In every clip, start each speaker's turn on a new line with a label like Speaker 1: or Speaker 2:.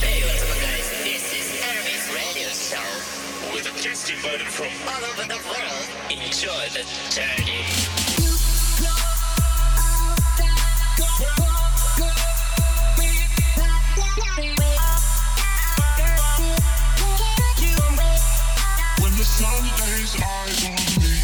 Speaker 1: Hey, what's up, guys? This is Hermes Radio Show with a guest invited from all over the world. Enjoy the journey.
Speaker 2: When the sun lays eyes on me.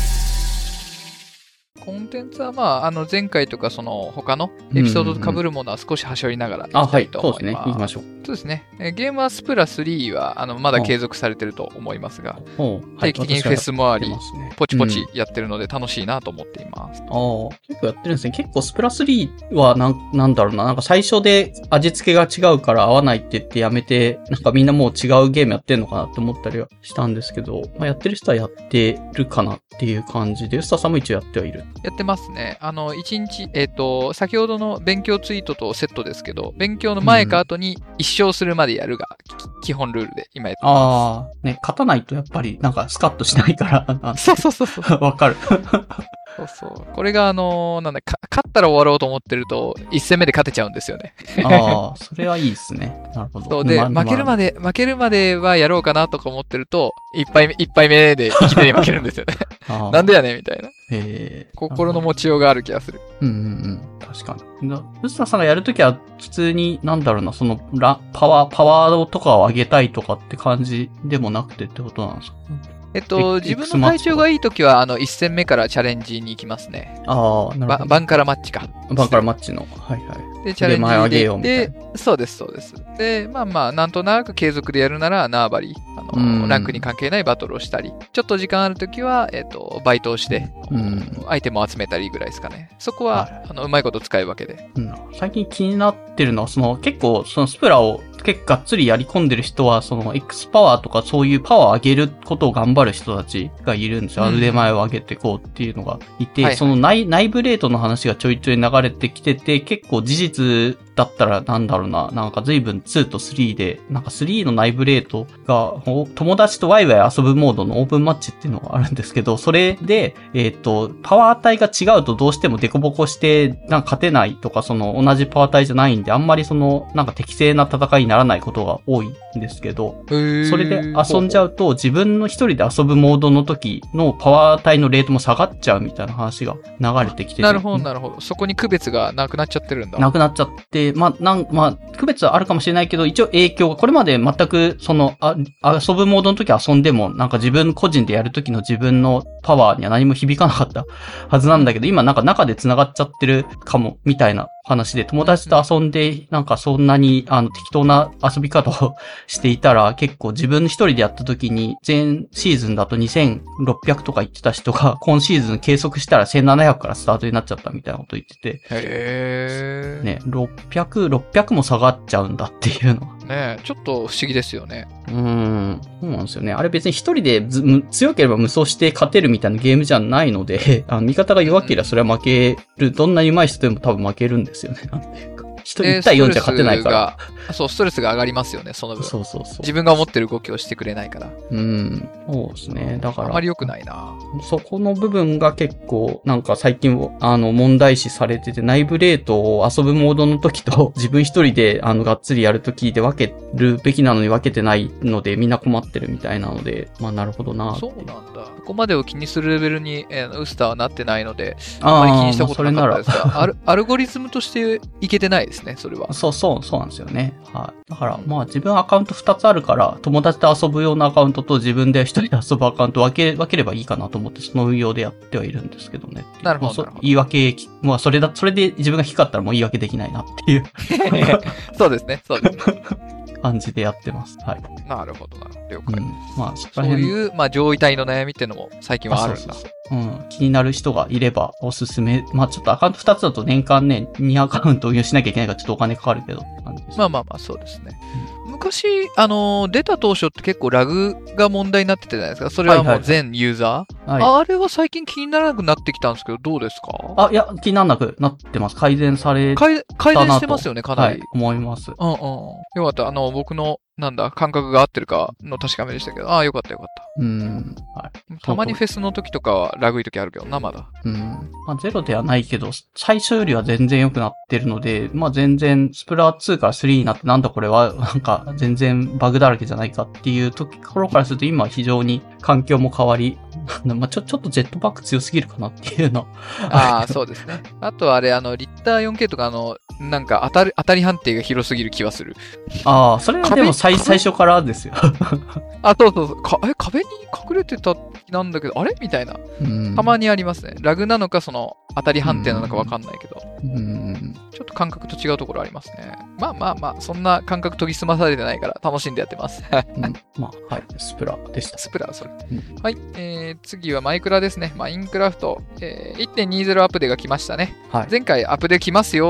Speaker 3: コンテンツはまあ、あの前回とかその他のエピソードと被るものは少し端折りながらいき
Speaker 4: あ、は
Speaker 3: た
Speaker 4: い
Speaker 3: い、と
Speaker 4: そう
Speaker 3: 思
Speaker 4: です
Speaker 3: い
Speaker 4: ね。行き
Speaker 3: ま。
Speaker 4: ますしょう。
Speaker 3: そうですね。えーゲームはスプラ3はあのまだ継続されてると思いますが、
Speaker 4: ほうは
Speaker 3: 定
Speaker 4: い
Speaker 3: 期的にフェスもあり
Speaker 4: 私はやってますね
Speaker 3: ポチポチ
Speaker 4: うん
Speaker 3: やってるので楽しいなと思っています。
Speaker 4: ああ、結構やってるんですね。結構スプラ3はなん、なんだろうな。なんか最初で味付けが違うから合わないって言ってやめて、なんかみんなもう違うゲームやってんのかなって思ったりはしたんですけど、まあ、やってる人はやってるかなっていう感じで、スタさんも一応やってはいる。
Speaker 3: やってますね。あの、1日、えっ、と、先ほどの勉強ツイートとセットですけど、勉強の前か後に一生するまでやるがき基本ルールで今やってま
Speaker 4: ああ、ね、勝たないとやっぱりなんかスカッとしないから
Speaker 3: す。、そうそうそうそう。
Speaker 4: あわかる。
Speaker 3: そうそう。これが、あのーなんだか、勝ったら終わろうと思ってると、1戦目で勝てちゃうんですよね。
Speaker 4: ああ、 それはいいですね。なるほど。
Speaker 3: そうで、負けるま
Speaker 4: で。
Speaker 3: で、負けるまではやろうかなとか思ってると、1杯目、一杯目でいきなり負けるんですよね。
Speaker 4: あー
Speaker 3: なんでやねんみたいな。
Speaker 4: えー
Speaker 3: 心の持ちようがある気がする。
Speaker 4: うんうんうん。確かに。な藤田さんがやるときは、普通に、なんだろうな、その、ラ、パワー、パワーとかを上げたいとかって感じでもなくてってことなんですか
Speaker 3: えっと、
Speaker 4: X-
Speaker 3: 自分の体調がいいときは、あの、1戦目からチャレンジに行きますね。
Speaker 4: ああ、なる
Speaker 3: ば
Speaker 4: ほど。
Speaker 3: バンカラマッチか。
Speaker 4: バンカラマッチの。はいはい。
Speaker 3: で、チャレン
Speaker 4: 前上
Speaker 3: ジ
Speaker 4: げ
Speaker 3: で
Speaker 4: よう
Speaker 3: 行っ
Speaker 4: みたい
Speaker 3: て、そうです、そうです。で、まあまあ、なんとなく継続でやるなら、縄張り、あ
Speaker 4: う
Speaker 3: の、
Speaker 4: ん
Speaker 3: ランクに関係ないバトルをしたり、ちょっと時間あるときは、えっ、と、バイトをして、
Speaker 4: うん
Speaker 3: アイテムを集めたりぐらいですかね。そこ
Speaker 4: はい
Speaker 3: は、あの、うまいこと使い分けで。
Speaker 4: うん。最近気になってるのは、その、結構、そのスプラを、結構がっつりやり込んでる人は、その、X パワーとかそういうパワーを上げることを頑張る人たちがいるんですよ。
Speaker 3: うん
Speaker 4: 腕前を上げてこうっていうのがいて、
Speaker 3: はいはい
Speaker 4: その内内部レートの話がちょいちょい流れてきてて、結構事実だったらなんだろうな、なんか随分2と3で、なんか3の内部レートが、お友達とワイワイ遊ぶモードのオープンマッチっていうのがあるんですけど、それで、えっ、と、パワー体が違うとどうしてもデコボコして、なんか勝てないとか、その同じパワー体じゃないんで、あんまりその、なんか適正な戦いにならないことが多いんですけど、それで遊んじゃ
Speaker 3: う。
Speaker 4: うと、自分の一人で遊ぶモードの時のパワー体のレートも下がっちゃうみたいな話が流れてきてて
Speaker 3: なるほど、なるほど。そこに区別がなくなっちゃってるんだ。
Speaker 4: なくなっちゃって、まあ、なん、まあ、区別はあるかもしれないけど、一応影響が、これまで全く、その、あ、遊ぶモードの時遊んでも、なんか自分個人でやる時の自分のパワーには何も響かなかった はずなんだけど、今なんか中で繋がっちゃってるかも、みたいな話で、友達と遊んで、なんかそんなに、あの、適当な遊び方をしていたら、結構自分一人でやった時に、前シーズンだと2600とか言ってた人が、今シーズン計測したら1700からスタートになっちゃったみたいなこと言ってて、
Speaker 3: へー。ね
Speaker 4: ね、600、600も下がっちゃうんだっていうのは。
Speaker 3: えちょっと不思議ですよね。
Speaker 4: うーん。そうなんですよね。あれ別に一人でずむ強ければ無双して勝てるみたいなゲームじゃないので、 あの味方が弱ければそれは負ける。どんなに上手い人でも多分負けるんですよね。なんていうか。一人
Speaker 3: で
Speaker 4: 1対4じゃ勝てないから。。
Speaker 3: ストレスがそう、ストレスが上がりますよね、その分。
Speaker 4: そうそうそう
Speaker 3: 自。分が思ってる動きをしてくれないから。
Speaker 4: うん。そうですね。だか
Speaker 3: あ
Speaker 4: ら。
Speaker 3: まり良くないな。
Speaker 4: そこの部分が結構、なんか最近、あの、問題視されてて、内部レートを遊ぶモードの時と、自分一人で、あの、がっつりやる時で分けるべきなのに分けてないので、みんな困ってるみたいなので、まあ、なるほどな。
Speaker 3: そう
Speaker 4: あ
Speaker 3: なんだ。ここまでを気にするレベルに、えーウスターはなってないので、あ
Speaker 4: あ
Speaker 3: ま
Speaker 4: ー、
Speaker 3: り気にしたことなかったです
Speaker 4: まあそれな
Speaker 3: が、アルアルゴリズムとしていけてないですね、それは
Speaker 4: ら。。そうそう、そうなんですよね。はい。だから、まあ自分アカウント2つあるから、友達と遊ぶようなアカウントと自分で一人で遊ぶアカウント分け、分ければいいかなと思って、その運用でやってはいるんですけどね。
Speaker 3: なるほど
Speaker 4: まあそ
Speaker 3: なるほど
Speaker 4: 言い訳、まあそれだ、それで自分が低かったらもう言い訳できないなっていう。
Speaker 3: そうですね、そうですね。
Speaker 4: 感じでやってます。はい。
Speaker 3: なるほどな。了
Speaker 4: う
Speaker 3: 解。
Speaker 4: ん。まあ、そこ
Speaker 3: そ
Speaker 4: ら
Speaker 3: う
Speaker 4: 辺
Speaker 3: いう、まあ、上位体の悩みってのも最近はあるんだ
Speaker 4: あ。そうそうそううん。気になる人がいればおすすめ。まあ、ちょっとアカウント2つだと年間ね、2アカウント運用しなきゃいけないからちょっとお金かかるけどって感じです。
Speaker 3: まあまあまあ、そうですね。昔、あのー、出た当初って結構ラグが問題になってたじゃないですか。それは
Speaker 4: はい
Speaker 3: も
Speaker 4: は
Speaker 3: う
Speaker 4: い
Speaker 3: 全ユーザー、
Speaker 4: はい。
Speaker 3: あれは最近気にならなくなってきたんですけど、どうですか
Speaker 4: あ、いや、気にならなくなってます。改善され、
Speaker 3: 改改善してますよね、かな
Speaker 4: は
Speaker 3: り。
Speaker 4: い、思います。
Speaker 3: うんうん。よかった。あの、僕の、なんだ、感覚が合ってるかの確かめでしたけど、ああ、よかったよかっ
Speaker 4: うん。はい。
Speaker 3: た。たまにフェスの時とかは、ラグい時あるけどな、まだ。
Speaker 4: うん。まあ、ゼロではないけど、最初よりは全然良くなってるので、まあ、全然、スプラ2から3になって、なんだこれは、 なんか、全然バグだらけじゃないかっていうところからすると、今は非常に環境も変わり、まあ、ちょ、ちょっとジェットバック強すぎるかなっていうの。
Speaker 3: ああ、 そうですね。あとあれ、あの、リッター 4K とか、あの、なんか当たる、当たり判定が広すぎる気はする。
Speaker 4: ああ、それはでも
Speaker 3: 壁
Speaker 4: 最、最初からですよ。
Speaker 3: あ、そうそうそう。かえ、壁に隠れてた、なんだけど、あれみたいな。
Speaker 4: うん。
Speaker 3: たまにありますね。ラグなのか、その、当たり判定なのかわかんないけど。
Speaker 4: うん。
Speaker 3: ちょっと感覚と違うところありますね。まあまあまあ、そんな感覚研ぎ澄まされてないから楽しんでやって ます。
Speaker 4: うんまあ、はい、スプラでした。
Speaker 3: スプラはそれ。
Speaker 4: う
Speaker 3: はい、えー、次はマイクラですね。マインクラフト、えー、1.20アップデーが来ましたね。
Speaker 4: はい
Speaker 3: 前回アップデー来ますよ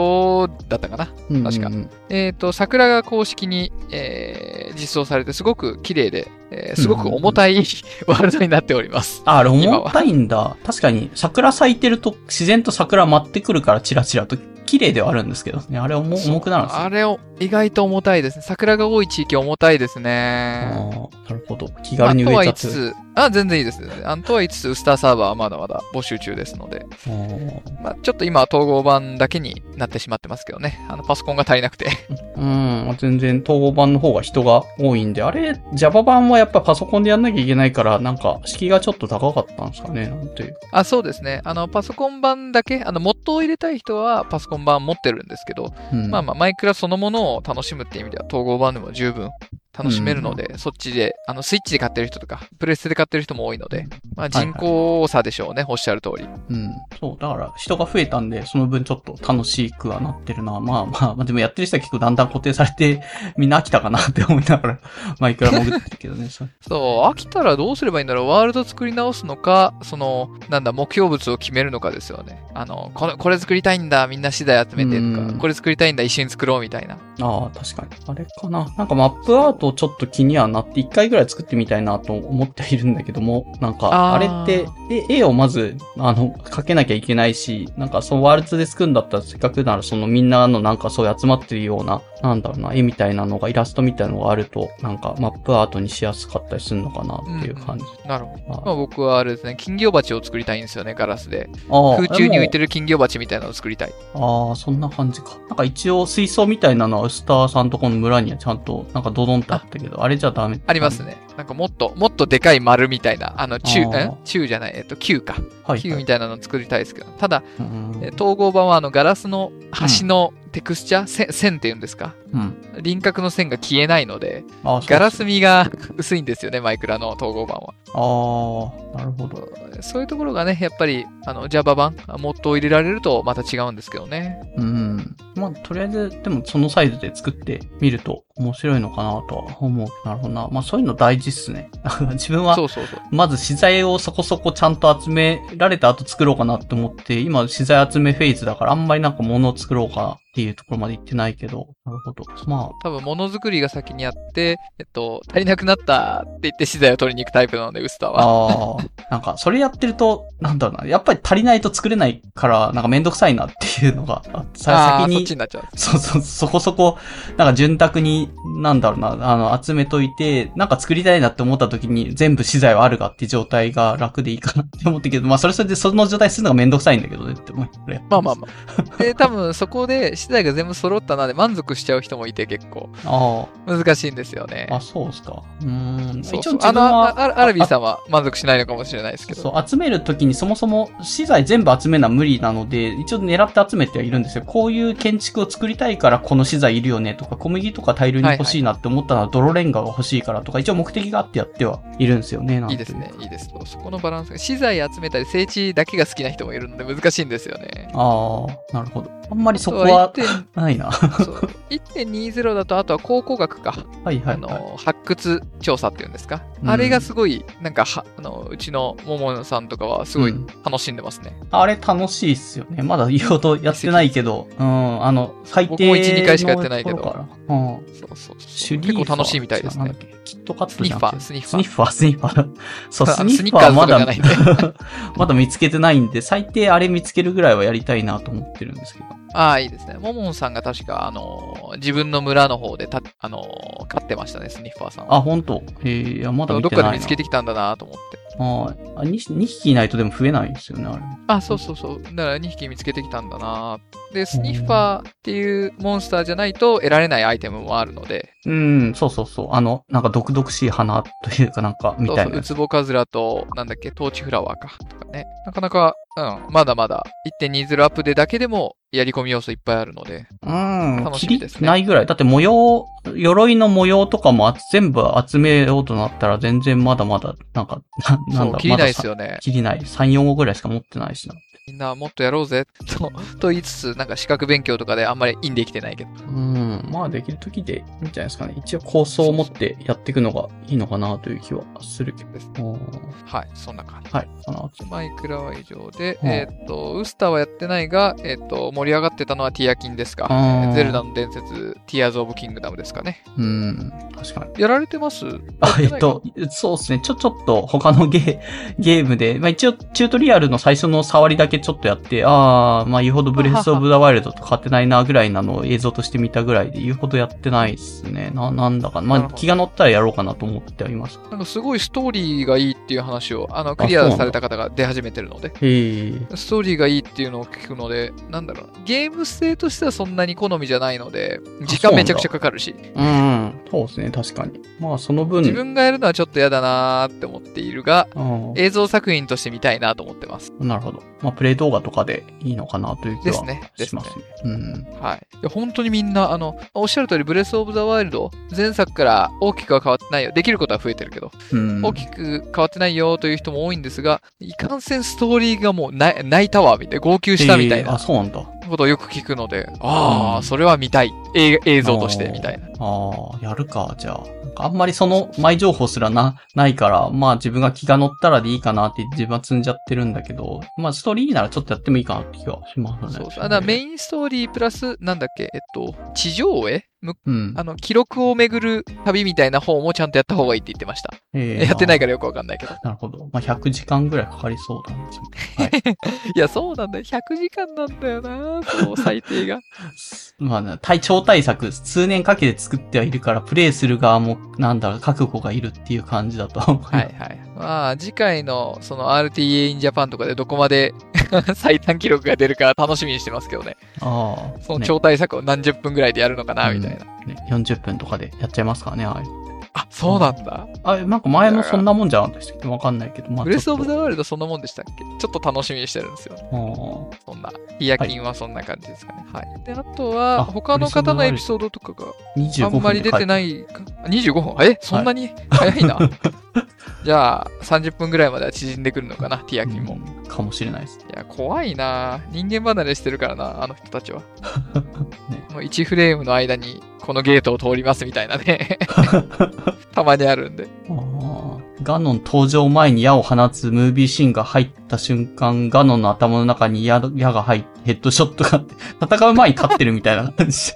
Speaker 3: ーだったかな。確か
Speaker 4: うんうん
Speaker 3: えっ、と、桜が公式に、えー、実装されてすごく綺麗で、えーすごく重たい ワールドになっております。
Speaker 4: あ、あれ
Speaker 3: 今
Speaker 4: 重
Speaker 3: は
Speaker 4: たいんだ。確かに、桜咲いてると、自然と桜舞ってくるから、チラチラと、綺麗ではあるんですけどね。あれ重重くなるんですよ
Speaker 3: あれを意外と重たいですね。桜が多い地域重たいですね。
Speaker 4: ああ、なるほど。気軽に植えちゃ
Speaker 3: まあとは
Speaker 4: ってる
Speaker 3: 言いつつ、あ、全然いいです。あのとは言いつつ、ウスターサーバーはまだまだ募集中ですので、
Speaker 4: あー
Speaker 3: まあ、ちょっと今は統合版だけになってしまってますけどね。あの、パソコンが足りなくて。
Speaker 4: うん、全然統合版の方が人が多いんで、あれ、Java 版はやっぱパソコンでやんなきゃいけないから、なんか、敷居がちょっと高かったんですかね、なんていう。
Speaker 3: あ、そうですね。あの、パソコン版だけ、あの、モッドを入れたい人はパソコン版持ってるんですけど、
Speaker 4: うん、
Speaker 3: まあまあ、マイクラそのものを楽しむっていう意味では、統合版でも十分楽しめるので、そっちで、あの、スイッチで買ってる人とか、プレステで買ってる人も多いので、まあ、
Speaker 4: はい
Speaker 3: 人口差でしょうね、おっしゃる通り。
Speaker 4: うん。そう、だから人が増えたんで、その分ちょっと楽しくはなってるな。まあまあ、まあでもやってる人は結構だんだん固定されて、みんな飽きたかなって思いながら、マイクラ潜ってるけどね。そう
Speaker 3: そう、飽きたらどうすればいいんだろう。ワールド作り直すのか、その、なんだ、目標物を決めるのかですよね。あの、これ、これ作りたいんだ、みんな資材集めてと
Speaker 4: う
Speaker 3: か、
Speaker 4: ん
Speaker 3: これ作りたいんだ、一緒に作ろうみたいな。
Speaker 4: ああ、確かに。あれかな。なんかマップアートちょっと気にはなって、一回ぐらい作ってみたいなと思っているんだけども、なんか、あ
Speaker 3: あ
Speaker 4: れ
Speaker 3: ー
Speaker 4: って、え絵をまず、あの、描けなきゃいけないし、なんかそのワールドで作るんだったら、せっかくならそのみんなのなんかそういう集まってるような、なんだろうな、絵みたいなのが、イラストみたいなのがあると、なんかマップアートにしやすかったりするのかなっていう感じ。
Speaker 3: うんなるほど。
Speaker 4: あ
Speaker 3: まあ僕はあれですね、金魚鉢を作りたいんですよね、ガラスで。
Speaker 4: あ
Speaker 3: 空中に浮いて
Speaker 4: る。
Speaker 3: る金魚鉢みたいなのを作りたい。
Speaker 4: ああ、そんな感じか。なんか一応水槽みたいなのは、ウスターさんとこの村にはちゃんと、なんかドドンってあったけど、あれじゃダメ。
Speaker 3: あります。ね。なんかもっと、もっとでかい丸みたいな、あの、中、
Speaker 4: あー
Speaker 3: ん中じゃない、えっと、球か。
Speaker 4: はい、
Speaker 3: 球みたいなのを作りたいですけど。ただ、
Speaker 4: うん
Speaker 3: えー統合版はあの、ガラスの端のテクスチャー、せ線っていうんですか
Speaker 4: うん。
Speaker 3: 輪郭の線が消えないので、
Speaker 4: あそう
Speaker 3: ガラス。味が薄いんですよね、マイクラの統合版は。
Speaker 4: ああ、なるほど。
Speaker 3: そういうところがね、やっぱりあの Java 版、モッドを入れられるとまた違うんですけどね。
Speaker 4: うん。まあ、とりあえず、でもそのサイズで作ってみると面白いのかなとは思う。なるほどな。まあ、そういうの大事っすね。 自分は
Speaker 3: そ、うそうそう。
Speaker 4: まず資材をそこそこちゃんと集められた後作ろうかなって思って、今資材集めフェーズだからあんまりなんか物を作ろうかなっていうところまで行ってないけど。なるほど。ま
Speaker 3: 多分、ものづくりが先にあって、えっと、足りなくなったって言って資材を取りに行くタイプなので、ウスター
Speaker 4: あ、
Speaker 3: は。
Speaker 4: ああ、 なんかそれやってると、なんだろうな。やっぱり足りないと作れないから、なんかめんどくさいなっていうのが、あ
Speaker 3: あー
Speaker 4: さ先
Speaker 3: そっ
Speaker 4: に
Speaker 3: ちになっちゃう。
Speaker 4: そう そう、そこそこ、なんか潤沢に、なんだろうな、あの、集めといて、なんか作りたいなって思った時に全部資材はあるがって状態が楽でいいかなって思ったけど、まあそれそれでその状態するのがめんどくさいんだけどねって思い
Speaker 3: まあまあま あ。で、多分、そこで資材が全部揃ったなで満足しちゃう人もいて結構
Speaker 4: あ。
Speaker 3: 難しいんですよね
Speaker 4: ああ、。あ、そうですか。うーん。
Speaker 3: そう
Speaker 4: 一
Speaker 3: そ
Speaker 4: 応
Speaker 3: う
Speaker 4: 自
Speaker 3: あ
Speaker 4: 分
Speaker 3: の、
Speaker 4: は、
Speaker 3: ああアラビーさんは満足しないのかもしれないですけど。
Speaker 4: そう、集める時にそもそも資材全部集めるのは無理なので、一応狙って集めてはいるんですよ。こういう建築を作りたいからこの資材いるよねとか、小麦とか大量に欲しいなって思ったのは泥レンガが欲しいからとか、一応目的があってやってはいるんですよね、なん
Speaker 3: い
Speaker 4: て
Speaker 3: い
Speaker 4: いう
Speaker 3: で
Speaker 4: か
Speaker 3: すね、いいです。そこのバランスが、資材集めたり、整地だけが好きな人もいるので難しいんですよね。
Speaker 4: ああ、なるほど。あんまりそこ
Speaker 3: あ
Speaker 4: は
Speaker 3: とは1
Speaker 4: ないな。
Speaker 3: 点そう1.20だと、あとは考古学か。
Speaker 4: はいは
Speaker 3: あ
Speaker 4: い、はい。
Speaker 3: の、発掘調査っていうんですか。
Speaker 4: うん
Speaker 3: あれがすごい、なんか、はあの、うちの桃野さんとかはすごい
Speaker 4: うん
Speaker 3: 楽しんでますね。
Speaker 4: あれ楽しいっすよね。まだ言おうとやってないけど、うん、あの、最低
Speaker 3: 僕も1 2回しかやってないけど
Speaker 4: のところからうん。
Speaker 3: そうそうそ
Speaker 4: シ
Speaker 3: う。
Speaker 4: ュリー
Speaker 3: 結
Speaker 4: ファー
Speaker 3: 構楽しいみたいです
Speaker 4: 違う
Speaker 3: ね
Speaker 4: なん。だっけキットカッ
Speaker 3: ス
Speaker 4: トじ
Speaker 3: ニ
Speaker 4: ゃ
Speaker 3: ッ
Speaker 4: な
Speaker 3: フ
Speaker 4: く
Speaker 3: ァ
Speaker 4: て
Speaker 3: ー、スニッフ
Speaker 4: ス
Speaker 3: ァ
Speaker 4: ニ
Speaker 3: ー。
Speaker 4: ッファー、スニッファー。そう、
Speaker 3: あ
Speaker 4: ス
Speaker 3: の
Speaker 4: ニッファーまだ、
Speaker 3: スニッカーズ
Speaker 4: まだ見つけてないんで、最低あれ見つけるぐらいはやりたいなと思ってるんですけど。
Speaker 3: ああ、いいですね。ももんさんが確か、あの、自分の村の方でた、あの、飼ってましたね、スニッファーさんは。
Speaker 4: あ、本当えー、いやまだ
Speaker 3: ど
Speaker 4: 見
Speaker 3: って
Speaker 4: ない
Speaker 3: か
Speaker 4: な。
Speaker 3: で見つけてきたんだなと思って。
Speaker 4: はいあ2。2匹いないとでも増えないんですよね、あれ。
Speaker 3: あ、そうそうそう。だから2匹見つけてきたんだなで、スニッファーっていうモンスターじゃないと得られないアイテムもあるので、
Speaker 4: うん、そうそうそう。あの、なんか毒々しい花というかなんか、み
Speaker 3: そうそ、
Speaker 4: たいうな
Speaker 3: ウ
Speaker 4: やつ。
Speaker 3: ツボカズラと、なんだっけ、トーチフラワーか。とかね。なかなか、うん、まだまだ1.20アップでだけでもやり込み要素いっぱいあるので、
Speaker 4: うん、
Speaker 3: 楽しみ
Speaker 4: 切
Speaker 3: で
Speaker 4: り
Speaker 3: すね
Speaker 4: ないぐらい。だって模様、鎧の模様とかもあ全部集めようとなったら全然まだまだ、なんか、なな
Speaker 3: そ
Speaker 4: んだ
Speaker 3: う、切りないです
Speaker 4: よ。
Speaker 3: よね
Speaker 4: まだ。切りない。3、4号ぐらいしか持ってないしな。
Speaker 3: みんなもっとやろうぜ、と、と言いつつ、なんか資格勉強とかであんまりインできてないけど。
Speaker 4: うん、まあできる時でいいんじゃないですかね。一応構想を持ってやっていくのがいいのかなという気はするけ
Speaker 3: です
Speaker 4: ど。うん
Speaker 3: はい、そんな感じ。
Speaker 4: はい、かな。
Speaker 3: マイクラは以上で、
Speaker 4: うん
Speaker 3: えーっと、ウスターはやってないが、えーっと、盛り上がってたのはティアキンですか。
Speaker 4: うん
Speaker 3: えーゼルダの伝説、ティアーズ・オブ・キングダムですかね。
Speaker 4: うん、確かに。
Speaker 3: やられてます
Speaker 4: あ、えっと、そうですね。ちょ、ちょっと他のゲー、ゲームで、まあ一応チュートリアルの最初の触りだけちょっとやって、ああ、まあ言うほどブレスオブザワイルドと変わってないなぐらいなのを映像として見たぐらいで言うほどやってないですね。な、なんだかな。
Speaker 3: な
Speaker 4: ま
Speaker 3: る
Speaker 4: あ
Speaker 3: ほど
Speaker 4: 気が乗ったらやろうかなと思ってはいます。
Speaker 3: なんかすごいストーリーがいいっていう話を、あの、クリ
Speaker 4: そうな
Speaker 3: ア
Speaker 4: んだ
Speaker 3: された方が出始めてるので、
Speaker 4: へえ。
Speaker 3: ストーリーがいいっていうのを聞くので、なんだろう、ゲーム性としてはそんなに好みじゃないので、時
Speaker 4: そう
Speaker 3: 間
Speaker 4: な
Speaker 3: め
Speaker 4: んだ
Speaker 3: ちゃくちゃかかるし、
Speaker 4: うん、そうですね。確かに。まあその分、
Speaker 3: 自分がやるのはちょっと嫌だなーって思っているが、
Speaker 4: うん、
Speaker 3: 映像作品として見たいなと思ってます。
Speaker 4: なるほど。まあプレイ動画とかでいいのかなという気
Speaker 3: で
Speaker 4: は
Speaker 3: すね。です
Speaker 4: し
Speaker 3: ね
Speaker 4: ます。ね。うん。
Speaker 3: はい、いや本当にみんなあのおっしゃる通り「ブレス・オブ・ザ・ワイルド」前作から大きくは変わってないよできることは増えてるけど、
Speaker 4: うん。
Speaker 3: 大きく変わってないよという人も多いんですがいかんせんストーリーがもうな泣いたわみたいな号泣したみたい
Speaker 4: えーあ、
Speaker 3: な
Speaker 4: そうなんだ。
Speaker 3: ことをよく聞くので、あ
Speaker 4: う
Speaker 3: あ
Speaker 4: ん
Speaker 3: それは見たい映映像としてみたいな
Speaker 4: ああ、やるか、じゃあ。なんかあんまりその前情報すらな、ないから、まあ自分が気が乗ったらでいいかなって自分は積んじゃってるんだけど、まあストーリーならちょっとやってもいいかなって気はしますね。
Speaker 3: そうそうあだからメ
Speaker 4: ン。
Speaker 3: インストーリープラスなんだっけえっと地上へむ
Speaker 4: うん
Speaker 3: あ。の記録を巡る旅みたいな方もちゃんとやった方がいいって言ってました、
Speaker 4: え
Speaker 3: やってない
Speaker 4: か
Speaker 3: からよくわかんないけど
Speaker 4: ら。なるほど。まあ100時間ぐらいかかりそうだね。
Speaker 3: いやそうなんだよ100時間なんだよな そう最低が
Speaker 4: まあね、体調対策、数年かけて作ってはいるから、プレイする側も、なんだろう、覚悟がいるっていう感じだと思います。
Speaker 3: はいはい。まあ、次回のその RTA in Japan とかでどこまで 最短記録が出るか楽しみにしてますけどね。
Speaker 4: ああ。
Speaker 3: その
Speaker 4: ね
Speaker 3: 超大作を何十分ぐらいでやるのかな、みたいな。
Speaker 4: ね40分とかでやっちゃいますからね、ああいう
Speaker 3: あ、そうなんだ。
Speaker 4: あ、なんか前もそんなもんじゃなかったっけわかんないけど、まあ
Speaker 3: ブレスオブ
Speaker 4: ちょっ
Speaker 3: ザワールドそんなもんでしたっけちょっと楽しみにしてるんですよね。
Speaker 4: とうん
Speaker 3: そんな。ヒヤキンはそんな感じですかね。はい。で、あとは、
Speaker 4: あ
Speaker 3: 他の方のエピソードとかが
Speaker 4: 25。
Speaker 3: あんまり出てないいか。あ25分えそんなに早いな。 じゃあ、30分ぐらいまでは縮んでくるのかな、ティアキンも。
Speaker 4: うんかもしれないです。
Speaker 3: いや、怖いなぁ人間離れしてるからな、あの人たちは。
Speaker 4: ね
Speaker 3: もう1フレームの間に、このゲートを通りますみたいな ね。たまにあるんで。
Speaker 4: あーガノン登場前に矢を放つムービーシーンが入った瞬間、ガノンの頭の中に矢矢が入ってヘッドショットがあって、戦う前に勝ってるみたいな感じ。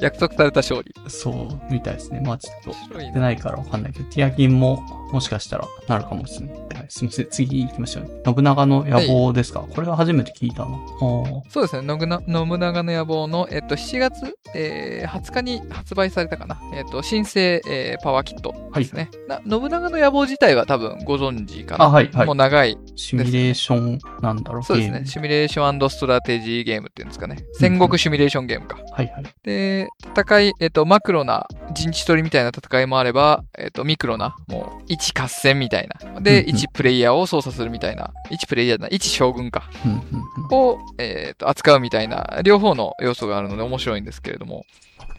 Speaker 3: 約束された勝利。
Speaker 4: そう、みたいですね。まあちょっと。
Speaker 3: 面白い
Speaker 4: 出て
Speaker 3: な。
Speaker 4: ないからわかんないけど、ティアキンももしかしたらなるかもしれない。はい、すみません。次行きましょう。信長の野望ですか、これは初めて聞いたな。あー
Speaker 3: そうですね、信長信長の野望の、えっと、7月、えー20日に発売されたかな。えっと、新生、えーパワーキットですね、な信長の野望自体は多分ご存知かな。
Speaker 4: あ、はい、はい
Speaker 3: もう。長い
Speaker 4: シミュレーションなんだろう、
Speaker 3: そうです
Speaker 4: ゲー
Speaker 3: ね。
Speaker 4: ム
Speaker 3: シミュレーションストラテジーゲームっていうんですかね。戦国シミュレーションゲームか。
Speaker 4: はいはい。
Speaker 3: で、戦い、えっと、マクロな陣地取りみたいな戦いもあれば、えっと、ミクロな、もう、一合戦みたいな。で、
Speaker 4: うんうん
Speaker 3: 一プレイヤーを操作するみたいな。一プレイヤーじゃない、一将軍か。
Speaker 4: うんうんうん
Speaker 3: を、えっと、扱うみたいな、両方の要素があるので面白いんですけれども。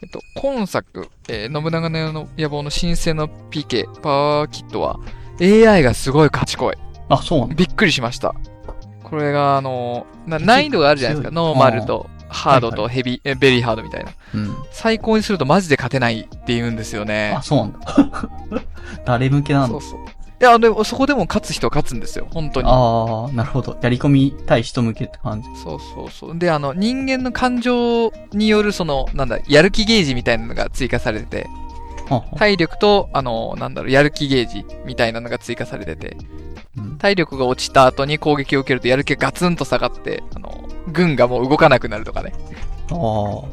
Speaker 3: えっと、今作、えー信長の野望の新生の PK、パワーキットは、AI がすごい賢い。
Speaker 4: あ、そうなんだ。
Speaker 3: びっくりしました。これが、あの、な難易度があるじゃないですか。ノーマルと、ハードとヘビー、えベリーハードみたいな。
Speaker 4: うん。
Speaker 3: 最高にするとマジで勝てないって言うんですよね
Speaker 4: あ、。そうなんだ。 誰向けな
Speaker 3: そ
Speaker 4: の
Speaker 3: うそう。いや、でもそこでも勝つ人は勝つんですよ、本当に。
Speaker 4: ああ、なるほど。やり込み対人向けって感じ。
Speaker 3: そうそうそう。で、あの、人間の感情による、その、なんだ、やる気ゲージみたいなのが追加されてて、
Speaker 4: はは
Speaker 3: 体力と、あの、なんだろう、やる気ゲージみたいなのが追加されてて、
Speaker 4: うん
Speaker 3: 体力が落ちた後に攻撃を受けるとやる気がガツンと下がって、あの、軍がもう動かなくなるとかね。
Speaker 4: あー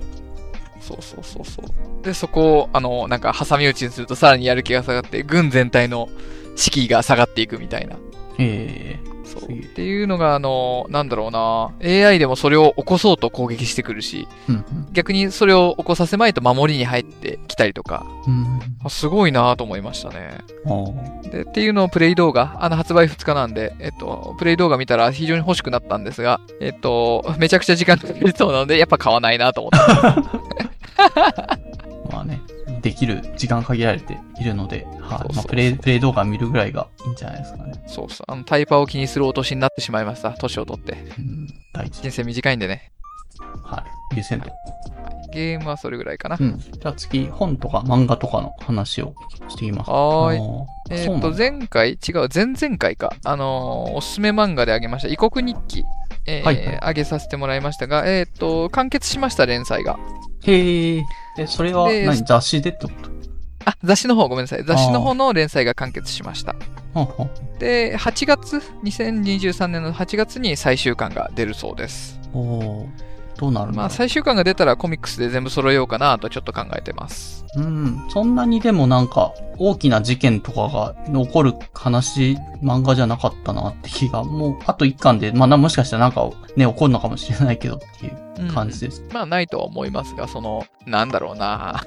Speaker 3: そうそうそうそう。で、そこを、あの、なんか、挟み撃ちにするとさらにやる気が下がって、軍全体の士気が下がっていくみたいな。
Speaker 4: ええ
Speaker 3: そ
Speaker 4: す
Speaker 3: う。
Speaker 4: げえ
Speaker 3: っていうのが、あの、なんだろうな、AI でもそれを起こそうと攻撃してくるし、
Speaker 4: うん
Speaker 3: 逆にそれを起こさせまいと守りに入ってきたりとか、
Speaker 4: うん。
Speaker 3: あすごいなと思いましたね。
Speaker 4: うん。あ
Speaker 3: で、っていうのをプレイ動画、あの発売2日なんで、えっと、プレイ動画見たら非常に欲しくなったんですが、えっと、めちゃくちゃ時間かかりそうなので、やっぱ買わないなと思って。
Speaker 4: あ。まあね、できる時間限られているので、は
Speaker 3: そうそう
Speaker 4: い。
Speaker 3: そ
Speaker 4: ま
Speaker 3: う
Speaker 4: あ、プレイ、プレイ動画見るぐらいがいいんじゃないですかね。
Speaker 3: そうそう、あの、タイパーを気にするお年になってしまいました。年を取って。
Speaker 4: うん。大事。
Speaker 3: 人生短いんでね。
Speaker 4: はい。優先度。
Speaker 3: ゲームはそれぐらいかな。
Speaker 4: うん。じゃあ次、本とか漫画とかの話をしていきます。
Speaker 3: はーい
Speaker 4: あー
Speaker 3: え
Speaker 4: そう
Speaker 3: っ
Speaker 4: なん
Speaker 3: と、
Speaker 4: だ
Speaker 3: 前回、違う、前々回か、あのーおすすめ漫画であげました、異国日記、えー
Speaker 4: はいはい
Speaker 3: あげさせてもらいましたが、えっと、完結しました、連載が。
Speaker 4: へえ。え、それは
Speaker 3: で
Speaker 4: 何雑誌でってこと
Speaker 3: あ、雑誌の方、ごめんなさい。雑誌の方の連載が完結しました。
Speaker 4: はんはん
Speaker 3: で、8月、2023年の8月に最終巻が出るそうです。
Speaker 4: おーどうなるんだろう
Speaker 3: まあ、最終巻が出たらコミックスで全部揃えようかなとちょっと考えてます。
Speaker 4: うん。そんなにでもなんか、大きな事件とかが残る話、漫画じゃなかったなって気が、もう、あと一巻で、まあな、もしかしたらなんかね、起こるのかもしれないけどっていう
Speaker 3: うん
Speaker 4: 感じです。
Speaker 3: まあ、ないとは思いますが、その、なんだろうな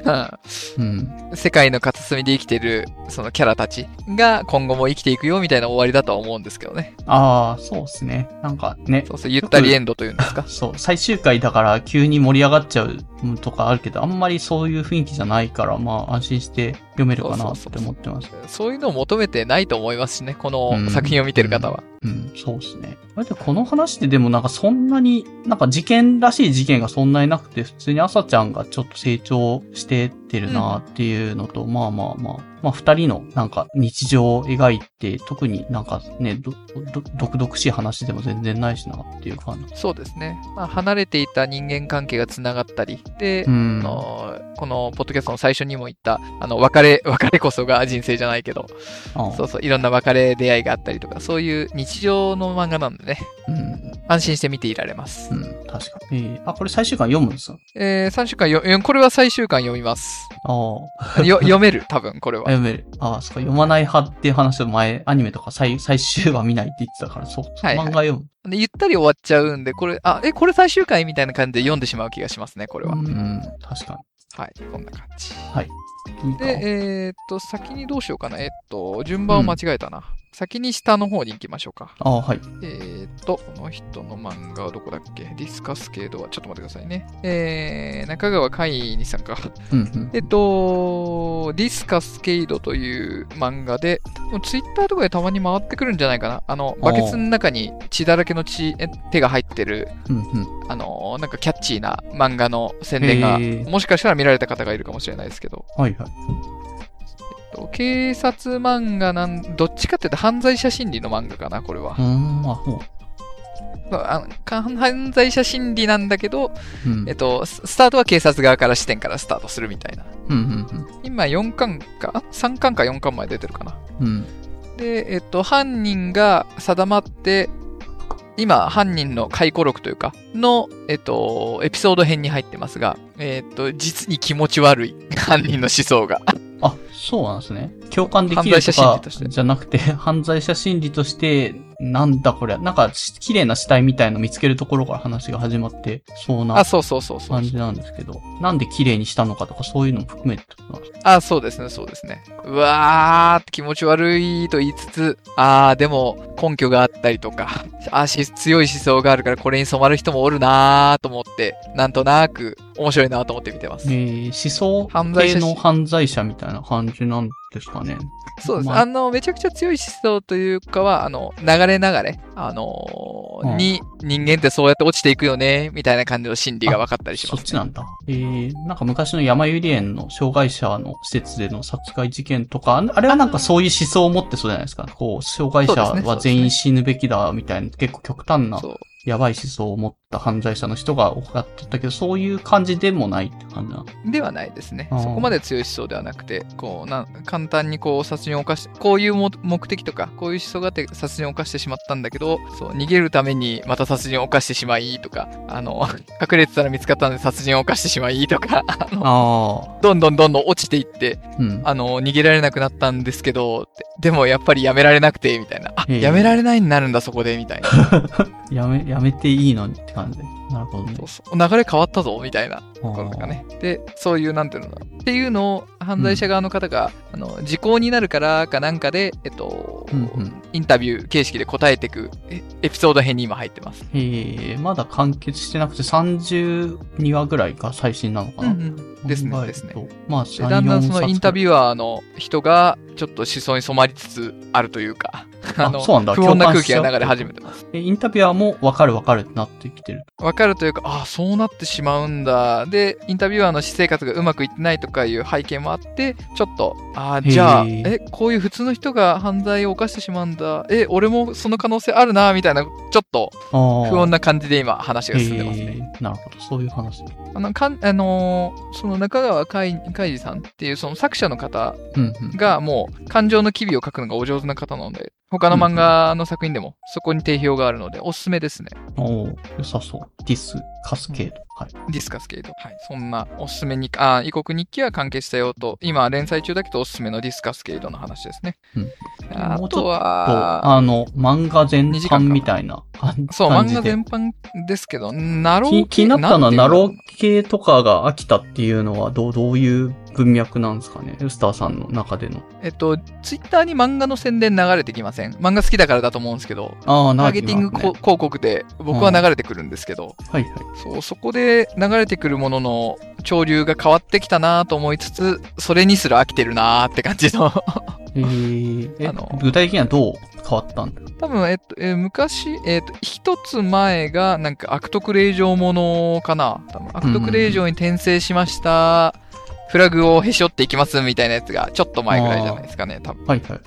Speaker 4: うん。
Speaker 3: 世界の片隅で生きてる、そのキャラたちが今後も生きていくよみたいな終わりだとは思うんですけどね。
Speaker 4: ああ、そうですね。なんかね、
Speaker 3: そうそう、ゆったりエンドというんですか。
Speaker 4: そう、最終回だから急に盛り上がっちゃうとかあるけど、あんまりそういう雰囲気じゃないから、まあ安心して読めるかなっ
Speaker 3: そうそう
Speaker 4: て
Speaker 3: そうそう
Speaker 4: 思ってます。
Speaker 3: そういうのを求めてないと思いますしね、こ
Speaker 4: う
Speaker 3: の
Speaker 4: ん
Speaker 3: 作品を見てる方は。
Speaker 4: うん、そうですね。あれでこの話ってでもなんかそんなに、なんか事件らしい事件がそんなになくて、普通に朝ちゃんがちょっと成長してってるなっていうのと、まあまあまあ、まあ二人のなんか日常を描いて、特になんかね、ど、ど、毒々しい話でも全然ないしなっていう感じ。
Speaker 3: そうですね。まあ、離れていた人間関係がつながったり、で、
Speaker 4: うん
Speaker 3: あ。のこのポッドキャストの最初にも言った、あの、別れ、 別れこそが人生じゃないけど、
Speaker 4: あ
Speaker 3: そうそう、いろんな別れ出会いがあったりとか、そういう日常の漫画なんでね、
Speaker 4: うん。
Speaker 3: 安心して見ていられます。
Speaker 4: うん、確かに。えーあ、これ最終巻読むんですか
Speaker 3: えー、3週間よ、うんこれは最終巻読みます。
Speaker 4: あ あ。
Speaker 3: よ読める、多分、これは。
Speaker 4: 読める。ああ、そうか、読まない派っていう話を前、アニメとか最最終話見ないって言ってたから、そう、
Speaker 3: はいはい
Speaker 4: 漫画読む。
Speaker 3: でゆったり終わっちゃうんで、これ、あ、え、これ最終回みたいな感じで読んでしまう気がしますね、これは。
Speaker 4: うん、確か
Speaker 3: はい、こんな感じ。
Speaker 4: に。いいか
Speaker 3: で、えーっと、先にどうしようかな。えーっと、順番を間違えたな。先に下の方に行きましょうか。
Speaker 4: ああ、はい。
Speaker 3: えーっと、この人の漫画はどこだっけディスカスケードは、ちょっと待ってくださいね。えー、中川海にさんか。
Speaker 4: うん、うん。
Speaker 3: えっと、ディスカスケイドという漫画で、多分ツイッターとかでたまに回ってくるんじゃないかな。あの、バケツの中に血だらけの血、え手が入ってる、
Speaker 4: うん、うん。
Speaker 3: あの、なんかキャッチーな漫画の宣伝が、
Speaker 4: へー
Speaker 3: もしかしたら見られた方がいるかもしれないですけど、
Speaker 4: はい、はい。
Speaker 3: と警察漫画なん、どっちかって言うと犯罪者心理の漫画かな、これは
Speaker 4: う。ーん、あ、も
Speaker 3: あのか犯罪者心理なんだけど、
Speaker 4: う。うん、
Speaker 3: えっと、ススタートは警察側から視点からスタートするみたいな。
Speaker 4: うん、うん、
Speaker 3: 今4巻か、あ3巻か4巻まで出てるかな。
Speaker 4: うん。うん、
Speaker 3: で、えっと、犯人が定まって、今、犯人の回顧録というか、の、えっと、エピソード編に入ってますが、えっと、実に気持ち悪い、 犯人の思想が。
Speaker 4: あ、そうなんですね。共感でき
Speaker 3: 犯罪
Speaker 4: る
Speaker 3: 者
Speaker 4: と
Speaker 3: 心理
Speaker 4: か
Speaker 3: として
Speaker 4: じゃなくて、犯罪者心理として、なんだこれは、なんかし綺麗な死体みたいの見つけるところから話が始まって、そうな
Speaker 3: あ、そうそうそうそう
Speaker 4: 感。じなんですけど、なんで綺麗にしたのかとかそういうのも含めてってことなんですか
Speaker 3: あ、そうですね、そうですね。うわーって気持ち悪いと言いつつ、あー、でも根拠があったりとか、 あーし強い思想があるからこれに染まる人もおるなーと思って、なんとなく面白いなと思って見てます。
Speaker 4: えー、思想
Speaker 3: 犯罪者
Speaker 4: 系の犯罪者みたいな感じなんですかね。
Speaker 3: そうです。
Speaker 4: まあ
Speaker 3: あの、めちゃくちゃ強い思想というかは、あの、流れ流れ、あのー
Speaker 4: うん
Speaker 3: に、人間ってそうやって落ちていくよね、みたいな感じの心理が分かったりし
Speaker 4: そ
Speaker 3: ま
Speaker 4: っ
Speaker 3: す、
Speaker 4: ちなんだ。えー、なんか昔の山百合園の障害者の施設での殺害事件とか、ああれはなんかそういう思想を持ってそうじゃないですか。こう、障害
Speaker 3: そうです
Speaker 4: 者
Speaker 3: ねそう
Speaker 4: は
Speaker 3: ですね
Speaker 4: 全員死ぬべきだみたいな、結構極端な、
Speaker 3: そう。
Speaker 4: やばい思想を持った犯罪者の人が多かったけど、そういう感じでもないって感じなの。
Speaker 3: ではないですね。
Speaker 4: あ
Speaker 3: そ
Speaker 4: ー
Speaker 3: こまで強い思想ではなくて、こう、なん簡単にこう、殺人を犯し、こういうも目的とか、こういう思想があって殺人を犯してしまったんだけど、そう、逃げるためにまた殺人を犯してしまいとか、あの、 隠れてたら見つかったので殺人を犯してしまいとか、あの、
Speaker 4: あ
Speaker 3: どんどんどんどん落ちていって、
Speaker 4: あ、うん。
Speaker 3: あの、逃げられなくなったんですけど、ってでもやっぱりやめられなくて、みたいな。あ、
Speaker 4: へえ
Speaker 3: やめられないになるんだ、そこで、み たいな。
Speaker 4: やめ、やめていいのにって感じ。なるほどね
Speaker 3: そ。うそう流れ変わったぞ、みたいな。
Speaker 4: あー
Speaker 3: ことかね。で、そういう、なんていうのかなっていうのを、犯罪者側の方が、あの、時効になるからかなんかで、えっと、
Speaker 4: うんうん。
Speaker 3: インタビュー形式で答えてくえエピソード編に今入ってます。
Speaker 4: えー、まだ完結してなくて32話ぐらいが最新なのかな。
Speaker 3: です
Speaker 4: 考
Speaker 3: ね、
Speaker 4: える
Speaker 3: ですね
Speaker 4: と。。まあ、
Speaker 3: でだんだんそのインタビ
Speaker 4: ュ
Speaker 3: ュアーの人が、ちょっと思想に染まりつつあるというか、
Speaker 4: あ
Speaker 3: あの、
Speaker 4: そうなんだ
Speaker 3: 不穏な
Speaker 4: 共感
Speaker 3: 空
Speaker 4: しち
Speaker 3: 気
Speaker 4: ゃう
Speaker 3: が流れ始めてます。
Speaker 4: ー。インタビュアーもわかるわかるってなってきてる。
Speaker 3: わかるというか、ああ、そうなってしまうんだ。で、インタビュアーの私生活がうまくいってないとかいう背景もあって、ちょっと、ああ、じゃあ、
Speaker 4: へー
Speaker 3: え、こういう普通の人が犯罪を犯してしまうんだ。え、俺もその可能性あるな、みたいな、ちょっと
Speaker 4: あー
Speaker 3: 不穏な感じで今話が進んでますね。
Speaker 4: えーなるほど。そういう話。
Speaker 3: あの、かん、あのーその中川海海二さんっていうその作者の方
Speaker 4: うんうん。
Speaker 3: がもう感情の機微を書くのがお上手な方なので、他の漫画の作品でもそこに定評があるので、おすすめですね。
Speaker 4: おー良さそう。ディス、カスケード。はい。
Speaker 3: ディスカスケート。はい。そんなおすすめに、あ、異国日記は関係したよと、今連載中だけどおすすめのディスカスケートの話ですね。
Speaker 4: うん
Speaker 3: あ
Speaker 4: もうちょ
Speaker 3: と
Speaker 4: っと
Speaker 3: は、
Speaker 4: あの、漫画全
Speaker 3: 二時間
Speaker 4: 般
Speaker 3: か
Speaker 4: みたいな感じで。
Speaker 3: そう、漫画全般ですけど、ナロー
Speaker 4: 気気になったのは、ナ
Speaker 3: な
Speaker 4: ロ
Speaker 3: ろ
Speaker 4: ー系とかが飽きたっていうのは、どう、どういう文脈なんですかね。ウスターさんの中での。
Speaker 3: えっと、ツイッターに漫画の宣伝流れてきません。漫画好きだからだと思うんですけど、
Speaker 4: ああ、
Speaker 3: タ
Speaker 4: な
Speaker 3: ー
Speaker 4: る
Speaker 3: ゲ
Speaker 4: ほど。
Speaker 3: ティングこ
Speaker 4: ね
Speaker 3: 広告で僕は流れてくるんですけど、
Speaker 4: はいはい。
Speaker 3: そう、そこで流れてくるものの潮流が変わってきたなと思いつつ、それにすら飽きてるなって感じの
Speaker 4: えー、え
Speaker 3: あの
Speaker 4: 具体的にはどう変わったんだ
Speaker 3: 多分、えっと、えー昔、えっと、一つ前が、なんか、悪徳令嬢ものかな多分、悪徳令嬢に転生しました、フラグをへし折っていきます、みたいなやつが、ちょっと前ぐらいじゃないですかね、多分。
Speaker 4: はいはい。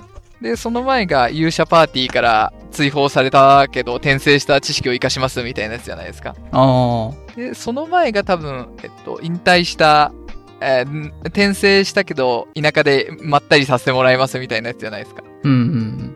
Speaker 3: で、その前が、勇者パーティーから追放されたけど、転生した知識を活かします、みたいなやつじゃないですか。
Speaker 4: あ
Speaker 3: で、その前が多分、えっと、引退した、えーん転生したけど、田舎でまったりさせてもらいます、みたいなやつじゃないですか。
Speaker 4: あ、うんうん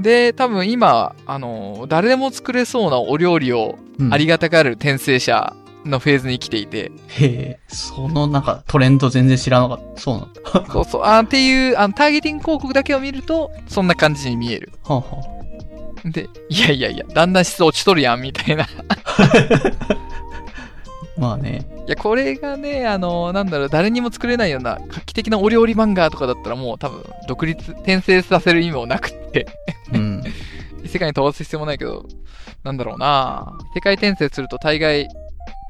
Speaker 3: で多分今あの誰でも作れそうなお料理を
Speaker 4: うんうん。
Speaker 3: ありがたがる転生者のフェーズに来ていて、
Speaker 4: へえ、そのなんかトレンド全然知らなかった。そうなんだ。
Speaker 3: そうそうあっていうあのターゲティング広告だけを見るとそんな感じに見える
Speaker 4: はあは
Speaker 3: でいやいやいやだんだん質落ちとるやんみたいな い
Speaker 4: あ、まあね。
Speaker 3: やこれがねあのなんだろう誰にも作れないような画期的なお料理漫画とかだったらもう多分独立転生させる意味もなくって
Speaker 4: うん。
Speaker 3: 異世界に飛ばす必要もないけど、なんだろうな世界転生すると大概、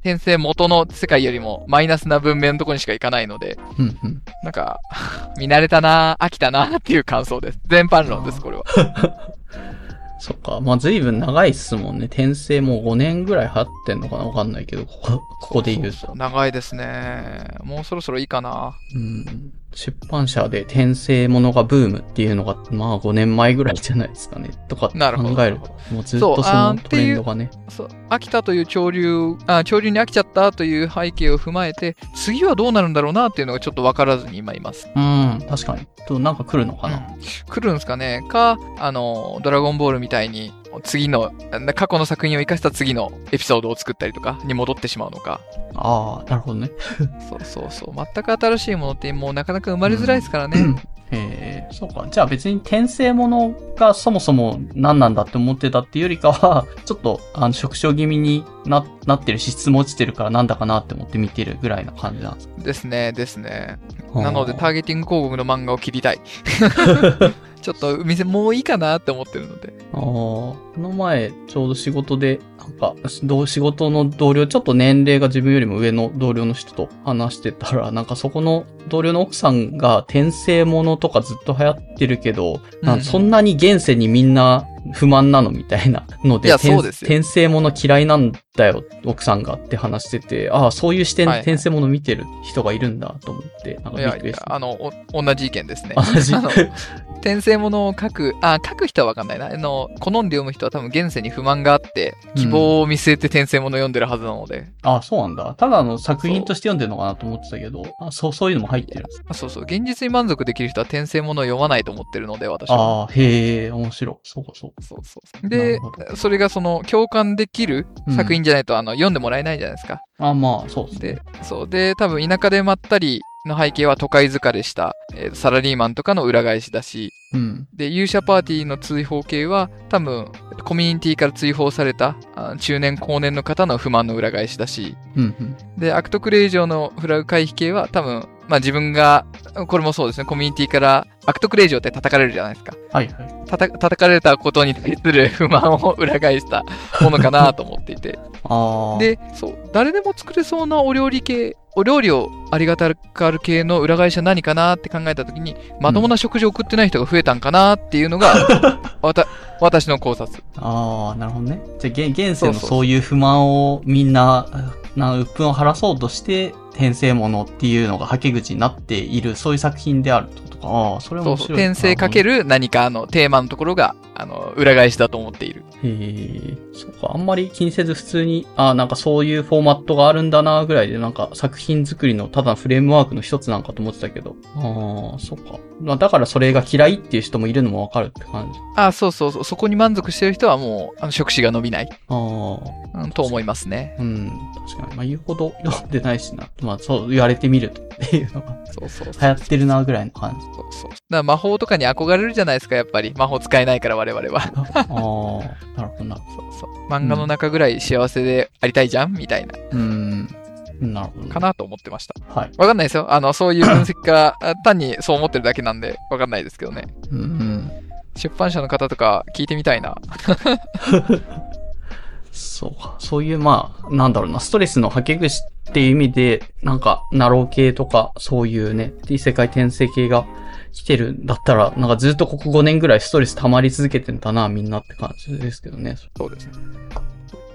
Speaker 3: 転生元の世界よりもマイナスな文明のとこにしか行かないので、
Speaker 4: うんうん。
Speaker 3: なんか、 見慣れたな飽きたなっていう感想です。全般論です、これは。
Speaker 4: そっか。まあ随分長いっすもんね。転生もう5年ぐらい流行ってんのかなわかんないけど、ここ、ここで言
Speaker 3: そ
Speaker 4: う
Speaker 3: うそう
Speaker 4: と。
Speaker 3: 長いですね。もうそろそろいいかな
Speaker 4: うん。出版社で転生ものがブームっていうのが、まあ5年前ぐらいじゃないですかね。とか考
Speaker 3: なるほど
Speaker 4: えると。もうずっとそ
Speaker 3: そうあ
Speaker 4: の
Speaker 3: ー
Speaker 4: トレンドがね。
Speaker 3: そう、飽きたという潮流、あ、潮流に飽きちゃったという背景を踏まえて、次はどうなるんだろうなっていうのがちょっとわからずに今います。
Speaker 4: うん、確かに。と、なんか来るのかな。
Speaker 3: うん来るんですかねか、あの、ドラゴンボールみたいに、次の、な過去の作品を生かした次のエピソードを作ったりとかに戻ってしまうのか。
Speaker 4: ああ、なるほどね。
Speaker 3: そうそうそう。全く新しいものってもうなかなか生まれづらいですからね。
Speaker 4: えー、そうか。じゃあ別に転生ものがそもそも何なんだって思ってたっていうよりかは、 ちょっと、あの、触傷気味にななってるし、質も落ちてるからなんだかなって思って見てるぐらいな感じなんです
Speaker 3: ですね、ですね。
Speaker 4: か
Speaker 3: なのでターゲティング広告の漫画を切りたい。ちょっと店もういいかなって思ってるので。
Speaker 4: ああ、この前、ちょうど仕事で、なんか、どう仕事の同僚、ちょっと年齢が自分よりも上の同僚の人と話してたら、なんかそこの同僚の奥さんが転生ものとかずっと流行ってるけど、なん
Speaker 3: うん
Speaker 4: かそんなに現世にみんな不満なのみたいなので、
Speaker 3: いや
Speaker 4: 転
Speaker 3: そうですよ
Speaker 4: 転生もの嫌いなんだよ、奥さんがって話してて、ああ、そういう視点
Speaker 3: はい
Speaker 4: で
Speaker 3: はい
Speaker 4: 転生もの見てる人がいるんだと思って、なん
Speaker 3: い
Speaker 4: かびっ
Speaker 3: や
Speaker 4: くりした。
Speaker 3: あの、お同じ意見ですね。
Speaker 4: 同じ
Speaker 3: あの、転生ものを書く、あ、書く人はわかんないな。あの、好んで読む人は多分現世に不満があって、希望を見据えて転生ものを読んでるはずなので、
Speaker 4: あ、そうなんだ。ただの作品として読んでるのかなと思ってたけど、あそう、そういうのも入ってるんです。
Speaker 3: そうそう、現実に満足できる人は転生ものを読まないと思ってるので、私は。
Speaker 4: ああ、へえ、面白い。そうか、そうか。
Speaker 3: そうそう。で
Speaker 4: なるほ、
Speaker 3: それがその共感できる作品じゃないと、あの読んでもらえないじゃないですか。
Speaker 4: あまあ、そうですね
Speaker 3: で。、そう。で、多分田舎でまったりの背景は都会疲れした、えーサラリーマンとかの裏返しだし、
Speaker 4: うん。
Speaker 3: で、勇者パーティーの追放系は多分コミュニティから追放されたあ中年後年の方の不満の裏返しだし、
Speaker 4: うん、うん。
Speaker 3: で、悪徳令嬢のフラグ回避系は多分、まあ自分が、これもそうですね、コミュニティから悪徳令嬢って叩かれるじゃないですか。
Speaker 4: はい、はい。
Speaker 3: たた叩かれたことに対する不満を裏返 したものかなと思っていて
Speaker 4: ああ。、
Speaker 3: でそう誰でも作れそうなお料理系お料理をありがたくある系の裏返しは何かなって考えた時にまともな食事を食ってない人が増えたんかなっていうのが、 わた私の考察
Speaker 4: ああ、なるほどね。じゃあ、現現世
Speaker 3: そう
Speaker 4: の
Speaker 3: そうそう
Speaker 4: そういう不満をみんな、な、鬱憤を晴らそうとして、転生ものっていうのがはけ口になっている、そういう作品であるってことか。ああ、それは
Speaker 3: そう
Speaker 4: 面
Speaker 3: そう
Speaker 4: 白い。
Speaker 3: 転生かけ
Speaker 4: る
Speaker 3: る何かのテーマのところがあの裏返しだと思っている
Speaker 4: ほどね。へえ、そうか。あんまり気にせず普通に、ああ、なんかそういうフォーマットがあるんだな、ぐらいで、なんか作品作りのただのフレームワークの一つなんかと思ってたけど。ああ、そうか。まあ、だからそれが嫌いっていう人もいるのもわかるって感じ。
Speaker 3: あそうそうそうそこに満足してる人はもうあの食事が伸びない、
Speaker 4: ああ。
Speaker 3: うん、と思いますね
Speaker 4: うん、確かに。まあ言うほど読んでないしな。まあそう言われてみるとっていうのが
Speaker 3: そうそうそう
Speaker 4: 流行ってるなぐらいの感じ。
Speaker 3: そうそう。だから魔法とかに憧れるじゃないですか、やっぱり。魔法使えないから我々 は。
Speaker 4: ああー、なるほどな。
Speaker 3: そうそう。漫画の中ぐらい幸せでありたいじゃんみたいな、
Speaker 4: うん。なるほどね。
Speaker 3: かなと思ってました。
Speaker 4: はい。
Speaker 3: わかんないですよ。あの、そういう分析 から、あ単にそう思ってるだけなんで、わかんないですけどね。
Speaker 4: うんうん。
Speaker 3: 出版社の方とか聞いてみたいな。
Speaker 4: そうか。そういうまあ、なんだろうな、ストレスの吐け口っていう意味で、なんか、ナロー系とか、そういうね、異世界転生系が来てるんだったら、なんかずっとここ5年ぐらいストレス溜まり続けてんだな、みんなって感じですけどね。
Speaker 3: そうですね。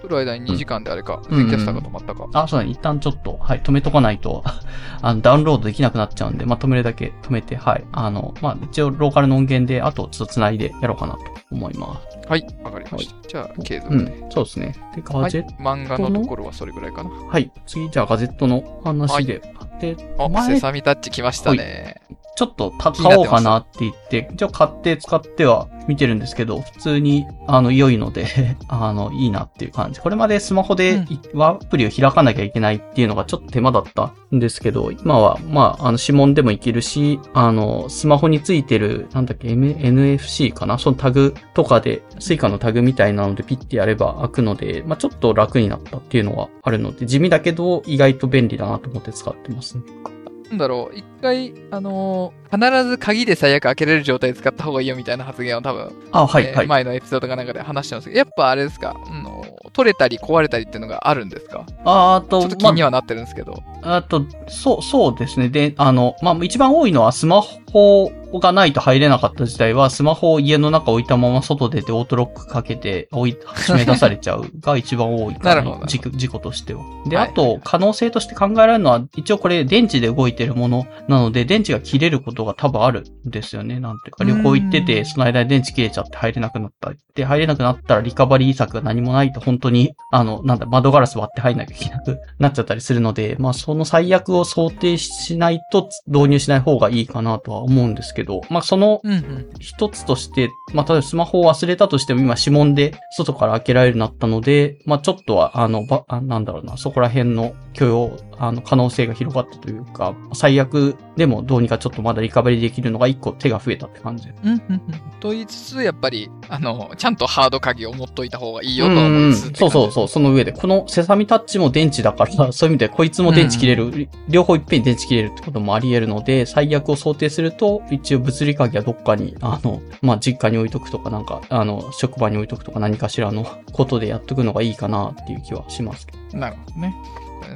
Speaker 3: 撮る間に2時間であれか、
Speaker 4: うん
Speaker 3: ツイキャスターが止まったか。
Speaker 4: あ、そうだね。一旦ちょっと、はい、止めとかないと、 あの、ダウンロードできなくなっちゃうんで、まあ、止めるだけ止めて、はい。あの、まあ、一応、ローカルの音源で、あと、ちょっと繋いでやろうかなと思います。
Speaker 3: はい、わかりました。じゃあ、継
Speaker 4: う
Speaker 3: 続で。
Speaker 4: ん。そうですね。で、ガ
Speaker 3: はい、
Speaker 4: ジェット、
Speaker 3: 漫画のところはそれぐらいかな。
Speaker 4: はい、次、じゃあ、ガジェットの話で。で、
Speaker 3: あ、
Speaker 4: 前
Speaker 3: セサミタッチ来ましたね。
Speaker 4: ちょっとた買おうかなって言って、一応買って使っては見てるんですけど、普通に、あの、良いので、 あの、いいなっていう感じ。これまでスマホで、アプリを開かなきゃいけないっていうのがちょっと手間だったんですけど、今は、まあ、あの、指紋でもいけるし、あの、スマホについてる、なんだっけ、M- NFC かなそのタグとかで、スイカのタグみたいなのでピッてやれば開くので、まあ、ちょっと楽になったっていうのがあるので、地味だけど、意外と便利だなと思って使ってますね。
Speaker 3: なんだろう、一回、あのー必ず鍵で最悪開けれる状態で使った方がいいよみたいな発言を多分、
Speaker 4: あ、はい、
Speaker 3: えー
Speaker 4: はい。
Speaker 3: 前のエピソードかなんかで話してますけど、やっぱあれですか、あのー取れたり壊れたりっていうのがあるんですかち
Speaker 4: ああと、
Speaker 3: ょっと気にはなってるんですけど。
Speaker 4: あと、そう、そうですね。で、あの、まあ、一番多いのはスマホがないと入れなかった時代は、スマホを家の中置いたまま外出てオートロックかけて、置い、締め出されちゃうが一番多いか
Speaker 3: なるほどなるほど
Speaker 4: 事故事故としては。で、
Speaker 3: はい
Speaker 4: あと、可能性として考えられるのは、一応これ電池で動いてるものなので、電池が切れることが多分あるんですよね。なんていうか、旅行行って
Speaker 3: う
Speaker 4: て、
Speaker 3: ん
Speaker 4: その間に電池切れちゃって入れなくなった。で、入れなくなったらリカバリー策が何もないと本当に、あの、なんだ、窓ガラス割って入んなきゃいけなくなっちゃったりするので、 まあその最悪を想定しないと導入しない方がいいかなとは思うんですけど、まあその
Speaker 3: うんうん。
Speaker 4: 一つとして、まあ、例えばスマホを忘れたとしても今指紋で外から開けられるようになったので、まあ、ちょっとは、あの、ば、あなんだろうな、そこら辺の許容、あの、可能性が広がったというか、最悪でもどうにかちょっとまだリカバリーできるのが一個手が増えたって感じ。
Speaker 3: うんうんうん。と言いつつ、やっぱり、あの、ちゃんとハード鍵を持っといた方がいいよとは思いつつ、
Speaker 4: そうそうそう、その上で、このセサミタッチも電池だから、 そういう意味でこいつも電池切れる、両方いっぺんに電池切れるってこともあり得るので、最悪を想定すると、一応物理鍵はどっかに、あの、まあ、実家に置いとくとか、なんか、あの、職場に置いとくとか何かしらのことでやっとくのがいいかなっていう気はしますけど。
Speaker 3: なるほどね。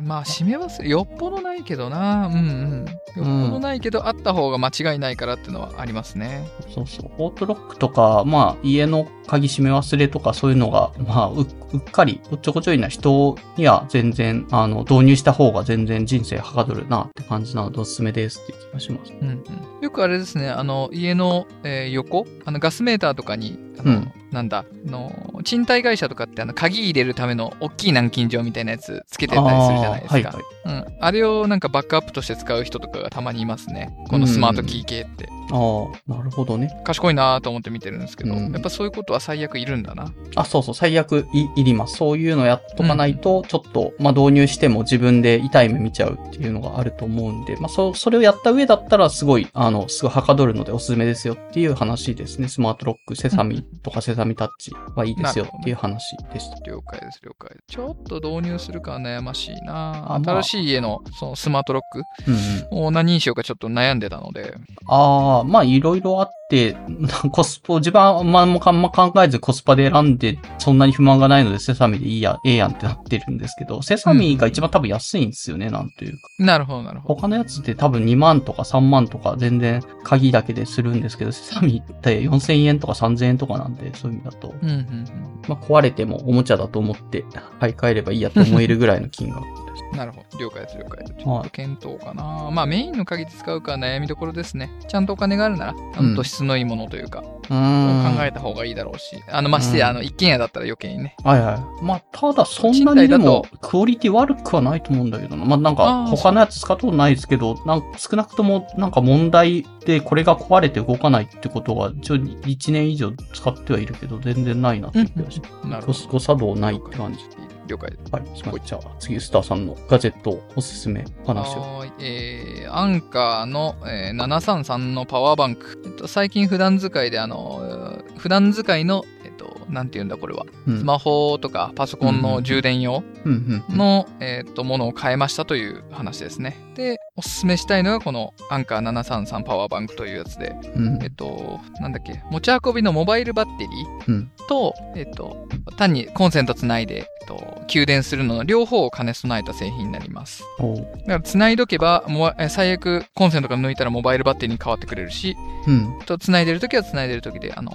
Speaker 3: まあ、締め忘れ、よっぽどないけどな。うんうん。よっぽどないけど、あった方が間違いないからっていうのはありますね。
Speaker 4: そうそう、オートロックとか、まあ、家の鍵閉め忘れとかそういうのが、まあ、ううっかり、おっちょこちょいな人には全然、あの、導入した方が全然人生はかどるなって感じなのでおすすめですっていう気がします。
Speaker 3: うんうん。よくあれですね、あの、家の、えー横、あの、ガスメーターとかに、あの
Speaker 4: うん。
Speaker 3: なんだ、あの、賃貸会社とかって、あの、鍵入れるための大きい軟禁状みたいなやつつけてたりするじゃないですか。
Speaker 4: あーはいはい。
Speaker 3: うん。あれをなんかバックアップとして使う人とかがたまにいますね。このスマートキー系って。
Speaker 4: ああ、なるほどね。
Speaker 3: 賢いなと思って見てるんですけど、
Speaker 4: うん
Speaker 3: やっぱそういうことは最悪いるんだな。
Speaker 4: あ、そうそう、最悪い、いります。そういうのやっとかないと、ちょっと、まあ導入しても自分で痛い目見ちゃうっていうのがあると思うんで、まあそ、それをやった上だったら、すごい、あの、すごいはかどるのでおすすめですよっていう話ですね。スマートロック、セサミとかセサミタッチはいいですよっていう話でした。
Speaker 3: 了解です、了解。ちょっと導入するかは悩ましい
Speaker 4: あ
Speaker 3: な
Speaker 4: まあ
Speaker 3: 新しい家のそのスマートロック
Speaker 4: うんうん。
Speaker 3: を何にしようかちょっと悩んでたので、
Speaker 4: ああ、まあいろいろあって、 コスパ、自分はあんまあんま考えずコスパで選んで、そんなに不満がないので、セサミでいいや、ええやんってなってるんですけど、セサミが一番多分安いんですよね、なんというか。
Speaker 3: なるほど、なるほど。
Speaker 4: 他のやつって多分2万とか3万とか全然鍵だけでするんですけど、セサミって4000円とか3000円とかなんで、そういう意味だと、
Speaker 3: うんうんうん
Speaker 4: まあ、壊れてもおもちゃだと思って 買い替えればいいやって思えるぐらいの金額です。
Speaker 3: なるほど。了解です、了解です。ちょっと検討かな、まあメインの鍵で使うかは悩みどころですね。ちゃんとお金があるなら、ちゃんと質のいいものというか、
Speaker 4: うーん。
Speaker 3: 考えた方がいいだろうし、あの、ましてや、あの、一軒家だったら余計にね。
Speaker 4: はいはい。まあ、ただそんなにでも、クオリティ悪くはないと思うんだけどな。まあ、なんか、
Speaker 3: あー
Speaker 4: 他のやつ使ったことないですけど、なんか少なくとも、なんか問題でこれが壊れて動かないってことが、一応1年以上使ってはいるけど、全然ないなって気がします。
Speaker 3: なるほど
Speaker 4: コス。誤作動ないって感じ。
Speaker 3: 了解です。
Speaker 4: はい、すみません。じゃあ、次、スターさんのガジェットおすすめ話を。
Speaker 3: はーいえーアンカーの、えー733のパワーバンク。えっと、最近普段使いで、あの、えー普段使いの、えっと、なんて言うんだこれは。
Speaker 4: うん
Speaker 3: スマホとかパソコンの充電用
Speaker 4: うんうん
Speaker 3: の、えっと、ものを変えましたという話ですね。で、おすすめしたいのがこのアンカー733パワーバンクというやつで、
Speaker 4: うん
Speaker 3: えっと、なんだっけ、持ち運びのモバイルバッテリー
Speaker 4: うん
Speaker 3: と、えっと、単にコンセントつないで、えっと、給電するのの両方を兼ね備えた製品になります。
Speaker 4: おう
Speaker 3: だから繋いどけばもうえ最悪コンセントが抜いたらモバイルバッテリーに変わってくれるし
Speaker 4: うん
Speaker 3: あと繋いでる時は繋いでる時であの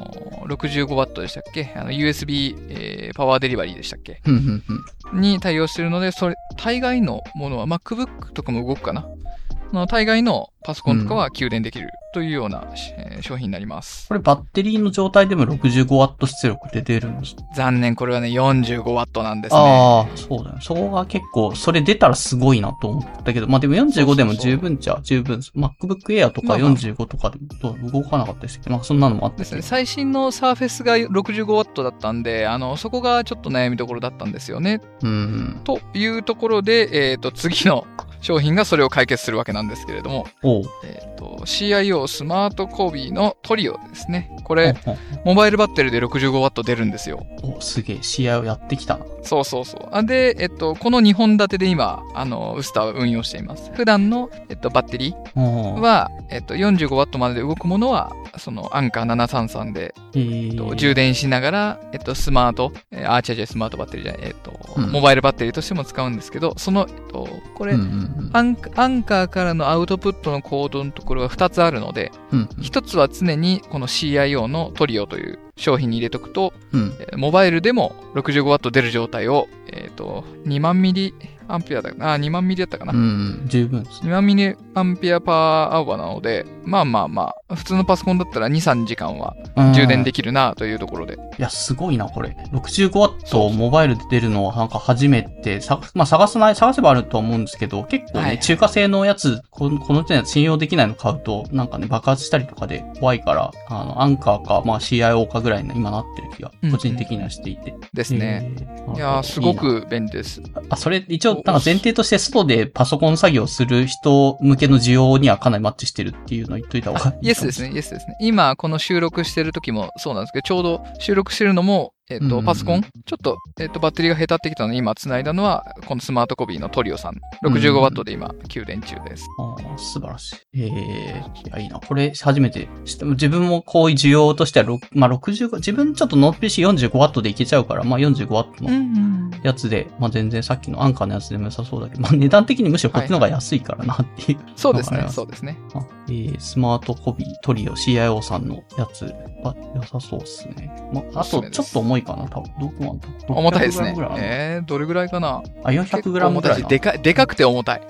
Speaker 3: 65W でしたっけあの USB、えーパワーデリバリーでしたっけ
Speaker 4: うんうんうん
Speaker 3: に対応してるのでそれ大概のものは MacBook とかも動くかなあの大概のパソコンとかは給電できるというような、えー商品になります
Speaker 4: これ、バッテリーの状態でも 65W 出力で出るんですか
Speaker 3: 残念これはね 45W なんですね
Speaker 4: ああ、そうだよね。そこが結構、それ出たらすごいなと思ったけど、まあでも45でも十分じゃ十分。MacBook Air とか
Speaker 3: まあまあ
Speaker 4: 45とかでどう動かなかったですけど、まあそんなのもあった
Speaker 3: です
Speaker 4: し
Speaker 3: ね、。最新の Surface が 65W だったんであのそこがちょっと悩みどころだったんですよね
Speaker 4: うん。
Speaker 3: というところで、えー、と次の商品がそれを解決するわけなんですけれども、
Speaker 4: おう。
Speaker 3: えー、と CIO スマートコビーのトリオですねこ
Speaker 4: お
Speaker 3: れ
Speaker 4: うおう
Speaker 3: モバイルバッテリーで 65W 出るんですよ
Speaker 4: おうすげえ、試合をやってきたな。
Speaker 3: そうそうそうあで、えっとこの2本立てで今あのウスターを運用しています普段の、えっとバッテリー
Speaker 4: おう
Speaker 3: は、えっと 45W まで動くものはそのアンカー733で、
Speaker 4: え
Speaker 3: えっと
Speaker 4: ー
Speaker 3: 充電しながら、えっとスマートえーあ違う違うスマートバッテリーじゃない、えっと
Speaker 4: うん
Speaker 3: モバイルバッテリーとしても使うんですけどその、えっとこれ、
Speaker 4: うんうん
Speaker 3: アンアンカーからのアウトプットのコードのところが2つあるので、
Speaker 4: うん。うん
Speaker 3: 1つは常にこの CIO のトリオという商品に入れとくと、
Speaker 4: うん。
Speaker 3: えーモバイルでも 65W 出る状態を、えっ、と、2万ミリアンペアだあ、2万ミリだったかな。
Speaker 4: うん。十分ですね。
Speaker 3: 2万ミリアンペアパーアワーなので、まあまあまあ、普通のパソコンだったら2、3時間は充電で
Speaker 4: き
Speaker 3: きるなというところで。
Speaker 4: いや、すごいな、これ。65W モバイルで出るのは、なんか初めて、さまあ、探さない、探せばあると思うんですけど、結構ね、
Speaker 3: はい
Speaker 4: 中華製のやつ、このこの手のやつ信用できないの買うと、なんかね、爆発したりとかで怖いから、あの、アンカーか、まあ、CIO かぐらいの今なってる気が
Speaker 3: うん、
Speaker 4: 個人的にはしていて。
Speaker 3: ですね。
Speaker 4: へー。
Speaker 3: いやーすごくく便利です。
Speaker 4: あ、それ、一応、なんか前提として、外でパソコン作業する人向けの需要にはかなりマッチしてるっていうのを言っといた方がいいかも
Speaker 3: イエスですね、イエスですね。今、この収録してる時もそうなんですけど、ちょうど収録してるのも、えっ、
Speaker 4: うんうんう
Speaker 3: と、
Speaker 4: ん
Speaker 3: パソコン、ちょっと、えっ、と、バッテリーがへたってきたので、今、繋いだのは、このスマートコピーのトリオさん。65ワットで今、給電中です。
Speaker 4: ああ、素晴らしい。ええいや、いいな。これ、初めて知った。自分もこういう需要としては、ろくまあ、65、自分ちょっとノート PC45W でいけちゃうから、まあ、45W のやつで、まあ、全然さっきのアンカーのやつでも良さそうだけど、まあ、値段的にむしろこっちの方が安いからなっていう。
Speaker 3: そうです
Speaker 4: わかり
Speaker 3: ね、
Speaker 4: ます
Speaker 3: そうですね。
Speaker 4: あえースマートコピートリオ CIO さんのやつは良さそうですね。まあ、あ
Speaker 3: おすす
Speaker 4: と、
Speaker 3: めで
Speaker 4: ち
Speaker 3: す
Speaker 4: ょっと重いかな、多分。どうなんだろう
Speaker 3: 重たいですね
Speaker 4: 600g ぐらいあ。る
Speaker 3: えー、どれぐらいかな
Speaker 4: あ、
Speaker 3: 結
Speaker 4: 400g
Speaker 3: 構
Speaker 4: ぐらい
Speaker 3: 重たい
Speaker 4: な
Speaker 3: し、でかい、でかくて重たい。
Speaker 4: あ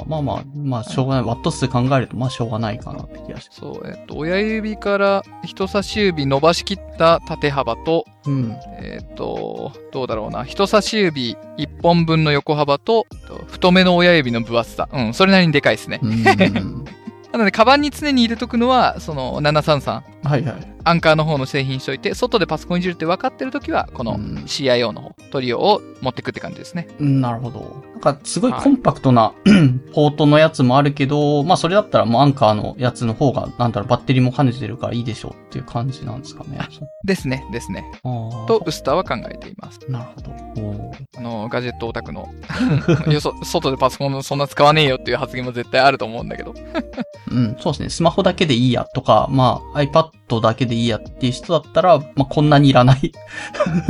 Speaker 4: あ、まあまあ、まあ、しょうがない。ワット数考えると、まあ、しょうがないかなって気がし
Speaker 3: そう、えっ、と、親指から人差し指伸ばしきった縦幅と、
Speaker 4: ます。うん。
Speaker 3: えっ、と、どうだろうな。人差し指1本分の横幅と、えっと太めの親指の分厚さ。うん、それなりにでかいですね。
Speaker 4: うーん
Speaker 3: なので、カバンに常に入れとくのは、その733、
Speaker 4: はいはい。
Speaker 3: アンカーの方の製品にしといて、外でパソコンいじるって分かってるときは、こ
Speaker 4: う
Speaker 3: の
Speaker 4: ん
Speaker 3: CIO の方、トリオを持ってくって感じですね。
Speaker 4: うんなるほど。なんかすごい
Speaker 3: はい
Speaker 4: コンパクトな、 ポートのやつもあるけど、まあそれだったらもうアンカーのやつの方が、なんだろう、バッテリーも兼ねてるからいいでしょうっていう感じなんですかね。
Speaker 3: ですね、ですね。
Speaker 4: ああ。
Speaker 3: と、ウスターは考えています。
Speaker 4: なるほど。おー
Speaker 3: あの、ガジェットオタクの、 よそ外でパソコンそんな使わねえよっていう発言も絶対あると思うんだけど。
Speaker 4: うん、そうですね。スマホだけでいいやとか、まあ iPad だけでいいやっていう人だったら、まあこんなにいらない。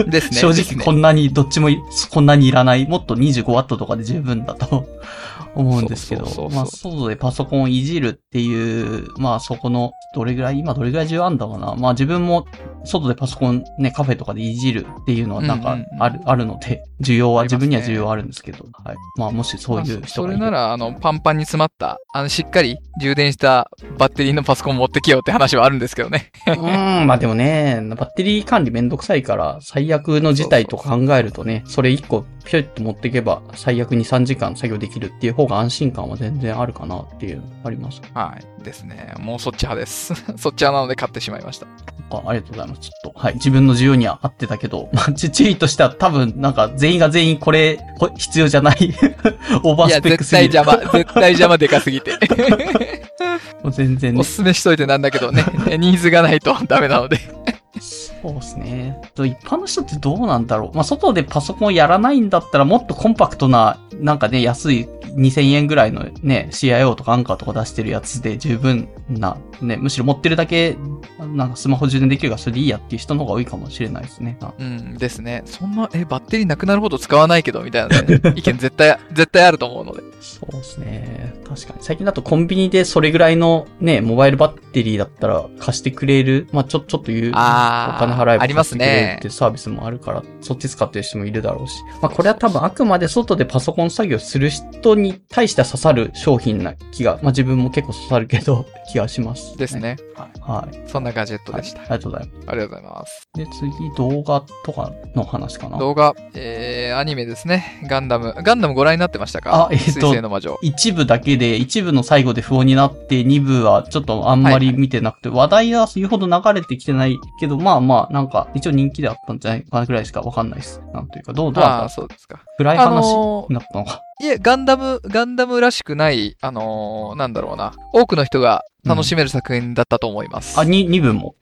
Speaker 3: ですね。
Speaker 4: 正
Speaker 3: です
Speaker 4: 直
Speaker 3: ね
Speaker 4: こんなに、どっちもいこんなにいらない。もっと 25W とかで十分だと 思うんですけど
Speaker 3: そうそうそうそ、う
Speaker 4: まあ、外でパソコンをいじるっていう、まあ、そこの、どれぐらい、今どれぐらい重要あんだかな。まあ、自分も、外でパソコンね、カフェとかでいじるっていうのはなん
Speaker 3: うん
Speaker 4: か
Speaker 3: うんうん
Speaker 4: ある、あるので、需要は、
Speaker 3: あります
Speaker 4: 自
Speaker 3: ね
Speaker 4: 分には需要はあるんですけど、はい。まあ、もしそう
Speaker 3: ま
Speaker 4: いう
Speaker 3: あそ
Speaker 4: 人
Speaker 3: そ
Speaker 4: がい
Speaker 3: れ
Speaker 4: る
Speaker 3: なら、あの、パンパンに詰まった、あの、しっかり充電したバッテリーのパソコン持ってきようって話はあるんですけどね。
Speaker 4: うーん、まあでもね、バッテリー管理めんどくさいから、最悪の事態とか考えるとね、それ1個ピョイッと持っていけば、最悪に3時間作業できるっていう方が安心感は全然あるかなっていう、あります。
Speaker 3: はい。ですね。もうそっち派です。 そっち派なので買ってしまいました。
Speaker 4: あありがとうございます。ちょっと、はい。自分の需要には合ってたけど、ま あ、ち注意としては多分、なんか全員が全員これ、こ必要じゃない。 オーバー
Speaker 3: いや、
Speaker 4: スペッ
Speaker 3: 絶
Speaker 4: クす
Speaker 3: 対
Speaker 4: ぎる
Speaker 3: 邪魔。絶対邪魔でかすぎて。
Speaker 4: もう全然ね
Speaker 3: おすすめしといてなんだけどね。ニーズがないと ダメなので。
Speaker 4: そうですね。と一般の人ってどうなんだろう。まあ、外でパソコンやらないんだったら、もっとコンパクトな、なんかね、安い2000円ぐらいのね、CIO とかアンカーとか出してるやつで十分な、ね、むしろ持ってるだけ、なんかスマホ充電できるからそれでいいやっていう人の方が多いかもしれないですね。あ
Speaker 3: うんですね。そんな、え、バッテリーなくなるほど使わないけど、みたいなね、意見絶対、絶対あると思うので。
Speaker 4: そうですね。確かに。最近だとコンビニでそれぐらいのね、モバイルバッテリーだったら貸してくれる、まあちょ、ちょっと言う、お
Speaker 3: あー
Speaker 4: 金払えば
Speaker 3: ありますね
Speaker 4: 貸してくれるっていうサービスもあるから、そっち使ってる人もいるだろうし。まあこれは多分あくまで外でパソコン作業する人に対して刺さる商品な気が、まあ自分も結構刺さるけど、 気がします。
Speaker 3: です。ね。はい。
Speaker 4: はい。
Speaker 3: そんなガジェットでした。
Speaker 4: ありがとうございます。
Speaker 3: ありがとうございます。
Speaker 4: で、次、動画とかの話かな。
Speaker 3: 動画、えー、アニメですね。ガンダム。ガンダムご覧になってましたか
Speaker 4: あえっと
Speaker 3: 水星の魔女。
Speaker 4: 一部だけで、一部の最後で不穏になって、二部はちょっとあんまり見てなくて、話題は言うほど流れてきてないけど、まあまあ、なんか、一応人気であったんじゃないかなぐらいしかわかんないです。なんというか、どう、どう
Speaker 3: あ
Speaker 4: だ
Speaker 3: あ、
Speaker 4: った
Speaker 3: そうですか。
Speaker 4: 暗い話
Speaker 3: あのー
Speaker 4: になったのか。
Speaker 3: いえ、ガンダム、ガンダムらしくない、あのーなんだろうな。多くの人が楽しめる作品だったと思います。
Speaker 4: あ、に、二部も。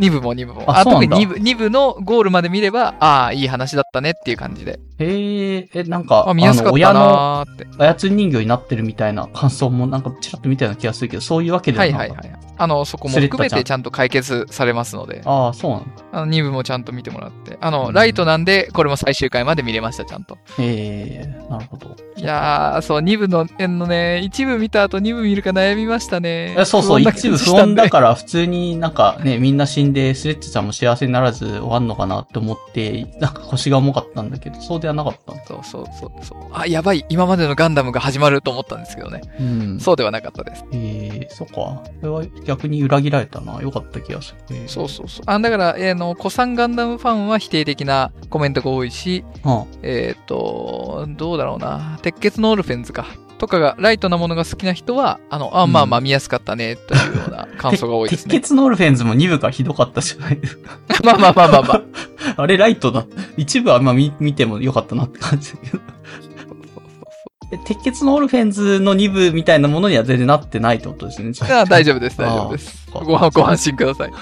Speaker 3: 2部も2部も。
Speaker 4: あ
Speaker 3: あ
Speaker 4: そうな
Speaker 3: 特
Speaker 4: ん
Speaker 3: に2部、
Speaker 4: だ
Speaker 3: 2部のゴールまで見れば、ああ、いい話だったねっていう感じで。
Speaker 4: へえ、え、なんか、
Speaker 3: あ、見やすか
Speaker 4: の、
Speaker 3: った
Speaker 4: 親の
Speaker 3: なーって。
Speaker 4: 操り人形になってるみたいな感想もなんかちらっと見たような気がするけど、そういうわけで
Speaker 3: は
Speaker 4: はいな
Speaker 3: はいいはい。あの、そこも
Speaker 4: スレッタ
Speaker 3: 含め
Speaker 4: ちゃん
Speaker 3: てちゃんと解決されますので、
Speaker 4: ああ、そうなんだ。
Speaker 3: あの2部もちゃんと見てもらって、あ
Speaker 4: う
Speaker 3: の、
Speaker 4: ん
Speaker 3: ライトなんで、これも最終回まで見れました、ちゃんと。
Speaker 4: へえ、なるほど。
Speaker 3: いやー、そう、2部の、えんのね、1部見た後2部見るか悩みましたね
Speaker 4: え。そうそう、
Speaker 3: 不穏な
Speaker 4: 一
Speaker 3: 感
Speaker 4: 部
Speaker 3: じ
Speaker 4: 不
Speaker 3: したん
Speaker 4: 穏
Speaker 3: で
Speaker 4: だから普通になんかね、みんな死んで、スレッチちゃんも幸せにならず終わんのかなって思って、なんか腰が重かったんだけど、そうではなかったんだ。
Speaker 3: そうそうそうそう。あ、やばい、今までのガンダムが始まると思ったんですけどね。
Speaker 4: うん。
Speaker 3: そうではなかったです。
Speaker 4: えー、そっか。これは逆に裏切られたな。よかった気がする。えー
Speaker 3: そうそうそう。あ、だから、えーの、古参ガンダムファンは否定的なコメントが多いし、
Speaker 4: うん。
Speaker 3: えっ、と、どうだろうな、鉄血のオルフェンズか。とかが、ライトなものが好きな人は、あの、あ、まあまあ見やすかったね、というような感想が多いです
Speaker 4: て
Speaker 3: ね。
Speaker 4: 鉄血のオルフェンズも2部からひどかったじゃないですか。
Speaker 3: まあまあまあまあまあ。
Speaker 4: あれライトだ。一部はまあ見見てもよかったなって感じだけど。で鉄血のオルフェンズの2部みたいなものには全然なってないってことですね。
Speaker 3: あ大丈夫です、
Speaker 4: あー
Speaker 3: 大丈夫です。
Speaker 4: そっか
Speaker 3: ごご安心ください。ま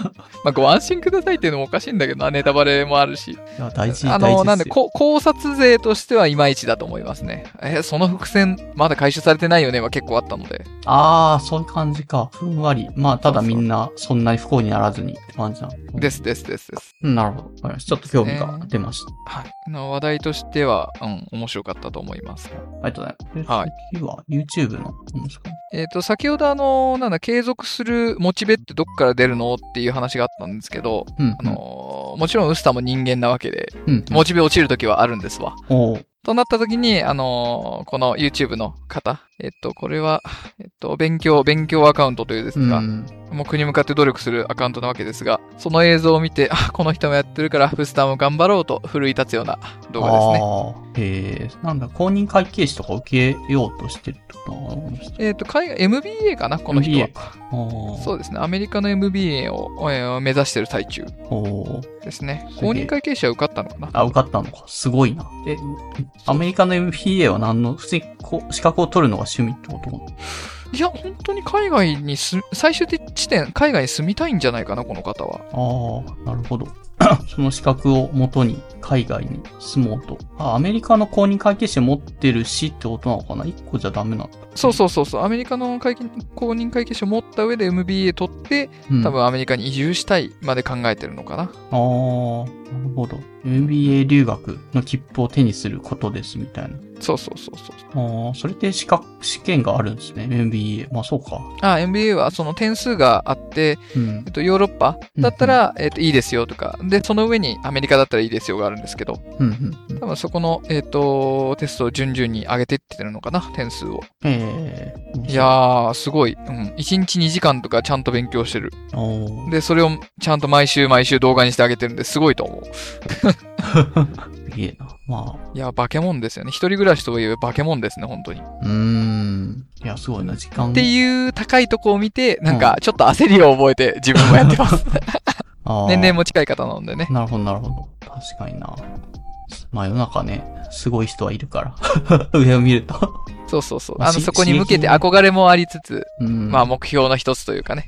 Speaker 3: あ、ご安心くださいっていうのもおかしいんだけどな、ネタバレもあるし。
Speaker 4: いや大事、
Speaker 3: あ
Speaker 4: 大事です
Speaker 3: の、
Speaker 4: よ。
Speaker 3: なんで、こ考察勢としてはいまいちだと思いますね。えーその伏線、まだ回収されてないよねは結構あったので。
Speaker 4: ああ、そういう感じか。ふんわり。まあ、ただみんなそんなに不幸にならずにって感じなの。
Speaker 3: ですですですです。
Speaker 4: うん。なるほどわかりました。ちょっと興味が出ました。
Speaker 3: はい。の話題としては、うん、面白かったと思います。
Speaker 4: ありがとうございます。
Speaker 3: はい
Speaker 4: 次は YouTube の何ですかね。
Speaker 3: えっ、と、先ほどあの、なんだ、継続するモチベってどっから出るのっていう話があったんですけど、
Speaker 4: うん。
Speaker 3: あのーもちろんウスターも人間なわけで、
Speaker 4: うん、
Speaker 3: モチベ落ちるときはあるんですわ。
Speaker 4: おー
Speaker 3: となった時に、あのーこの YouTube の方、えっと、これは、えっと、勉強、勉強アカウントというです
Speaker 4: う
Speaker 3: が、
Speaker 4: ん。
Speaker 3: もう国に向かって努力するアカウントなわけですが、その映像を見て、あ、この人もやってるから、フスターも頑張ろうと奮い立つような動画ですね。
Speaker 4: ああ、へえ、なんだ、公認会計士とか受けようとしてるってことなの
Speaker 3: えっと、海外、MBA かなこの人は
Speaker 4: MBA。か。おー
Speaker 3: そうですね。アメリカの MBA を、えー目指してる最中
Speaker 4: おー
Speaker 3: ですね
Speaker 4: す。げ
Speaker 3: 公
Speaker 4: え
Speaker 3: 認会計士は受かったのかな
Speaker 4: あ、受かったのか。すごいな。え、アメリカの MPA は何の、普通にこう資格を取るのが趣味ってこと
Speaker 3: いや、本当に海外にす、最終地点、海外に住みたいんじゃないかな、この方は。
Speaker 4: ああ、なるほど。 その資格を元に海外に住もうと。あ、アメリカの公認会計士持ってるしってことなのかな ?1 個じゃダメなの
Speaker 3: そうそうそうそう、アメリカの会計公認会計士を持った上で MBA 取って、
Speaker 4: うん
Speaker 3: 多分アメリカに移住したいまで考えてるのかな。
Speaker 4: ああ、なるほど。MBA 留学の切符を手にすることですみたいな。
Speaker 3: そうそうそうそう。
Speaker 4: ああ、それって資格、試験があるんですね。MBA。まあそうか。
Speaker 3: あ、MBA はその点数があって、
Speaker 4: うん
Speaker 3: えっ。と、ヨーロッパだったら、えっと、いいですよとか、で、その上にアメリカだったらいいですよがあるんですけど、
Speaker 4: うんうんうん。
Speaker 3: 多分そこの、えっと、テストを順々に上げてってるのかな、点数を。
Speaker 4: ええ
Speaker 3: いやー、すごい。うん。1日2時間とかちゃんと勉強してる。
Speaker 4: おー
Speaker 3: で、それをちゃんと毎週毎週動画にしてあげてるんですごいと思う。
Speaker 4: すげえな。まあ、
Speaker 3: いや、化け物ですよね。一人暮らしとはいえ化け物ですね、本当に。
Speaker 4: うーん。いや、すごいな、時間。
Speaker 3: っていう高いとこを見て、なんかちょっと焦りを覚えて自分もやってます。
Speaker 4: あー
Speaker 3: 年齢も近い方なのでね。
Speaker 4: なるほど、なるほど。確かにな。まあ世の中ね、すごい人はいるから。 上を見ると。
Speaker 3: そうそうそう。
Speaker 4: まあ
Speaker 3: あの、
Speaker 4: し
Speaker 3: そこに向けて
Speaker 4: 刺激
Speaker 3: 憧れもありつつ、
Speaker 4: うん。
Speaker 3: まあ目標の一つというかね、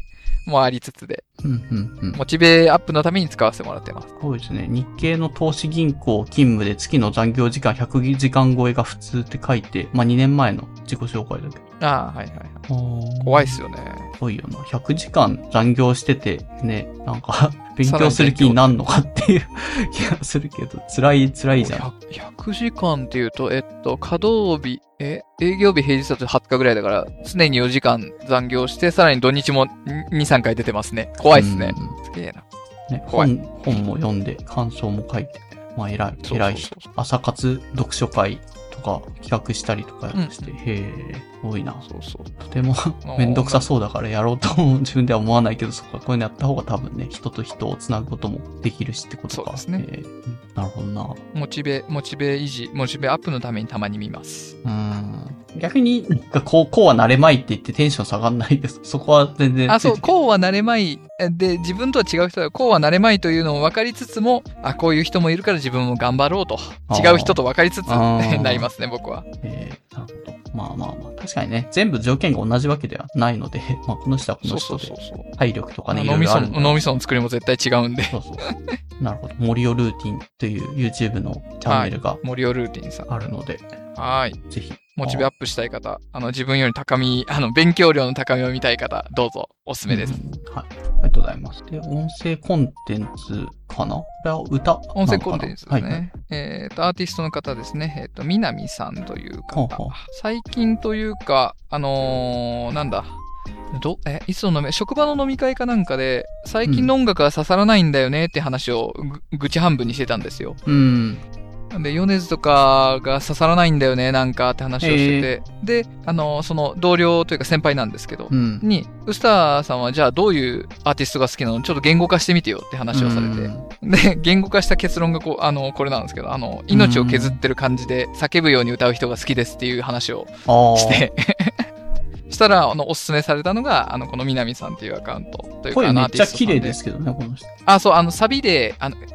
Speaker 3: もありつつで、
Speaker 4: うん、うん、うん。
Speaker 3: モチベアップのために使わせてもらってます。
Speaker 4: そうですね。日系の投資銀行勤務で月の残業時間100時間超えが普通って書いて、まあ2年前の自己紹介だけ
Speaker 3: ああ、はいはいはい。
Speaker 4: ど。
Speaker 3: 怖いっ
Speaker 4: す
Speaker 3: すよね。
Speaker 4: ごいよな。100時間残業してて、ね、な んか、勉強す
Speaker 3: さら
Speaker 4: る
Speaker 3: に勉強
Speaker 4: 気になんのかっていう 気がするけど、辛い辛いじゃん。
Speaker 3: 100, 100時間っていうと、えっと、稼働日、え、営業日平日だと20日ぐらいだから、常に4時間残業して、さらに土日も2、3回出てますね。怖いっすね。
Speaker 4: うん
Speaker 3: すげえな。
Speaker 4: ね
Speaker 3: 怖い
Speaker 4: 本本も読んで、感想も書いて、まあ偉い、
Speaker 3: そうそうそう
Speaker 4: 偉い人。朝活読書会とか企画したりとかして、へえ、多いな。
Speaker 3: そうそう。
Speaker 4: とてもめんどくさそうだからやろうとも自分では思わないけど、そこはこういうのやった方が多分ね、人と人をつなぐこともできるしってこと
Speaker 3: そうで
Speaker 4: か。
Speaker 3: すね
Speaker 4: へえうんなるほどな。
Speaker 3: モチベ、モチベ維持、モチベアップのためにたまに見ます。
Speaker 4: うん。逆に、なんかこう、こうは慣れまいって言ってテンション下がんないです。 そこは全然。
Speaker 3: あ、そう、こうはなれまい。えで、自分とは違う人はこうはなれまいというのを分かりつつも、あ、こういう人もいるから自分も頑張ろうと。
Speaker 4: あー
Speaker 3: 違う人と分かりつつ
Speaker 4: あー
Speaker 3: なりますね、僕は。
Speaker 4: えー、なるほど。まあまあまあ。確かにね、全部条件が同じわけではないので、 まあこの人はこ
Speaker 3: そ
Speaker 4: の
Speaker 3: うそ
Speaker 4: 人
Speaker 3: うそ
Speaker 4: で
Speaker 3: う、そう。
Speaker 4: 体力とかね、い
Speaker 3: 脳
Speaker 4: ろい
Speaker 3: み
Speaker 4: ろ
Speaker 3: そ
Speaker 4: あるん
Speaker 3: の、
Speaker 4: だ。
Speaker 3: 脳みその作りも絶対違うんで。
Speaker 4: そうそう。なるほど。森尾ルーティンという YouTube のチャンネルが
Speaker 3: 森尾ルーティンさん。
Speaker 4: あるので、
Speaker 3: はーい。
Speaker 4: ぜひ。
Speaker 3: モチベアップしたい方、あの、自分より高み、あの、勉強量の高みを見たい方、どうぞ、おすすめです。
Speaker 4: うんはい。ありがとうございます。で、音声コンテンツかなこれは歌なのかな。
Speaker 3: 音声コンテンツですね。
Speaker 4: はい。
Speaker 3: えっ、と、アーティストの方ですね。えっ、と、みなみさんという方。
Speaker 4: ほうほう
Speaker 3: 最近というか、あのーなんだ。どえいつの飲み職場の飲み会かなんかで最近の音楽は刺さらないんだよねって話をぐ愚痴半分にしてたんですよ
Speaker 4: うん。
Speaker 3: なんで米津とかが刺さらないんだよねなんかって話をしてて、であのーその同僚というか先輩なんですけど、
Speaker 4: うん。
Speaker 3: にウスターさんはじゃあどういうアーティストが好きなのちょっと言語化してみてよって話をされて、
Speaker 4: うん
Speaker 3: で、言語化した結論がこう、あの、これなんですけど、あの、命を削ってる感じで叫ぶように歌う人が好きですっていう話を
Speaker 4: ああ。
Speaker 3: して、したら、あの、おすすめされたのが、あの、この南さんっていうアカウントというか、
Speaker 4: 声
Speaker 3: あの
Speaker 4: めっ
Speaker 3: アーテ
Speaker 4: ち
Speaker 3: ィ
Speaker 4: ゃ
Speaker 3: ストさ
Speaker 4: 綺
Speaker 3: ん
Speaker 4: 麗ですけどね、この人。
Speaker 3: あ、そう、あの、サビで、あの、が、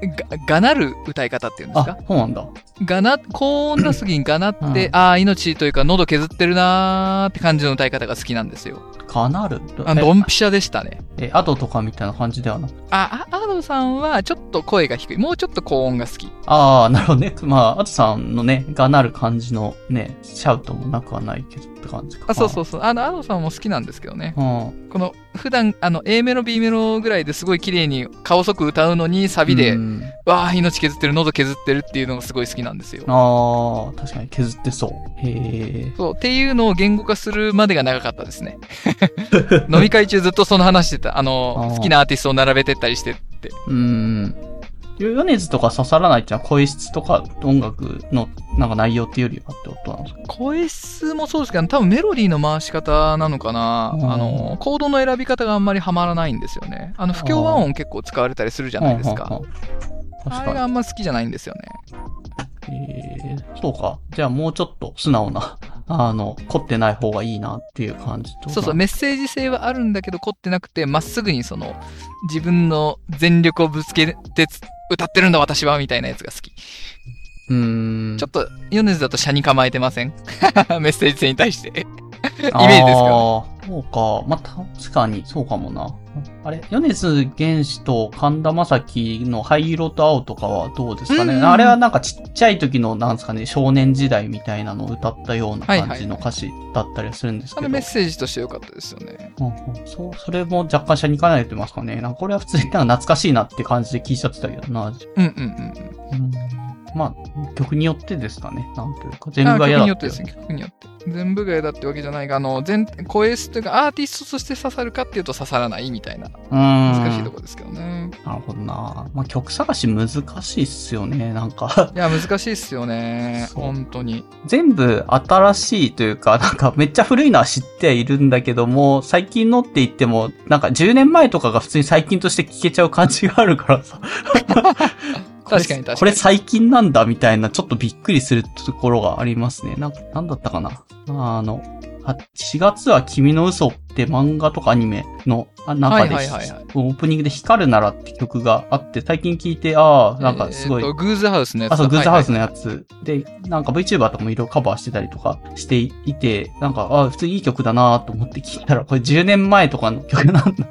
Speaker 3: がなる歌い方っていうんです
Speaker 4: あ
Speaker 3: か、
Speaker 4: そうなんだ。
Speaker 3: がな、高音出すぎにがなって、
Speaker 4: う
Speaker 3: ああ、命というか喉削ってるなーって感じの歌い方が好きなんですよ。
Speaker 4: かなる。
Speaker 3: あの、ドンピシャでしたね。
Speaker 4: え、えアドとかみたいな感じではなく。
Speaker 3: あ、あアドさんはちょっと声が低い。もうちょっと高音が好き。
Speaker 4: ああ、なるほどね。まあ、アドさんのね、がなる感じのね、シャウトもなくはないけどって感じか。
Speaker 3: あ、そうそうそう。あの、アドさんも好きなんですけどね。
Speaker 4: うん。
Speaker 3: この、普段、あの、A メロ、B メロぐらいですごい綺麗に顔そく歌うのに、サビで、
Speaker 4: うん
Speaker 3: わあ、命削ってる、喉削ってるっていうのがすごい好きなんですよ。
Speaker 4: ああ、確かに削ってそう。へえ。
Speaker 3: そう、っていうのを言語化するまでが長かったですね。飲み会中ずっとその話してた。あの、
Speaker 4: あー
Speaker 3: 好きなアーティストを並べてったりしてって。
Speaker 4: うん。ヨネズとか刺さらないってのは声質とか音楽のなんか内容っていうよりはってことなんですか
Speaker 3: 声質もそうですけど、多分メロディーの回し方なのかな。
Speaker 4: うん
Speaker 3: あの、コードの選び方があんまりハマらないんですよね。あの、不協和音結構使われたりするじゃないです
Speaker 4: うんう
Speaker 3: か。
Speaker 4: んうん
Speaker 3: あれ
Speaker 4: 確
Speaker 3: があ
Speaker 4: か
Speaker 3: んま好きじゃないんですよね。
Speaker 4: に。えー、そうか。じゃあもうちょっと素直な、あの、凝ってない方がいいなっていう感じってこと
Speaker 3: そうそう、メッセージ性はあるんだけど、凝ってなくて、まっすぐにその、自分の全力をぶつけてつ歌ってるんだ私は、みたいなやつが好き。
Speaker 4: うーん。
Speaker 3: ちょっと、ヨネズだと車に構えてません メッセージ性に対して。
Speaker 4: イ
Speaker 3: イ
Speaker 4: メ
Speaker 3: メージですけど
Speaker 4: そうか。まあ、確かに、そうかもな。あれ米津玄師と神田正輝の灰色と青とかはどうですかね、
Speaker 3: うんうんうん
Speaker 4: あれはなんかちっちゃい時の、なんですかね、少年時代みたいなのを歌ったような感じの歌詞だったりはするんです
Speaker 3: あ
Speaker 4: けど。
Speaker 3: のメッセージとして良かったですよね。
Speaker 4: うんうんそう、それも若干車に行かないと言いますかね。なんかこれは普通になんか懐かしいなって感じで聞いちゃってたけどな。
Speaker 3: うんうんうん
Speaker 4: うん、まあ、曲によってですかね。なんというか、
Speaker 3: う
Speaker 4: 全
Speaker 3: ん。あ
Speaker 4: 部が
Speaker 3: 曲
Speaker 4: 嫌だ
Speaker 3: によっ
Speaker 4: っててい
Speaker 3: で
Speaker 4: う
Speaker 3: すね、曲によって。全部が嫌だってわけじゃないが、あの、全、声質というか、アーティストとして刺さるかっていうと刺さらないみたいな、
Speaker 4: うん。
Speaker 3: 難しいところですけどね。
Speaker 4: なるほどな。まあ、曲探し難しいっすよね。なんか、
Speaker 3: いや、難しいっすよね。
Speaker 4: そう
Speaker 3: 本当に。
Speaker 4: 全部新しいというか、なんかめっちゃ古いのは知ってはいるんだけども、最近のって言っても、なんか10年前とかが普通に最近として聞けちゃう感じがあるからさ。
Speaker 3: 確かに
Speaker 4: これ
Speaker 3: 確かに
Speaker 4: これ最近なんだみたいな、ちょっとびっくりするところがありますね。なんか、なんだったかな。あの、あ4月は君の嘘って漫画とかアニメのあ中で、
Speaker 3: はいはいはいはい
Speaker 4: オープニングで光るならって曲があって、最近聞いて、ああ、なんかすごい
Speaker 3: えーとグーズハウスのやつだ
Speaker 4: あ、そう、グッズハウス
Speaker 3: は
Speaker 4: のやつ。で、なんか VTuber とかもいろいろカバーしてたりとかしていて、なんか、あ、普通にいい曲だなと思って聞いたら、これ10年前とかの曲なんだ。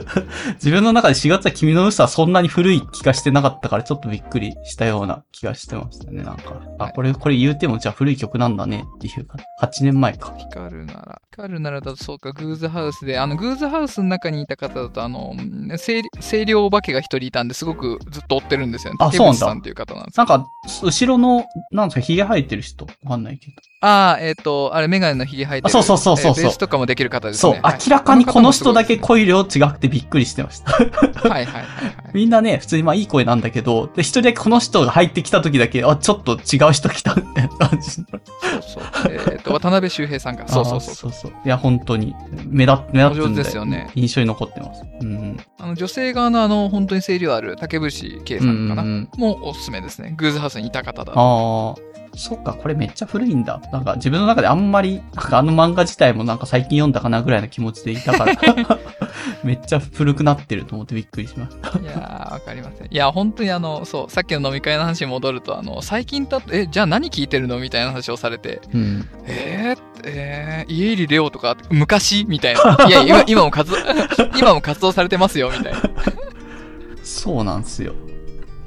Speaker 4: 自分の中で4月は君の嘘はそんなに古い気がしてなかったから、ちょっとびっくりしたような気がしてましたね、なんか。あ、これ、これ言うてもじゃあ古い曲なんだねっていうか、8年前か
Speaker 3: いはい。光るなら。光るならだとそうか、グーズハウスで、あの、グーズハウスの中にいた方だと、あの、清清涼お化けが一人いたんですごくずっと追ってるんですよね。
Speaker 4: あそうなん
Speaker 3: 竹
Speaker 4: だ
Speaker 3: 内さんっていう方なんですけど
Speaker 4: なんか、後ろの、なんですか、髭生えてる人わかんないけど。
Speaker 3: ああ、えっ、と、あれ、メガネのひげ生えてる。
Speaker 4: あそうそうそうそうそう
Speaker 3: えーベースとかもできる方です
Speaker 4: そう、
Speaker 3: ね。はい
Speaker 4: 明らかにこの人だけ。声量違くてびっくりしてました。
Speaker 3: はいはいはいはい。
Speaker 4: みんなね、普通にまあいい声なんだけど、で、一人だけこの人が入ってきた時だけ、あ、ちょっと違う人来 たみたいな感じ。
Speaker 3: そうそう。えっ、と、渡辺周平さんが。そうそうそうそう。
Speaker 4: あーそうそういや、本当に、目立目立つん
Speaker 3: お上手ですよね
Speaker 4: 印象に残ってます。うん。
Speaker 3: あの、女性側のあの、本当に声量ある竹節圭
Speaker 4: う
Speaker 3: さんか
Speaker 4: ん。
Speaker 3: な。もうおすすめですね。グーズハウスにいた方だ。
Speaker 4: ああ。そっか、これめっちゃ古いんだ。なんか自分の中であんまり、なんかあの漫画自体もなんか最近読んだかなぐらいの気持ちでいたから、 めっちゃ古くなってると思ってびっくりしました。
Speaker 3: いやー、わかりません。いや、本当にあの、そう、さっきの飲み会の話に戻ると、あの、最近だと、え、じゃあ何聞いてるのみたいな話をされて、
Speaker 4: うん。
Speaker 3: えー、えー、家入レオとか、昔みたい な。いや、今今も活動、 今も活動されてますよ、みたいな。
Speaker 4: そうなんですよ。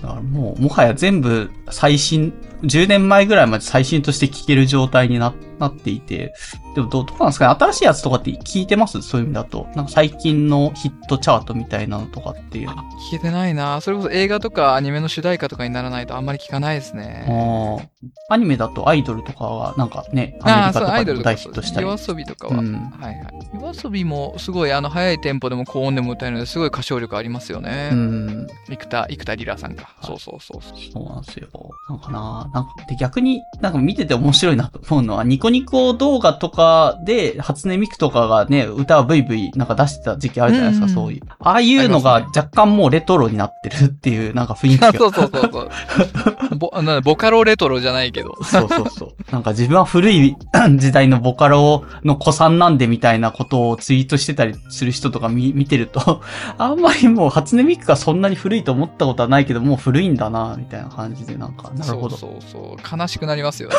Speaker 4: だからもう、もはや全部最新、10年前ぐらいまで最新として聴ける状態にななっていて、でもどうどうなんですかね新しいやつとかって聞いてますそういう意味だと。なんか最近のヒットチャートみたいなのとかっていう。あ
Speaker 3: 聞けてないなそれこそ映画とかアニメの主題歌とかにならないとあんまり聞かないですね。
Speaker 4: ーアニメだとアイドルとかはなんかね、
Speaker 3: あ
Speaker 4: アメ
Speaker 3: あ、
Speaker 4: リカ
Speaker 3: そう、
Speaker 4: と
Speaker 3: ア
Speaker 4: か
Speaker 3: イド
Speaker 4: で
Speaker 3: ル
Speaker 4: も
Speaker 3: とか
Speaker 4: 大
Speaker 3: そ
Speaker 4: ヒ
Speaker 3: う
Speaker 4: ッ
Speaker 3: で
Speaker 4: トし
Speaker 3: すね。
Speaker 4: たり。
Speaker 3: 夜遊びとか
Speaker 4: う
Speaker 3: は。
Speaker 4: ん、
Speaker 3: はいはい。夜遊びもすごいあの早いテンポでも高音でも歌えるのですごい歌唱力ありますよね。
Speaker 4: うん
Speaker 3: 生田、生田リラさんか。
Speaker 4: い
Speaker 3: そうそうそうそう。
Speaker 4: そうなんですよ。なんかななんか、で、逆になんか見てて面白いなと思うのは、ニコニコ動画とかで、初音ミクとかがね、歌をブイブイなんか出してた時期あるじゃないですか、
Speaker 3: うんうん
Speaker 4: そういう。ああいうのが
Speaker 3: ありま
Speaker 4: 若干もうレトロになってるっていう、なんか雰囲気が
Speaker 3: あ、。 そうそうそうそう。ボ、なんだボカロレトロじゃないけど。
Speaker 4: そうそうそう。 なんか自分は古い時代のボカロの子さんなんでみたいなことをツイートしてたりする人とか見 見てると、あんまりもう初音ミクがそんなに古いと思ったことはないけど、もう古いんだな、みたいな感じで、なんか、なるほど。
Speaker 3: そうそうそう。悲しくなります よ、ね。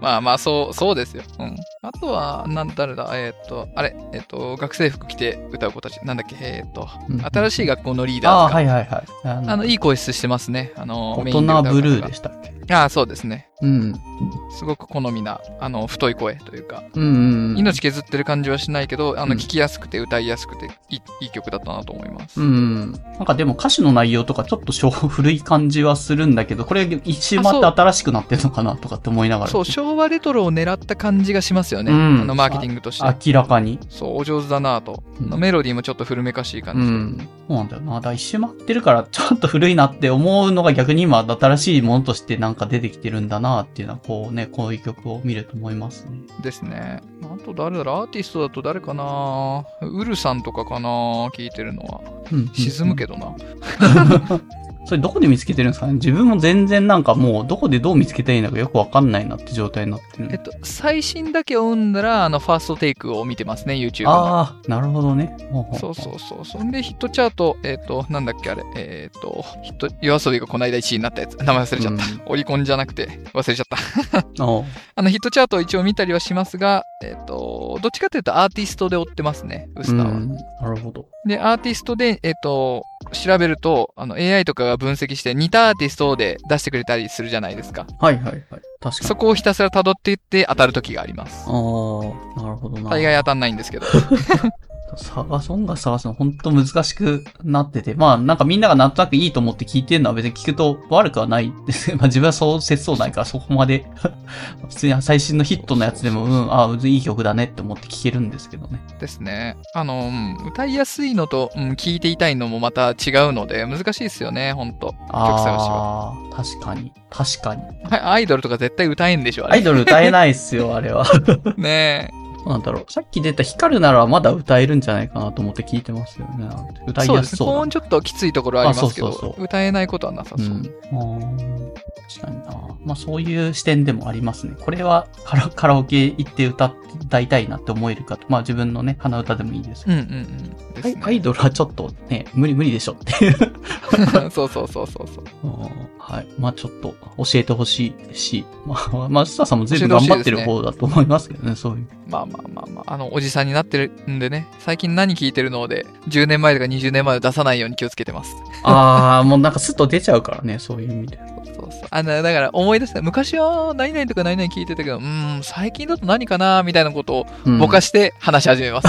Speaker 3: まあまあ、そう、そうですよ。うん。あとは、なん、誰だ、えーっと、あれ、えーっと、学生服着て歌う子たち、なんだっけ、えーっと、
Speaker 4: うん
Speaker 3: 新しい学校のリーダー
Speaker 4: ああ、
Speaker 3: ズか
Speaker 4: はいはいはい。あの
Speaker 3: あの、いい声質してますね。あの、
Speaker 4: 大人ブルーで
Speaker 3: し
Speaker 4: したっけ
Speaker 3: た。ああ、そうですね。
Speaker 4: うん。
Speaker 3: すごく好みな、あの、太い声というか、
Speaker 4: うんうんうん。
Speaker 3: 命削ってる感じはしないけど、あの、
Speaker 4: うん
Speaker 3: 聞きやすくて歌いやすくて、いいいい曲だったなと思います。
Speaker 4: うん。なんかでも歌詞の内容とかちょっと昭和古い感じはするんだけど、これ一周回って
Speaker 3: あそう
Speaker 4: 新しくなってるのかなとかって思いながら。
Speaker 3: そう、昭和レトロを狙った感じがしますよね。
Speaker 4: うん
Speaker 3: あの、マーケティングとして。
Speaker 4: 明らかに。
Speaker 3: そう、お上手だなぁと。
Speaker 4: うん
Speaker 3: メロディーもちょっと古めかしい感
Speaker 4: う
Speaker 3: じで。
Speaker 4: ん。そうなんだよな。だから一周回ってるから、ちょっと古いなって思うのが逆に今新しいものとしてなんか出てきてるんだなっていうのは、こうね、こういう曲を見ると思いますね。
Speaker 3: ですね。あと誰だろうアーティストだと誰かなウルさんとかかな聞いてるのは。
Speaker 4: うん。
Speaker 3: 沈むけどな。
Speaker 4: それどこで見つけてるんですかね自分も全然なんかもうどこでどう見つけたらいいのかよくわかんないなって状態になってるん
Speaker 3: え
Speaker 4: で。
Speaker 3: っと、最新だけを読んだら、あの、ファーストテイクを見てますね、YouTube の。
Speaker 4: ああ、なるほどね。ほほ
Speaker 3: そうそうそう。そんで、ヒットチャート、えっ、と、なんだっけあれ、えっ、と、ヒット、夜遊びがこの間1位になったやつ。名前忘れちゃった。オリコンじゃなくて、忘れちゃった。
Speaker 4: うんおう
Speaker 3: あの、ヒットチャートを一応見たりはしますが、えっ、と、どっちかというとアーティストで追ってますね、ウスターは。
Speaker 4: うんなるほど。
Speaker 3: で、アーティストで、えっ、と、調べると、あの、AI とかが分析して似たアーティストで出してくれたりするじゃないですか。
Speaker 4: はいはいはい。確かに
Speaker 3: そ。こをひたすら辿っていって当たる時があります。
Speaker 4: ああ、なるほどな。
Speaker 3: 大概当たんないんですけど。
Speaker 4: 探す、音楽探すの本当難しくなってて。まあなんかみんながなんとなくいいと思って聞いてるのは別に聞くと悪くはないですけど、まあ自分はそうせそうないからそこまで、 普通に最新のヒットのやつでも、うん、ああ、いい曲だねって思って聞けるんですけどね。
Speaker 3: ですね。あの、うん歌いやすいのと、うん、聞いていたいのもまた違うので、難しいですよね、ほんと。曲探しは。
Speaker 4: ああ、確かに。確かに。
Speaker 3: はい、アイドルとか絶対歌えんでしょ、あ
Speaker 4: アイ
Speaker 3: れ。
Speaker 4: ドル歌えないっすよ、あれは。
Speaker 3: ね
Speaker 4: どうなんだろう。さっき出た光るならまだ歌えるんじゃないかなと思って聞いてますよね。
Speaker 3: え。
Speaker 4: 歌い
Speaker 3: そう
Speaker 4: や
Speaker 3: です
Speaker 4: す
Speaker 3: ね。
Speaker 4: そう
Speaker 3: 高
Speaker 4: だ
Speaker 3: 音ちょっときついところありますけど、
Speaker 4: あそうそうそ
Speaker 3: 歌えないことはなさそう。
Speaker 4: うん、確かにな。まあそういう視点でもありますね。これは カラカラオケ行って歌いたいなって思えるかと。まあ自分のね、鼻歌でもいいですけ
Speaker 3: うん
Speaker 4: ど。
Speaker 3: うんうん。で
Speaker 4: は
Speaker 3: す
Speaker 4: い
Speaker 3: ね。
Speaker 4: アイドルはちょっとね、無理無理でしょって いう。
Speaker 3: そうそうそうそうそう。
Speaker 4: うんはい。まあちょっと教えてほしいし、まあ、まあ、スタさんも随分
Speaker 3: 教え
Speaker 4: 頑
Speaker 3: てほしい
Speaker 4: 張ってる方だと思いますけどね、そういう。
Speaker 3: まあまあまあまあ、あの、おじさんになってるんでね、最近何聞いてるので、10年前とか20年前を出さないように気をつけてます。
Speaker 4: ああ、もうなんかスッと出ちゃうからね、そういう意味で。
Speaker 3: そうそう。あの、だから思い出した。昔は何々とか何々聞いてたけど、うーん、最近だと何かなみたいなことを
Speaker 4: うん
Speaker 3: ぼかして話し始め ます。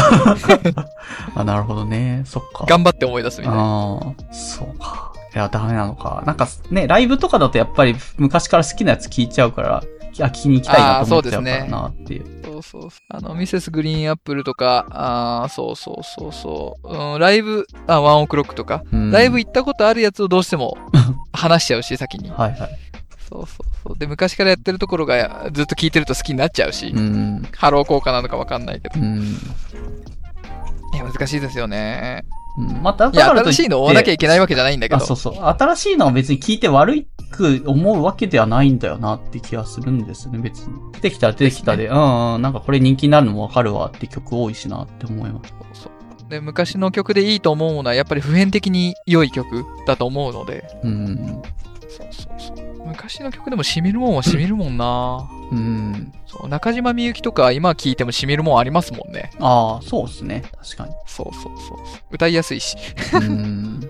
Speaker 4: あ、なるほどね。そっか。
Speaker 3: 頑張って思い出すみたいな。
Speaker 4: ああ、そうか。いや、ダメなのか。なんかね、ライブとかだとやっぱり昔から好きなやつ聞いちゃうから、あ、聞きに行きたいなと思っちゃうからなっていう。
Speaker 3: そうそうそう。あの、ミセスグリーンアップルとか、あーそうそうそうそう。うん、ライブ、あ、ワンオクロックとか、
Speaker 4: うん
Speaker 3: ライブ行ったことあるやつをどうして も話しちゃうし、先に。
Speaker 4: はいはい。
Speaker 3: そうそうそう。で、昔からやってるところがずっと聞いてると好きになっちゃうし。
Speaker 4: うん。
Speaker 3: ハロー効果なのかわかんないけど
Speaker 4: う。ん。
Speaker 3: いや、難しいですよね。
Speaker 4: うんまた、
Speaker 3: いや、
Speaker 4: だからと
Speaker 3: 新しいのを追わなきゃ
Speaker 4: い
Speaker 3: いけないわけじゃないんだ
Speaker 4: け
Speaker 3: け
Speaker 4: あ、
Speaker 3: ど。
Speaker 4: そうそう。新しいのは別に聞いて悪く思うわけではないんだよなって気がするんですよね、別に。出てきたら出てきたで、うんうん、なんかこれ人気になるのもわかるわって曲多いしなって思います。
Speaker 3: そうそうで、昔の曲でいいと思うものは、やっぱり普遍的に良い曲だと思うので。
Speaker 4: うん。
Speaker 3: そうそうそう。昔の曲でも染みるもんは染みるもんな。
Speaker 4: うん。
Speaker 3: そう、中島みゆきとか今聴いても染みるもんありますもんね。
Speaker 4: ああ、そうですね。確かに。
Speaker 3: そうそうそうそう。歌いやすいし。
Speaker 4: うーん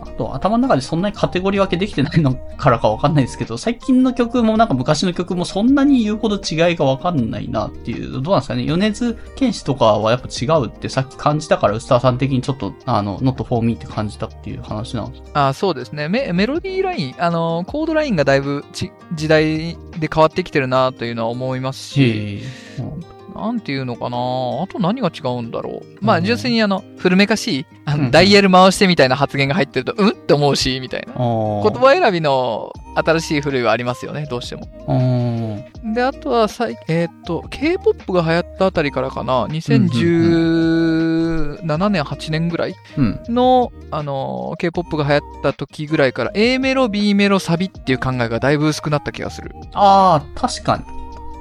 Speaker 4: あと、頭の中でそんなにカテゴリー分けできてないのからかわかんないですけど、最近の曲もなんか昔の曲もそんなに言うほど違いがわかんないなっていう、どうなんですかね。米津玄師とかはやっぱ違うってさっき感じたから、ウスターさん的にちょっと、あの、not for me って感じたっていう話なんですけ
Speaker 3: あそうですねメ。メロディーライン、あのーコードラインがだいぶち時代で変わってきてるなというのは思いますし。
Speaker 4: ど。うん
Speaker 3: なんていうのかなあと何が違うんだろうまあ
Speaker 4: うん
Speaker 3: 純粋にあの古めかしいあ
Speaker 4: うんう
Speaker 3: の
Speaker 4: ん
Speaker 3: ダイヤル回してみたいな発言が入ってるとうんって思うしみたいな
Speaker 4: あー
Speaker 3: 言葉選びの新しい古いはありますよね、どうしても。
Speaker 4: うん。
Speaker 3: で、あとは最、えーっと、K-POP が流行ったあたりからかな、2017年、8年ぐらい
Speaker 4: うん。
Speaker 3: の、あのー、K-POP が流行った時ぐらいから、A メロ、B メロ、サビっていう考えがだいぶ薄くなった気がする。
Speaker 4: ああ、確かに。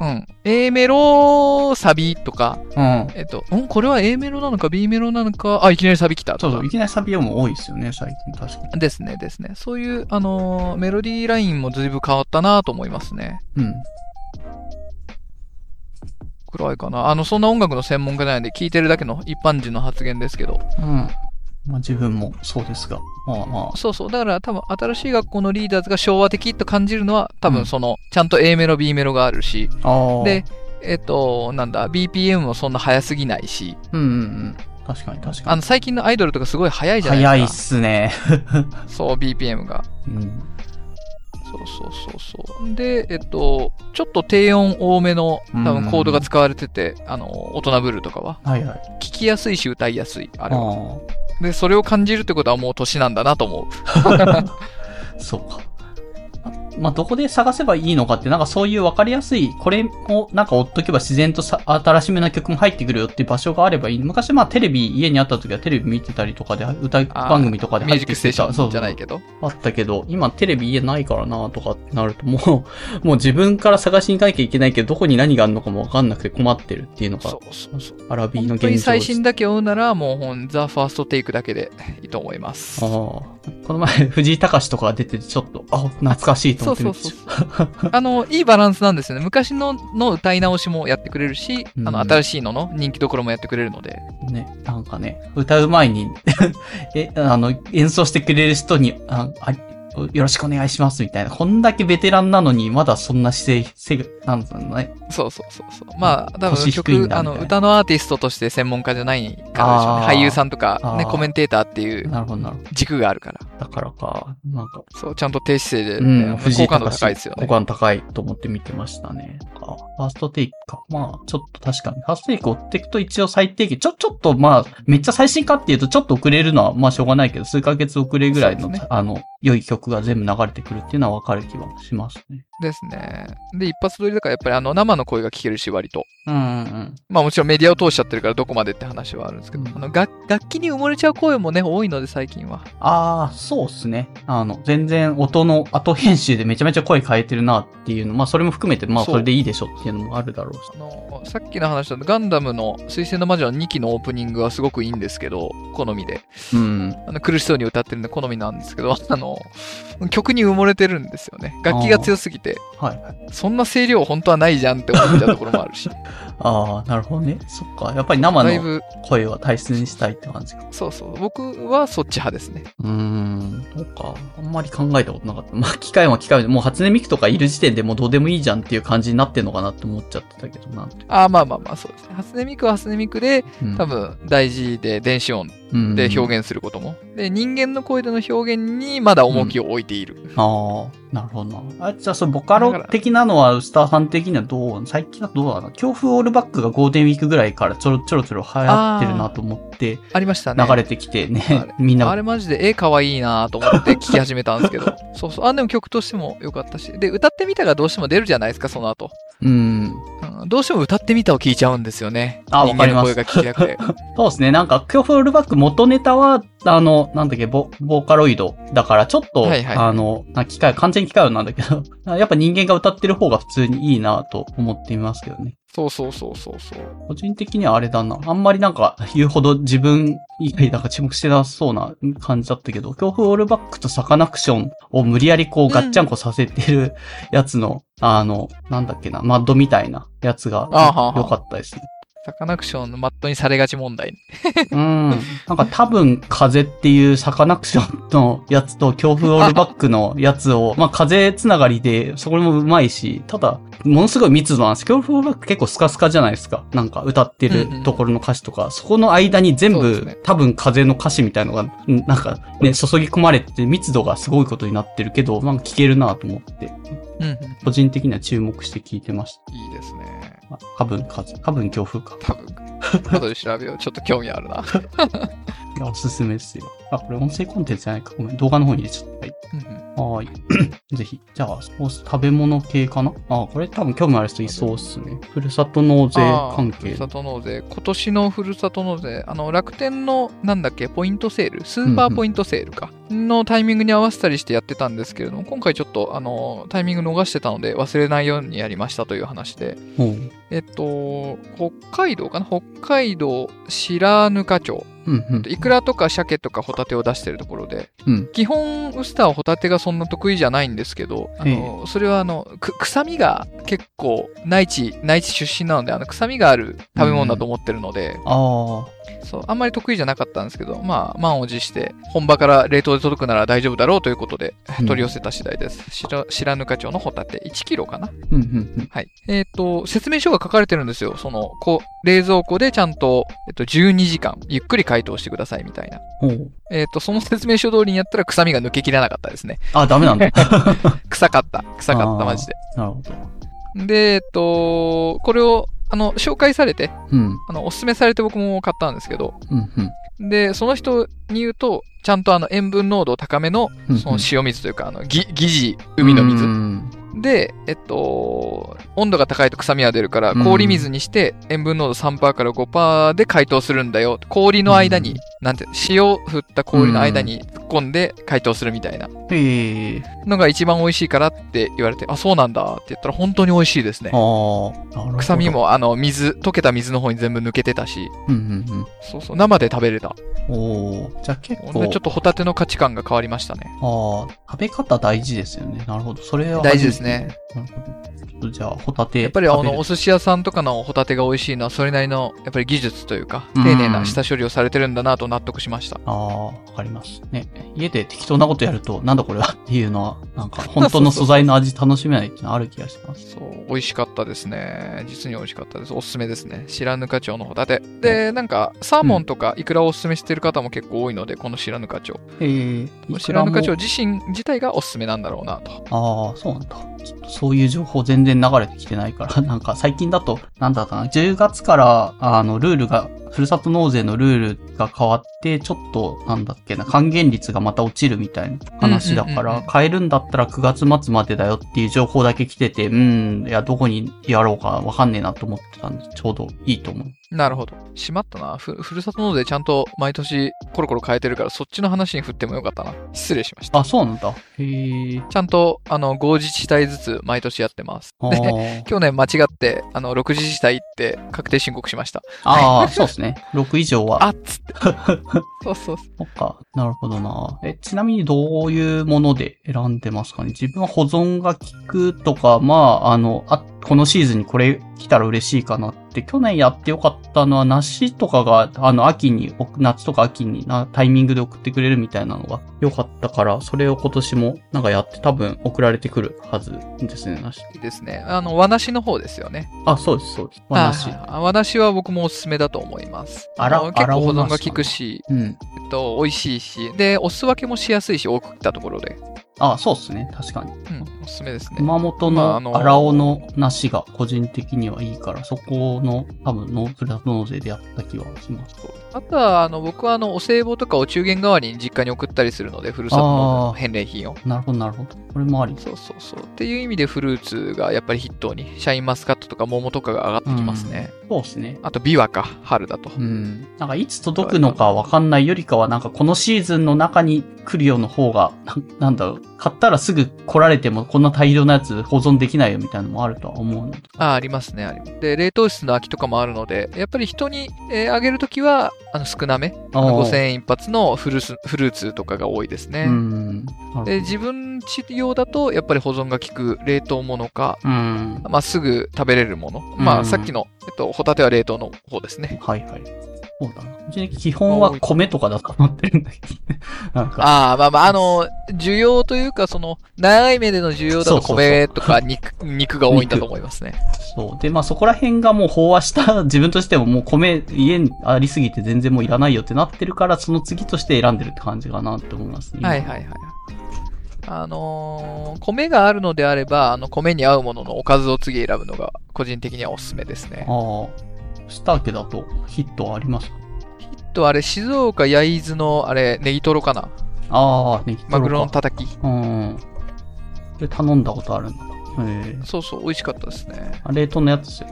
Speaker 3: うん。A メロ、サビとか、
Speaker 4: うん。
Speaker 3: えっと、んこれは A メロなのか B メロなのか、あ、いきなりサビ来たとか。
Speaker 4: そうそう、いきなりサビはもう多いですよね、最近確かに。
Speaker 3: ですね、ですね。そういう、あのーメロディーラインも随分変わったなと思いますね。
Speaker 4: うん。
Speaker 3: くらいかな。あの、そんな音楽の専門家じゃないんで、聞いてるだけの一般人の発言ですけど。
Speaker 4: うん。まあ自分もそうですが。まあま
Speaker 3: そうそう。だから多分、新しい学校のリーダーズが昭和的と感じるのは、多分その、ちゃんと A メロ、B メロがあるし、
Speaker 4: あ。ああ。
Speaker 3: で、、えっと、なんだ、BPM もそんな速すぎないし、
Speaker 4: うんうんうん。確かに確か
Speaker 3: あの、
Speaker 4: に。
Speaker 3: 最近のアイドルとかすごい速いじゃないですか。
Speaker 4: 早いっすね。
Speaker 3: そう、BPM が。
Speaker 4: うん。
Speaker 3: そうそうそうそう。で、えっと、ちょっと低音多めの多
Speaker 4: う
Speaker 3: 分
Speaker 4: ん
Speaker 3: コードが使われてて、あの、大人ブルーとかは。
Speaker 4: はいはい。
Speaker 3: 聞きやすいし歌いやすい、あ
Speaker 4: あ
Speaker 3: れは。
Speaker 4: あ
Speaker 3: で、それを感じるってことはもう年なんだなと思う。
Speaker 4: ー。そうか。あまあ、どこで探せばいいのかって、なんかそういう分かりやすい、これをなんか追っとけば自然とさ新しめの曲も入ってくるよっていう場所があればいい。昔まあテレビ、家にあった時はテレビ見てたりとかで、歌
Speaker 3: あー
Speaker 4: 番組とかで
Speaker 3: ミュ
Speaker 4: 入
Speaker 3: ージ
Speaker 4: っ
Speaker 3: ッ
Speaker 4: て
Speaker 3: ク
Speaker 4: き
Speaker 3: ステー
Speaker 4: て
Speaker 3: シ
Speaker 4: た。
Speaker 3: ョンじゃ
Speaker 4: そう
Speaker 3: ないけど。
Speaker 4: あったけど、今テレビ家ないからなとかってなると、もう、 もう自分から探しに行かなきゃいけないけど、どこに何があるのかもわかんなくて困ってるっていうのが
Speaker 3: そ、うそうそう。
Speaker 4: アラビーの
Speaker 3: 本
Speaker 4: 現
Speaker 3: 当
Speaker 4: 状
Speaker 3: に
Speaker 4: です。
Speaker 3: 最新だけ追うなら、もうほん、ザ・ファーストテイクだけでいいと思います。
Speaker 4: ああ。この前、藤井隆とかが出てて、ちょっと、あ、懐かしいと
Speaker 3: そ
Speaker 4: 思っ
Speaker 3: う
Speaker 4: て
Speaker 3: そ
Speaker 4: めっ
Speaker 3: う
Speaker 4: ち
Speaker 3: そう。
Speaker 4: ゃ
Speaker 3: あの、いいバランスなんですよね。昔のの歌い直しもやってくれるし、あの、
Speaker 4: うん
Speaker 3: 新しいのの人気どころもやってくれるので。
Speaker 4: ね、なんかね、歌う前に、 え、あの、演奏してくれる人に、あ、あよろしくお願いしますみたいな。こんだけベテランなのに、まだそんな姿勢、せなんだろうね。
Speaker 3: そうそうそうそう。まあ、多分
Speaker 4: 腰低いん
Speaker 3: 曲、
Speaker 4: だ
Speaker 3: あ
Speaker 4: み
Speaker 3: の、
Speaker 4: たいな
Speaker 3: 歌のアーティストとして専門家じゃないからでしょうね。
Speaker 4: あー
Speaker 3: 俳優さんとか、ね、
Speaker 4: あー
Speaker 3: コメンテーターっていう
Speaker 4: なるほど、なるほ
Speaker 3: 軸があるから。
Speaker 4: ど。だからか、なんか、
Speaker 3: そう、ちゃんと低姿勢で、
Speaker 4: う
Speaker 3: ね
Speaker 4: ん、藤
Speaker 3: 好
Speaker 4: 井
Speaker 3: 感度
Speaker 4: 隆
Speaker 3: 高いですよね
Speaker 4: 好。感度高いと思って見てましたね。あファーストテイクか。まあ、ちょっと確かに。ファーストテイク追っていくと一応最低限、ちょ、ちょっとまあ、めっちゃ最新かっていうとちょっと遅れるのはまあしょうがないけど、数ヶ月遅れぐらい
Speaker 3: そ
Speaker 4: の、
Speaker 3: うですね
Speaker 4: あの、良い曲が全部流れてくるっていうのはわかる気はしますね。
Speaker 3: ですね。で、一発撮りだからやっぱりあの生の声が聞けるし、割と。
Speaker 4: うんうん
Speaker 3: まあもちろんメディアを通しちゃってるからどこまでって話はあるんですけど、
Speaker 4: うん
Speaker 3: あの楽楽器に埋もれちゃう声もね、多いので最近は。
Speaker 4: ああ、そうっすね。あの、全然音の後編集でめちゃめちゃ声変えてるなっていうの、まあそれも含めて、まあ
Speaker 3: そう
Speaker 4: それでいいでしょっていうのもあるだろうし。
Speaker 3: あの、さっきの話だとガンダムの水星の魔女の2期のオープニングはすごくいいんですけど、好みで。
Speaker 4: うん。
Speaker 3: あの苦しそうに歌ってるんで好みなんですけど、 あの、曲に埋もれてるんですよね。楽器が強すぎて、
Speaker 4: はい。
Speaker 3: そんな声量本当はないじゃんって思っちゃうところもあ るし、
Speaker 4: ああ、なるほどね。そっか。やっぱり生
Speaker 3: だい
Speaker 4: の
Speaker 3: ぶ、
Speaker 4: 声は大切にしたいって感じか。
Speaker 3: そうそう、僕はそっち派ですね。
Speaker 4: うーん、そうか。あんまり考えたことなかった。まあ、機械も機械も、もう初音ミクとかいる時点でもうどうでもいいじゃんっていう感じになってんのかなって思っちゃってたけどな。
Speaker 3: あーまあまあまあ、そうですね。初音ミクは初音ミクで、
Speaker 4: うん、
Speaker 3: 多分大事で電子音
Speaker 4: 分
Speaker 3: で表現することも、で人間の声での表現にまだ重きを置いている、
Speaker 4: ああ、なるほどな。あ、じゃあ、そのボカロ的なのは、スターさん的にはどう、最近はどうだな。恐怖オールバックがゴールデンウィークぐらいからちょろちょろちょろ流行ってるなと思って、
Speaker 3: ありましたね
Speaker 4: 流れてきてね、
Speaker 3: あれ
Speaker 4: みん
Speaker 3: あ
Speaker 4: な、
Speaker 3: れマジで絵かわいいなと思って聞き始めたんですけどそうそうあでも曲としても良かったしで歌ってみたがどうしても出るじゃないですかその後、
Speaker 4: うん。
Speaker 3: うん、どうしても歌ってみたを聞いちゃうんですよね
Speaker 4: あ
Speaker 3: 人間の
Speaker 4: わか
Speaker 3: 声
Speaker 4: り
Speaker 3: が
Speaker 4: ま
Speaker 3: 聞きたくて
Speaker 4: そうですね。なんか、恐怖オールバック元ネタは、あの、なんだっけ、ボ、ボーカロイドだから、ちょっと、
Speaker 3: はいはい
Speaker 4: あの、な機械、完全に機械音なんだけど、 やっぱ人間が歌ってる方が普通にいいなと思っていますけどね。
Speaker 3: そうそうそうそうそう
Speaker 4: 個人的にはあれだな。あんまりなんか、言うほど自分以外なんか注目してなそうな感じだったけど、恐怖オールバックとサカナクションを無理やりこう、ガッチャンコさせてるやつの、あの、なんだっけな、マッドみたいなやつが、
Speaker 3: あはは
Speaker 4: 良かったですね。
Speaker 3: サカナクションのマットにされがち問題
Speaker 4: うん。なんか多分、風っていうサカナクションのやつと、強風オールバックのやつを、まあ風つながりで、そこもうまいし、ただ、ものすごい密度なんです。強風オールバック結構スカスカじゃないですか。なんか歌ってる
Speaker 3: うんうん
Speaker 4: ところの歌詞とか、そこの間に全
Speaker 3: そうです
Speaker 4: 部、
Speaker 3: ね
Speaker 4: 多分風の歌詞みたいのが、うんなんかね、注ぎ込まれてて密度がすごいことになってるけど、まあ聞けるなと思って、
Speaker 3: うん、うん、
Speaker 4: 個人的には注目して聞いてました。
Speaker 3: いいですね
Speaker 4: あ多分風、多分強風か。
Speaker 3: 多分後で調べようちょっと興味あるな
Speaker 4: や、おすすめですよ。あ、これ音声コンテンツじゃないか。ごめん、動画の方に入れちゃった。はい。
Speaker 3: うんうん
Speaker 4: はーい。 ぜひ。じゃあ、スポーツ、食べ物系かなあ、これ多分興味ある人いそうっすね。ふるさと納税
Speaker 3: あー
Speaker 4: 関
Speaker 3: ふ
Speaker 4: 係
Speaker 3: る。さと納税。今年のふるさと納税、あの、楽天の、なんだっけ、ポイントセール、スーパーポイントセールか、のタイミングに合わせたりしてやってたんですけれども、今回ちょっと、あの、タイミング逃してたので、忘れないようにやりましたという話で、
Speaker 4: ほう。
Speaker 3: えっと、北海道かな北海道白糠町。
Speaker 4: うんうん。
Speaker 3: イクラとか鮭とかホタテを出してるところで、
Speaker 4: うん
Speaker 3: 基本ウスターホタテがそんな得意じゃないんですけど、あのそれはあのく臭みが結構内地内地出身なのであの臭みがある食べ物だと思ってるので、
Speaker 4: あ
Speaker 3: そうあんまり得意じゃなかったんですけどまあ満を持して本場から冷凍で届くなら大丈夫だろうということで
Speaker 4: あ。
Speaker 3: 取り寄せた次第です、白白糠町のホタテ1キロかな
Speaker 4: うんうん
Speaker 3: はい。えっ、と、説明書が書かれてるんですよ。その、こう、冷蔵庫でちゃんと、えっと、12時間、ゆっくり解凍してくださいみたいな。
Speaker 4: うん。ほう。
Speaker 3: えっ、と、その説明書通りにやったら臭みが抜けきらなかったですね。
Speaker 4: あ、ダメ なんだ。
Speaker 3: 臭かった。臭かった、
Speaker 4: あー
Speaker 3: マジで。
Speaker 4: なるほど。
Speaker 3: で、えっ、と、これを、あの、紹介されて、
Speaker 4: うん。
Speaker 3: あの、おすすめされて僕も買ったんですけど、
Speaker 4: うんうん。
Speaker 3: で、その人に言うと、ちゃんとあの、塩分濃度高めの、
Speaker 4: うんうん
Speaker 3: その塩水というか、あの、ぎ疑似海の水
Speaker 4: う。ん
Speaker 3: で、えっと、温度が高いと臭みは出るから、
Speaker 4: うん
Speaker 3: 氷水にして塩分濃度3%から5%で解凍するんだよ。氷の間に、
Speaker 4: うん
Speaker 3: なんて、塩を振った氷の間に突っ込んで解凍するみたいな
Speaker 4: へえ。
Speaker 3: のが一番美味しいからって言われて、あ、そうなんだって言ったら本当に美味しいですね
Speaker 4: あ。あ。なるほど。
Speaker 3: 臭み。も、あの、水、溶けた水の方に全部抜けてたし、
Speaker 4: うんうん
Speaker 3: そうそう、生で食べれた。
Speaker 4: うん。おお。じゃあ結
Speaker 3: ほん
Speaker 4: 構
Speaker 3: で、ちょっとホタテの価値観が変わりましたね。
Speaker 4: ああ、食べ方大事ですよね。なるほど。それは
Speaker 3: 大事ですね
Speaker 4: 初めて。なるほど。ちょっとじゃあ、ホタテ。
Speaker 3: やっぱりあの、お寿司屋さんとかのホタテが美味しいのは、それなりの、やっぱり技術というか、丁寧な下処理をされてるんだなと納得しました。
Speaker 4: ああ、わかります。ね。家で適当なことやると、なんだこれはっていうのは、なんか本当の素材の味楽しめないっていうのはある気がします。
Speaker 3: そう、美味しかったですね。実に美味しかったです。おすすめですね。白糠町のホタテ。で、なんか、サーモンとかイクラをおすすめしてる方も結構多いので、この白糠町。
Speaker 4: へ え。
Speaker 3: 白糠町
Speaker 4: あ
Speaker 3: 自身自体がおすすめなんだろうなと。
Speaker 4: あー、そうなんだ。ちょっとそういう情報全然流れてきてないから、 なんか最近だと、なんだったかな、10月から、あの、ルールが、ふるさと納税のルールが変わって、ちょっと、なんだっけな、還元率がまた落ちるみたいな話だか
Speaker 3: うんうんうんう
Speaker 4: ら
Speaker 3: ん、
Speaker 4: 変えるんだったら9月末までだよっていう情報だけ来てて、うん、いや、どこにやろうかわかんねえなと思ってたんで、ちょうどいいと思う。
Speaker 3: なるほど。しまったな。ふふるさと納税ちゃんと毎年コロコロ変えてるから、そっちの話に振ってもよかったな。失礼しました。
Speaker 4: あ、そうなんだ。へえ。
Speaker 3: ちゃんと、あの、5自治体ずつ毎年やってます。
Speaker 4: あ
Speaker 3: で、
Speaker 4: ー
Speaker 3: 去年間違って、あの、6自治体行って確定申告しました。
Speaker 4: あー、そうですね。6以上は。
Speaker 3: あっつって。 そうそうそう。
Speaker 4: そっか。なるほどな。え、ちなみにどういうもので選んでますかね自分は保存が効くとか、まあ、あの、あ、このシーズンにこれ来たら嬉しいかなって、去年やってよかったのは、梨とかが、あの、秋に、お夏とか秋にな、タイミングで送ってくれるみたいなのが良かったから、それを今年もなんかやって多分送られてくるはずですね、梨。
Speaker 3: いいですね。あの、和梨の方ですよね。
Speaker 4: あ、そうです、そうです。梨。
Speaker 3: はいはい和梨は僕もおすすめだと思います。
Speaker 4: あら
Speaker 3: あの結
Speaker 4: あら
Speaker 3: 構
Speaker 4: お
Speaker 3: 保存
Speaker 4: な
Speaker 3: が
Speaker 4: しかな
Speaker 3: 効くし、
Speaker 4: うん。
Speaker 3: えっと、美味しいし、で、お酢分けもしやすいし、多くったところで。
Speaker 4: あ、そうですね。確かに。
Speaker 3: うん、おすすめですね。
Speaker 4: 熊本
Speaker 3: まああ
Speaker 4: の
Speaker 3: の
Speaker 4: 荒尾の梨が個人的にはいいから、そこの多分ノープラ納税でやった気はします。
Speaker 3: あとは、あの、僕は、あの、お歳暮とかお中元代わりに実家に送ったりするので、ふるさとの返礼品を。
Speaker 4: なるほど、なるほど。これもありです。
Speaker 3: そうそうそう。っていう意味でフルーツがやっぱり筆頭に、シャインマスカットとか桃とかが上がってきますね。
Speaker 4: そうですね。
Speaker 3: あと、ビワか、春だと。
Speaker 4: うん。なんかいつ届くのかわかんないよりかは、なんかこのシーズンの中に来るようの方が、なんなんだろう。買ったらすぐ来られてもこんな大量のやつ保存できないよみたいなのもあるとは思うので。
Speaker 3: あ、ありますね、あります。で、冷凍室の空きとかもあるので、やっぱり人に、えーあげるときは、あの、少なめ。
Speaker 4: あ
Speaker 3: あの
Speaker 4: ー
Speaker 3: 5000円一発のフルスフルーツとかが多いですね。
Speaker 4: うん。なるほど
Speaker 3: で自分治療だとやっぱり保存が効く冷凍ものか、
Speaker 4: うん。
Speaker 3: まあ、すぐ食べれるもの、ま
Speaker 4: うん
Speaker 3: あ、さっきの、えっと、ホタテは冷凍の方ですね。
Speaker 4: はいはい。そうだな。うちの基本は米とかだと思ってるんだけどね。 なんか。
Speaker 3: ああ、まあまあ、あの、需要というか、その、長い目での需要だ
Speaker 4: そう
Speaker 3: と
Speaker 4: そうそう
Speaker 3: 米とか肉肉が多いんだと思いますね。
Speaker 4: そう。で、まあそこら辺がもう飽和した、自分としてももう米、家にありすぎて全然もういらないよってなってるから、その次として選んでるって感じかなって思いますね。
Speaker 3: はいはいはい。あのー米があるのであれば、あの、米に合うもののおかずを次選ぶのが、個人的にはおすすめですね。
Speaker 4: ああ、スター家だとヒットはありますか
Speaker 3: ヒッとあれ、静岡焼津の、あれ、ネギトロかな
Speaker 4: ああ、ネギトロ
Speaker 3: マ
Speaker 4: か
Speaker 3: グロのたたき。
Speaker 4: うん。で、頼んだことあるんだ。へえ。
Speaker 3: そうそう、美味しかったですね。
Speaker 4: あ冷凍のやつですよ。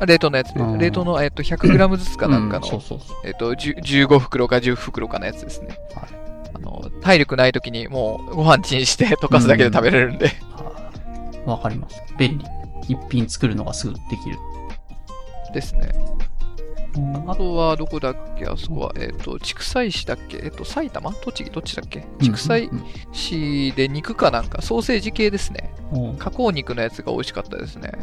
Speaker 3: あ冷凍のやつで
Speaker 4: うん
Speaker 3: 冷凍の、えっと、100g ずつかなんか
Speaker 4: う
Speaker 3: の、
Speaker 4: そうそうそう。
Speaker 3: えっと、10 15袋か10袋かのやつですね。
Speaker 4: は
Speaker 3: あの体力ない時にもうご飯チンして溶かすだけで食べれるんで、
Speaker 4: はいわかります。便利。一品作るのがすぐできる。
Speaker 3: ですね。
Speaker 4: うん
Speaker 3: あ
Speaker 4: あ
Speaker 3: とはどこだっけあそこは、えっ、と、畜産市だっけえっ、と、埼玉栃木どっちだっけ畜産
Speaker 4: うん
Speaker 3: 市で肉かなんか、ソーセージ系ですね。
Speaker 4: うん
Speaker 3: 加工肉のやつが美味しかったですね。
Speaker 4: ああ、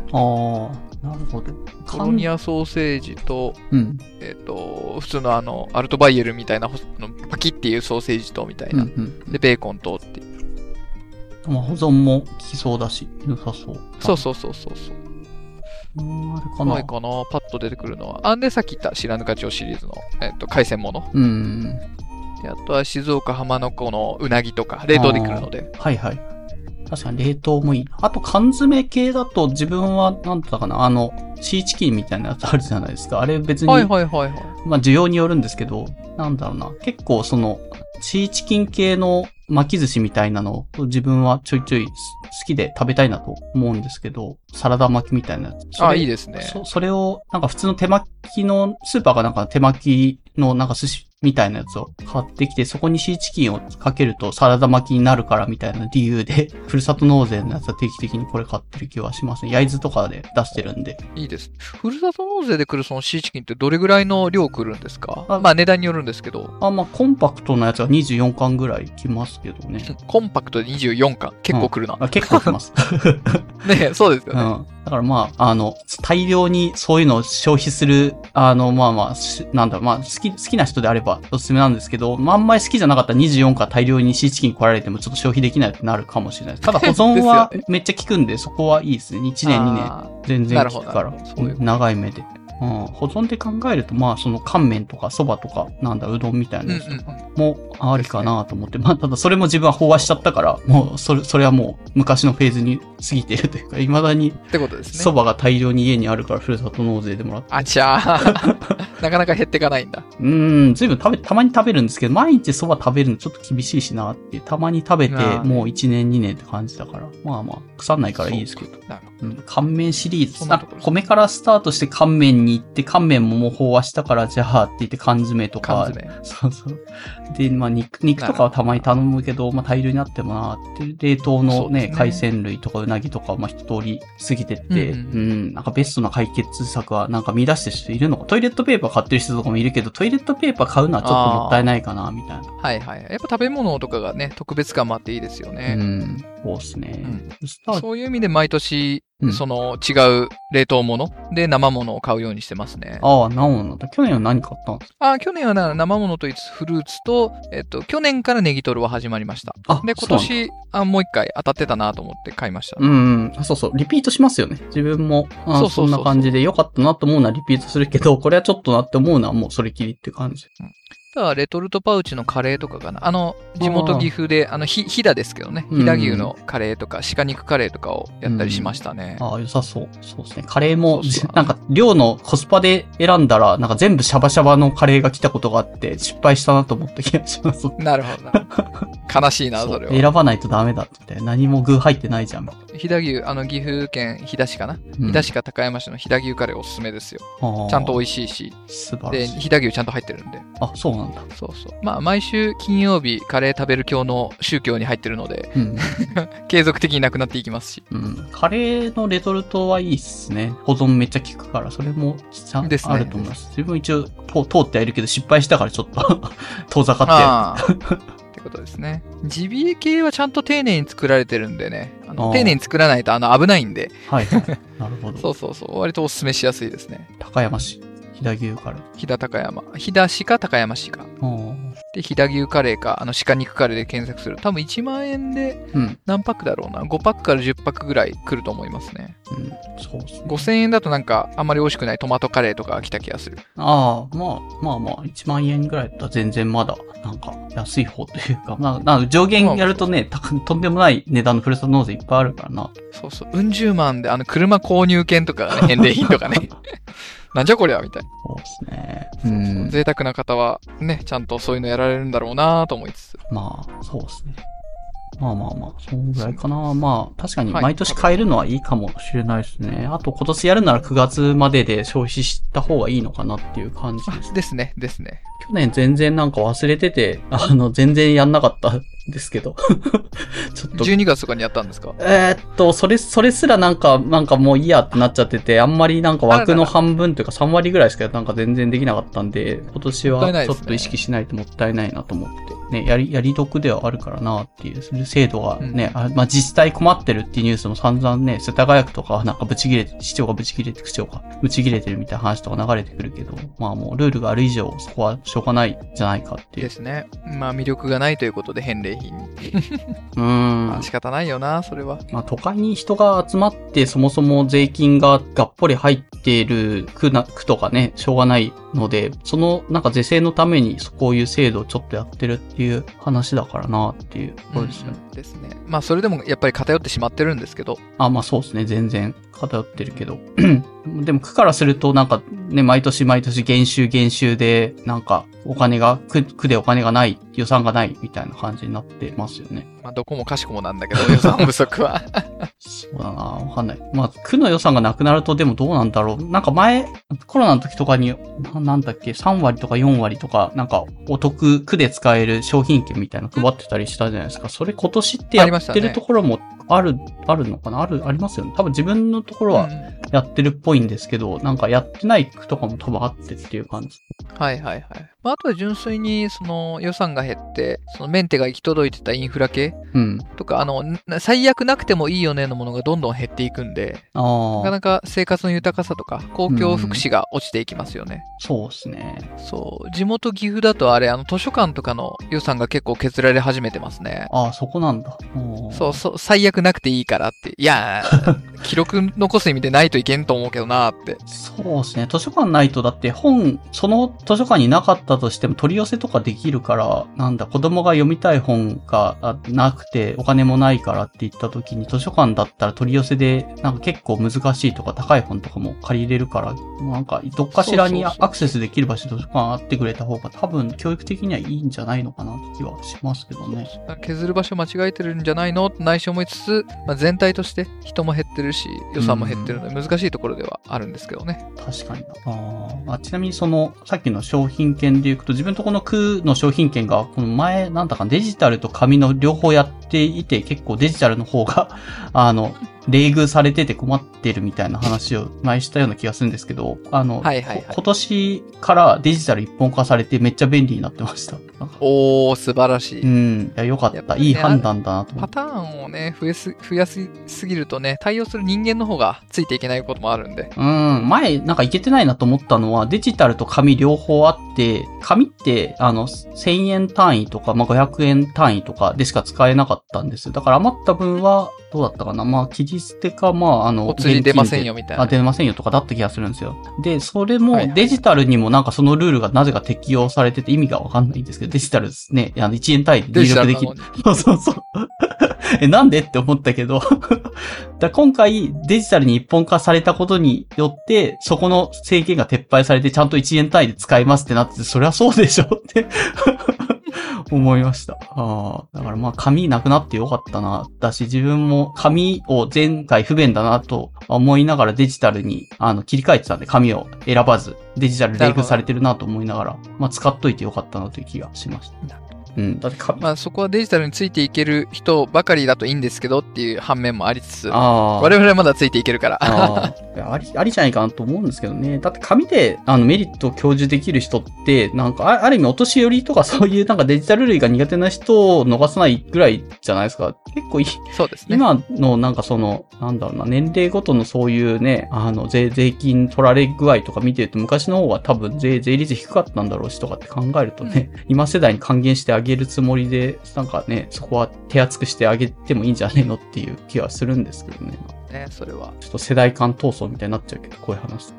Speaker 4: なるほど。
Speaker 3: コロニアソーセージと、
Speaker 4: うん。
Speaker 3: えっ、と、普通のあの、アルトバイエルみたいな、ほあのパキっていうソーセージとみたい
Speaker 4: うんう
Speaker 3: な。
Speaker 4: ん。
Speaker 3: で、ベーコンとっていう。
Speaker 4: まあ、保存も効きそうだし、良さそう。
Speaker 3: そうそうそうそうそう。
Speaker 4: う。ん、あれか
Speaker 3: この
Speaker 4: な
Speaker 3: い。かなパッと出てくるのは。あんでさっき言った白糠町シリーズの、えっ、と、海鮮もの。
Speaker 4: うん。
Speaker 3: で、あとは静岡浜の子のうなぎとか、冷凍で来るので。
Speaker 4: はいはい。確かに冷凍もいい。あと缶詰系だと自分は、なんだったかな、あの、シーチキンみたいなやつあるじゃないですか。あれ別に、
Speaker 3: はいはいはいはい。
Speaker 4: まあ需要によるんですけど、なんだろうな。結構その、シーチキン系の巻き寿司みたいなのを自分はちょいちょい好きで食べたいなと思うんですけど、サラダ巻きみたいなやつ。
Speaker 3: あ、いい
Speaker 4: で
Speaker 3: ですね。
Speaker 4: そそれを、なんか普通の手巻きの、スーパーがなんか手巻きのなんか寿司みたいなやつを買ってきて、そこにシーチキンをかけるとサラダ巻きになるからみたいな理由で、 ふるさと納税のやつは定期的にこれ買ってる気はしますね。焼津とかで出してるんで。
Speaker 3: いいです。ふるさと納税で来るそのシーチキンってどれぐらいの量来るんですか
Speaker 4: あ
Speaker 3: まあ値段によるんですけど、
Speaker 4: あ、まあコンパクトなやつは24巻ぐらいきますけどね。
Speaker 3: コンパクトで24巻。結構来るな。
Speaker 4: あ結構きます。
Speaker 3: ねえそうですよ
Speaker 4: う
Speaker 3: ね。
Speaker 4: ん。だからまあ、あの、大量にそういうのを消費する、あの、まあまあ、しなんだろう、まあ、好き、好きな人であればおすすめなんですけど、まあ、あんまり好きじゃなかったら24から大量にシーチキン来られてもちょっと消費できないってなるかもしれないです。ただ保
Speaker 3: で
Speaker 4: 存
Speaker 3: すよ
Speaker 4: はめっちゃ効くんで、そこはいいですね。1年、2年。
Speaker 3: あー
Speaker 4: 全然効くか
Speaker 3: なる
Speaker 4: ら
Speaker 3: ほどそういうこ、と
Speaker 4: 長い目で。うん、保存で考えると、まあ、その乾麺とかそばとか、なんだ、うどんみたいなやつとかもありかなと思って、まあ、ただそれも自分は飽和しちゃったから、もう、それ、それはもう昔のフェーズに過ぎてるというか、未だに
Speaker 3: ってことです
Speaker 4: そ
Speaker 3: ね。
Speaker 4: ばが大量に家にあるから、ふるさと納税でもらって。
Speaker 3: あ ちゃー。なかなか減っていかないんだ。
Speaker 4: うーん、ずいぶん食べ、たまに食べるんですけど、毎日そば食べるのちょっと厳しいしなって、たまに食べて、
Speaker 3: あー
Speaker 4: もう1年2年って感じだから、まあまあ、腐んないからいいですけど。
Speaker 3: なるほど。
Speaker 4: うん、乾麺シリー
Speaker 3: そ
Speaker 4: ズ。
Speaker 3: んな
Speaker 4: な
Speaker 3: と
Speaker 4: ん
Speaker 3: こ
Speaker 4: か
Speaker 3: です
Speaker 4: 米からスタートして乾麺に行って、乾麺ももう飽和したから、じゃあって言って缶詰と
Speaker 3: 缶
Speaker 4: か。
Speaker 3: 詰。
Speaker 4: そうそう。で、まあ肉、肉とかはたまに頼むけど、まあ大量になってもなーって、冷凍
Speaker 3: そ
Speaker 4: の
Speaker 3: うで
Speaker 4: ね
Speaker 3: すね
Speaker 4: 海鮮類とかうなぎとか、まあ一通り過ぎてって、
Speaker 3: うん
Speaker 4: うん、なんかベストな解決策はなんか見出してる人いるのか。トイレットペーパー買ってる人とかもいるけど、トイレットペーパー買うのはちょっともったいないかな、みたいな。
Speaker 3: はいはい。やっぱ食べ物とかがね、特別感もあっていいですよ
Speaker 4: う
Speaker 3: ね。
Speaker 4: ん、そうですね。スター
Speaker 3: そういう意味で毎年、
Speaker 4: うん
Speaker 3: その違う冷凍物で生物を買うようにしてますね。
Speaker 4: ああ、なおなんだ。去年は何買ったんですか
Speaker 3: あ去年はな生ものと言いつつフルーツと、えっと、去年からネギトロは始まりました。
Speaker 4: あ
Speaker 3: で、
Speaker 4: そ
Speaker 3: 今
Speaker 4: うなんだ
Speaker 3: 年、あもう一回当たってたなと思って買いました。
Speaker 4: うん、うん。そうそう。リピートしますよね。自分も。あ
Speaker 3: そう
Speaker 4: そ
Speaker 3: そうそうそうん
Speaker 4: な感じで、良かったなと思うのはリピートするけど、これはちょっとなって思うのはもうそれきりって感じ。
Speaker 3: あとはレトルトパウチのカレーとかかな。あの、地元
Speaker 4: あー
Speaker 3: 岐阜で、あの、ひ、ひだですけどね。
Speaker 4: うん
Speaker 3: ひだ牛のカレーとか、鹿肉カレーとかをやったりしましたね。
Speaker 4: ああ、良さそう。そうですね。カレーも
Speaker 3: そうそう、
Speaker 4: なんか、量のコスパで選んだら、なんか全部シャバシャバのカレーが来たことがあって、失敗したなと思った気がします。そう
Speaker 3: なるほ どな。悲しいな、それは。
Speaker 4: 選ばないとダメだって言って。何も具入ってないじゃん。
Speaker 3: ひだ牛、あの、岐阜県飛騨市かな。
Speaker 4: うん
Speaker 3: 飛騨市か高山市の飛騨牛カレーおすすめですよ。
Speaker 4: ああ
Speaker 3: ちゃんと美味しいし。
Speaker 4: 素晴
Speaker 3: で、
Speaker 4: らしい。
Speaker 3: 飛騨牛ちゃんと入ってるんで。
Speaker 4: あ、そうなんだ。
Speaker 3: そうそう。まあ、毎週金曜日、カレー食べる教の宗教に入ってるので、
Speaker 4: うん。
Speaker 3: 継続的になくなっていきますし。
Speaker 4: うん。カレーのレトルトはいいっすね。保存めっちゃ効くから、それもちゃん
Speaker 3: ですね
Speaker 4: あると思います。自分一応と通ってはいるけど、失敗したからちょっと遠ざかっ
Speaker 3: ああ。ってことですね。ジビエ系はちゃんと丁寧に作られてるんでね。あ
Speaker 4: あ
Speaker 3: の
Speaker 4: あ
Speaker 3: 丁寧に作らないとあの危ないんで
Speaker 4: て。。はい はい。なるほ
Speaker 3: そ
Speaker 4: ど。
Speaker 3: うそうそう。割とおすすめしやすいですね。
Speaker 4: 高山市、飛騨牛カレー。
Speaker 3: 飛騨高山。飛騨市か高山市か。
Speaker 4: うん。
Speaker 3: で、飛騨牛カレーか、あの鹿肉カレーで検索する。多分1万円で
Speaker 4: うん。
Speaker 3: 何パックだろうな。5パックから10パックぐらい来ると思いますね。
Speaker 4: うん、そうですね。
Speaker 3: 5000円だとなんかあんまり美味しくないトマトカレーとか来た気がする。
Speaker 4: ああ、まあ、まあまあ、1万円ぐらいだったら全然まだ、なんか、安い方というか、 まあ、なんか上限やるとね、たとんでもない値段のふるさと納税いっぱいあるからな。
Speaker 3: そうそう。うん十万で、あの、車購入券とかがね、返礼品とかね。なんじゃこりゃみたいな。
Speaker 4: そうですね。うん。
Speaker 3: 贅沢な方は、ね、ちゃんとそういうのやられるんだろうなと思いつつ。
Speaker 4: まあ、そうですね。まあまあまあ、そんぐらいかな。まあ、確かに
Speaker 3: はい
Speaker 4: 毎年変えるのはいいかもしれないですね。あと今年やるなら9月までで消費した方がいいのかなっていう感じです。
Speaker 3: あですね、ですね。
Speaker 4: 去年全然なんか忘れてて、あの、全然やんなかったんですけど。 ちょっと。
Speaker 3: 12月とかにやったんですか
Speaker 4: えーっと、それ、それすらなんか、なんかもういいやってなっちゃってて、あんまりなんか枠の半分というか3割ぐらいしかなんか全然できなかったんで、今年
Speaker 3: もったいな
Speaker 4: はいち
Speaker 3: で
Speaker 4: ょっ
Speaker 3: すね
Speaker 4: と意識しないともったいないなと思って、ね、やり、やり得ではあるからなっていう、それ制度がね、あまあ自治体困ってるっていうニュースも散々ね、世田谷区とかなんかブチ切れて、市長がブチ切れて、区長が ブチ切れてるみたいな話とか流れてくるけど、まあもうルールがある以上、そこはしょうがないじゃないかっていう
Speaker 3: で。すね。まあ魅力がないということで返礼品に。
Speaker 4: うーん
Speaker 3: まあ。仕方ないよな、それは。
Speaker 4: まあ、都会に人が集まって、そもそも税金ががっぽり入っている区な区とかね、しょうがないので、そのなんか是正のためにそこういう制度をちょっとやってるっていう話だからなっていうところですよね。
Speaker 3: うんですね。まあそれでもやっぱり偏ってしまってるんですけど。
Speaker 4: あ、まあそうですね。全然偏ってるけど。 でも区からするとなんかね、毎年毎年減収減収で、なんかお金が、区区でお金がない、予算がないみたいな感じになってますよね。
Speaker 3: まあどこもかしこもなんだけど、 予算不足は。
Speaker 4: そうだな、わかんない。まあ、区の予算がなくなるとでもどうなんだろう。なんか前、コロナの時とかに、ななんだっけ、3割とか4割とか、なんかお得、区で使える商品券みたいなの配ってたりしたじゃないですか。それ今年ってや
Speaker 3: ありまし
Speaker 4: ったて
Speaker 3: ね
Speaker 4: るところもある、あるのかなある、ありますよね。多分自分のところ
Speaker 3: う
Speaker 4: は
Speaker 3: ん
Speaker 4: やってるっぽいんですけど、なんかやってない区とかも多分あってっていう感じ。
Speaker 3: はいはいはい。まあ、あとは純粋にその予算が減って、そのメンテが行き届いてたインフラ系
Speaker 4: うん。
Speaker 3: とか、あの、な最悪なくてもいいよねのものがどんどん減っていくんで、な
Speaker 4: あ
Speaker 3: か
Speaker 4: あ、
Speaker 3: なか生活の豊かさとか公共福祉が落ちていきますよね。
Speaker 4: そうですね。
Speaker 3: そう。地元岐阜だとあれ、あの図書館とかの予算が結構削られ始めてますね。
Speaker 4: ああ、そこなんだ。うん
Speaker 3: そうそう、最悪なくていいからって。いや ー、記録残す意味でないといけんと思うけどなーって。
Speaker 4: そうですね。図書館ないと、だって本、その図書館になかったとしても取り寄せとかできるから、なんだ、子供が読みたい本があなくて、お金もないからって言った時に、図書館だったら取り寄せで、なんか結構難しいとか高い本とかも借りれるから、なんか、どっかしらに
Speaker 3: そう
Speaker 4: ア
Speaker 3: そうそう
Speaker 4: クセスできる場所図書館あってくれた方が、多分教育的にはいいんじゃないのかなって気はしますけどね。
Speaker 3: 削る場所間違えてるんじゃないのって内緒思いつつ、まあ、全体として人も減ってるし予算も減ってるので難しいところではあるんですけどね、
Speaker 4: 確かになあーあちなみにその、さっきの商品券でいくと、自分とこの区の商品券が、この前、なんだかデジタルと紙の両方やっていて、結構デジタルの方が、 あの、冷遇されてて困ってるみたいな話を前したような気がするんですけど、あの、
Speaker 3: はいはいはい
Speaker 4: こ今年からデジタル一本化されてめっちゃ便利になってました。なんか
Speaker 3: おー素晴らしい、
Speaker 4: うん。いや、よかった。
Speaker 3: やっぱりね
Speaker 4: いい判断だなと思
Speaker 3: パ
Speaker 4: って。
Speaker 3: ターンをね増えす増やすすぎるとね対応する人間の方がついていけないこともあるんで
Speaker 4: うん、前、なんかいけてないなと思ったのは、デジタルと紙両方あって、紙って、あの、1000円単位とか、まあ、500円単位とかでしか使えなかったんですよ。だから余った分は、どうだったかなまあ、切り捨てか、まあ、あの、
Speaker 3: お釣り出ませんよみたいな
Speaker 4: あ、出ませんよとかだった気がするんですよ。で、それ
Speaker 3: はいは
Speaker 4: も
Speaker 3: い
Speaker 4: デジタルにもなんかそのルールがなぜか適用されてて意味がわかんないんですけど、デジタルですね、あの、1円単位で
Speaker 3: デ
Speaker 4: 入
Speaker 3: ジタ
Speaker 4: 力
Speaker 3: ル
Speaker 4: で
Speaker 3: な
Speaker 4: き
Speaker 3: の
Speaker 4: る。
Speaker 3: に
Speaker 4: そうそうそう。 え、なんでって思ったけど。だから今回、デジタルに一本化されたことによって、そこの制限が撤廃されて、ちゃんと1円単位で使いますってなってて、そりゃそうでしょって。 思いました。ああ。だからまあ、紙なくなってよかったな。だし、自分も紙を前回不便だなと思いながらデジタルにあの切り替えてたんで、紙を選ばず、デジタル
Speaker 3: な
Speaker 4: レイ
Speaker 3: るほ
Speaker 4: ク
Speaker 3: ど
Speaker 4: されてるなと思いながら、まあ、使っといてよかったなという気がしました。うん。だって紙、
Speaker 3: まあ、そこはデジタルについていける人ばかりだといいんですけどっていう反面もありつつ
Speaker 4: あー
Speaker 3: 我々はまだついていけるから
Speaker 4: あー いやあり、ありじゃないかなと思うんですけどね。だって紙であのメリットを享受できる人って、なんかあある意味お年寄りとかそういうなんかデジタル類が苦手な人を逃さないぐらいじゃないですか。結構いい、
Speaker 3: そうですね
Speaker 4: 今のなんかその、なんだろうな、年齢ごとのそういうね、あの税、税金取られ具合とか見てると昔の方が多分税、税率低かったんだろうしとかって考えるとね、今世代に還元してあげるつもりで、なんかね、そこは手厚くしてあげてもいいんじゃねえのっていう気はするんですけどね。
Speaker 3: ねそれは
Speaker 4: ちょっと世代間闘争みたいになっちゃうけど、こうい う話。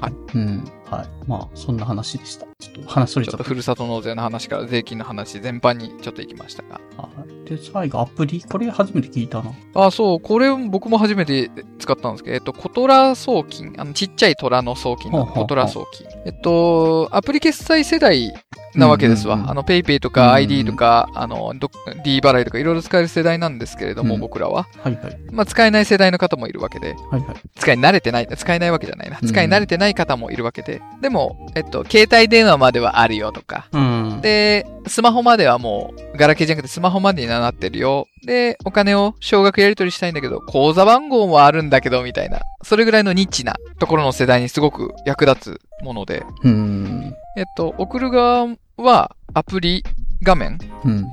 Speaker 3: はい。
Speaker 4: うん。はい。まあ、そんな話でした。ちょっと話それ
Speaker 3: ち
Speaker 4: ち
Speaker 3: ょ
Speaker 4: ゃ
Speaker 3: っと
Speaker 4: った。
Speaker 3: ふるさと納税の話から税金の話全般にちょっと行きましたが
Speaker 4: はいで、最後、アプリこれ初めて聞いたな。
Speaker 3: あ、そう、これ僕も初めて使ったんですけど、えっと、コトラ送金、あの、ちっちゃい虎の送金の
Speaker 4: ほうほうほう
Speaker 3: コトラ送金。えっと、アプリ決済世代なわけですわ。
Speaker 4: うんうんうん
Speaker 3: あの、ペイペイと
Speaker 4: うんう
Speaker 3: か
Speaker 4: ん
Speaker 3: ID とか、あの、ど D 払いとかいろいろ使える世代なんですけれども、
Speaker 4: うん
Speaker 3: 僕らは。
Speaker 4: はいはい。
Speaker 3: まあ、使えない世代の方もいるわけで、
Speaker 4: はいはい。
Speaker 3: 使い慣れてない、使えないわけじゃないな。
Speaker 4: うん
Speaker 3: 使い慣れてない方もいるわけで。でも、えっと、携帯電話まではあるよとか、
Speaker 4: うん。
Speaker 3: で、スマホまではもう、ガラケーじゃなくてスマホまでになってるよ。で、お金を少額やり取りしたいんだけど、口座番号もあるんだけど、みたいな。それぐらいのニッチなところの世代にすごく役立つもので。
Speaker 4: うん。
Speaker 3: えっと、送る側はアプリ画面
Speaker 4: うん。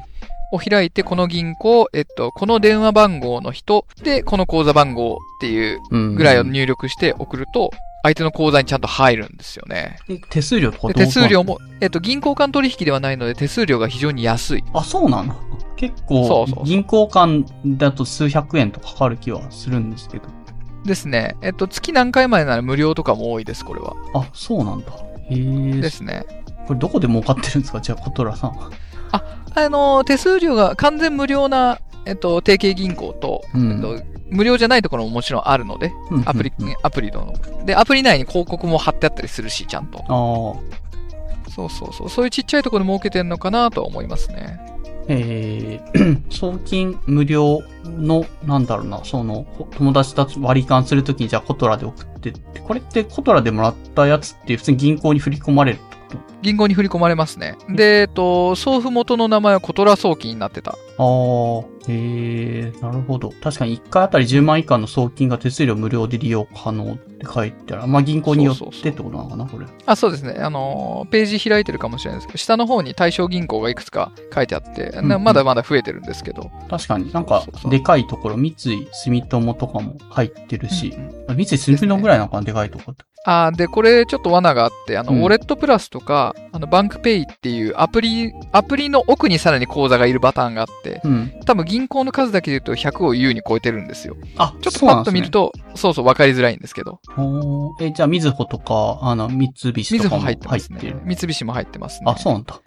Speaker 3: を開いて、この銀行、えっと、この電話番号の人、で、この口座番号っていう
Speaker 4: うん。
Speaker 3: ぐらいを入力して送ると、相手の口座にちゃんと入るんですよね。
Speaker 4: で手数料とか
Speaker 3: で
Speaker 4: どう
Speaker 3: 手数料。も、えっと、銀行間取引ではないので、手数料が非常に安い。
Speaker 4: あ、そうなの結
Speaker 3: そ
Speaker 4: 構
Speaker 3: うそうそ、う
Speaker 4: 銀行間だと数百円とかかかる気はするんですけど。
Speaker 3: ですね。えっと、月何回までなら無料とかも多いです、これは。
Speaker 4: あ、そうなんだ。へ
Speaker 3: で
Speaker 4: え。
Speaker 3: すね。
Speaker 4: これどこで儲かってるんですかじゃあ、コトラさんは。
Speaker 3: あの、手数料が完全無料な、えっと、提携銀行と、
Speaker 4: うん
Speaker 3: えっと、無料じゃないところももちろんあるので、アプリ
Speaker 4: うんうんうん、
Speaker 3: アプリの。で、アプリ内に広告も貼ってあったりするし、ちゃんと。
Speaker 4: ああ。
Speaker 3: そうそうそう。そういうちっちゃいところで儲けてんのかなとは思いますね。
Speaker 4: えー送金無料の、なんだろうな、その、ほ友達たち割り勘するときに、じゃあコトラで送ってって、これってコトラでもらったやつって普通に銀行に振り込まれるってこ
Speaker 3: 銀行に振り込まれますね。で、えっと、送付元の名前はコトラ送金になってた。
Speaker 4: とああ、えー、なるほど。確かに1回あたり10万以下の送金が手数料無料で利用可能って書いてある。まあ銀行によって
Speaker 3: そう
Speaker 4: っ
Speaker 3: そう
Speaker 4: て
Speaker 3: そう
Speaker 4: ことなのかな、これ。
Speaker 3: あ、そうですね。あのー、ページ開いてるかもしれないですけど、下の方に対象銀行がいくつか書いてあって、
Speaker 4: ん
Speaker 3: なまだまだ増えてるんですけど。
Speaker 4: 確かになんか
Speaker 3: そうそう、そう
Speaker 4: でかいところ、三井住友とかも入ってるし
Speaker 3: う、んうん
Speaker 4: 三井住友ぐらいなのかな、でかいところって。
Speaker 3: あーで、これちょっと罠があって、あの、
Speaker 4: うん
Speaker 3: ウォレットプラスとか、あの、バンクペイっていうアプリ、アプリの奥にさらに口座がいるパターンがあって、
Speaker 4: うん。
Speaker 3: 多分銀行の数だけで言うと100を優に超えてるんですよ。ち
Speaker 4: あ、
Speaker 3: ょっと
Speaker 4: そうな
Speaker 3: パ
Speaker 4: ん
Speaker 3: ッと
Speaker 4: ですね
Speaker 3: 見ると、そうそう分かりづらいんですけど、
Speaker 4: おーえ、じゃあ、みずほとか、あの、三菱
Speaker 3: み
Speaker 4: と
Speaker 3: ず
Speaker 4: か
Speaker 3: ほ
Speaker 4: も
Speaker 3: 入っ
Speaker 4: 入ってて
Speaker 3: ますね
Speaker 4: る。。
Speaker 3: 三菱も入ってますね。
Speaker 4: あ、そうなんだ。えー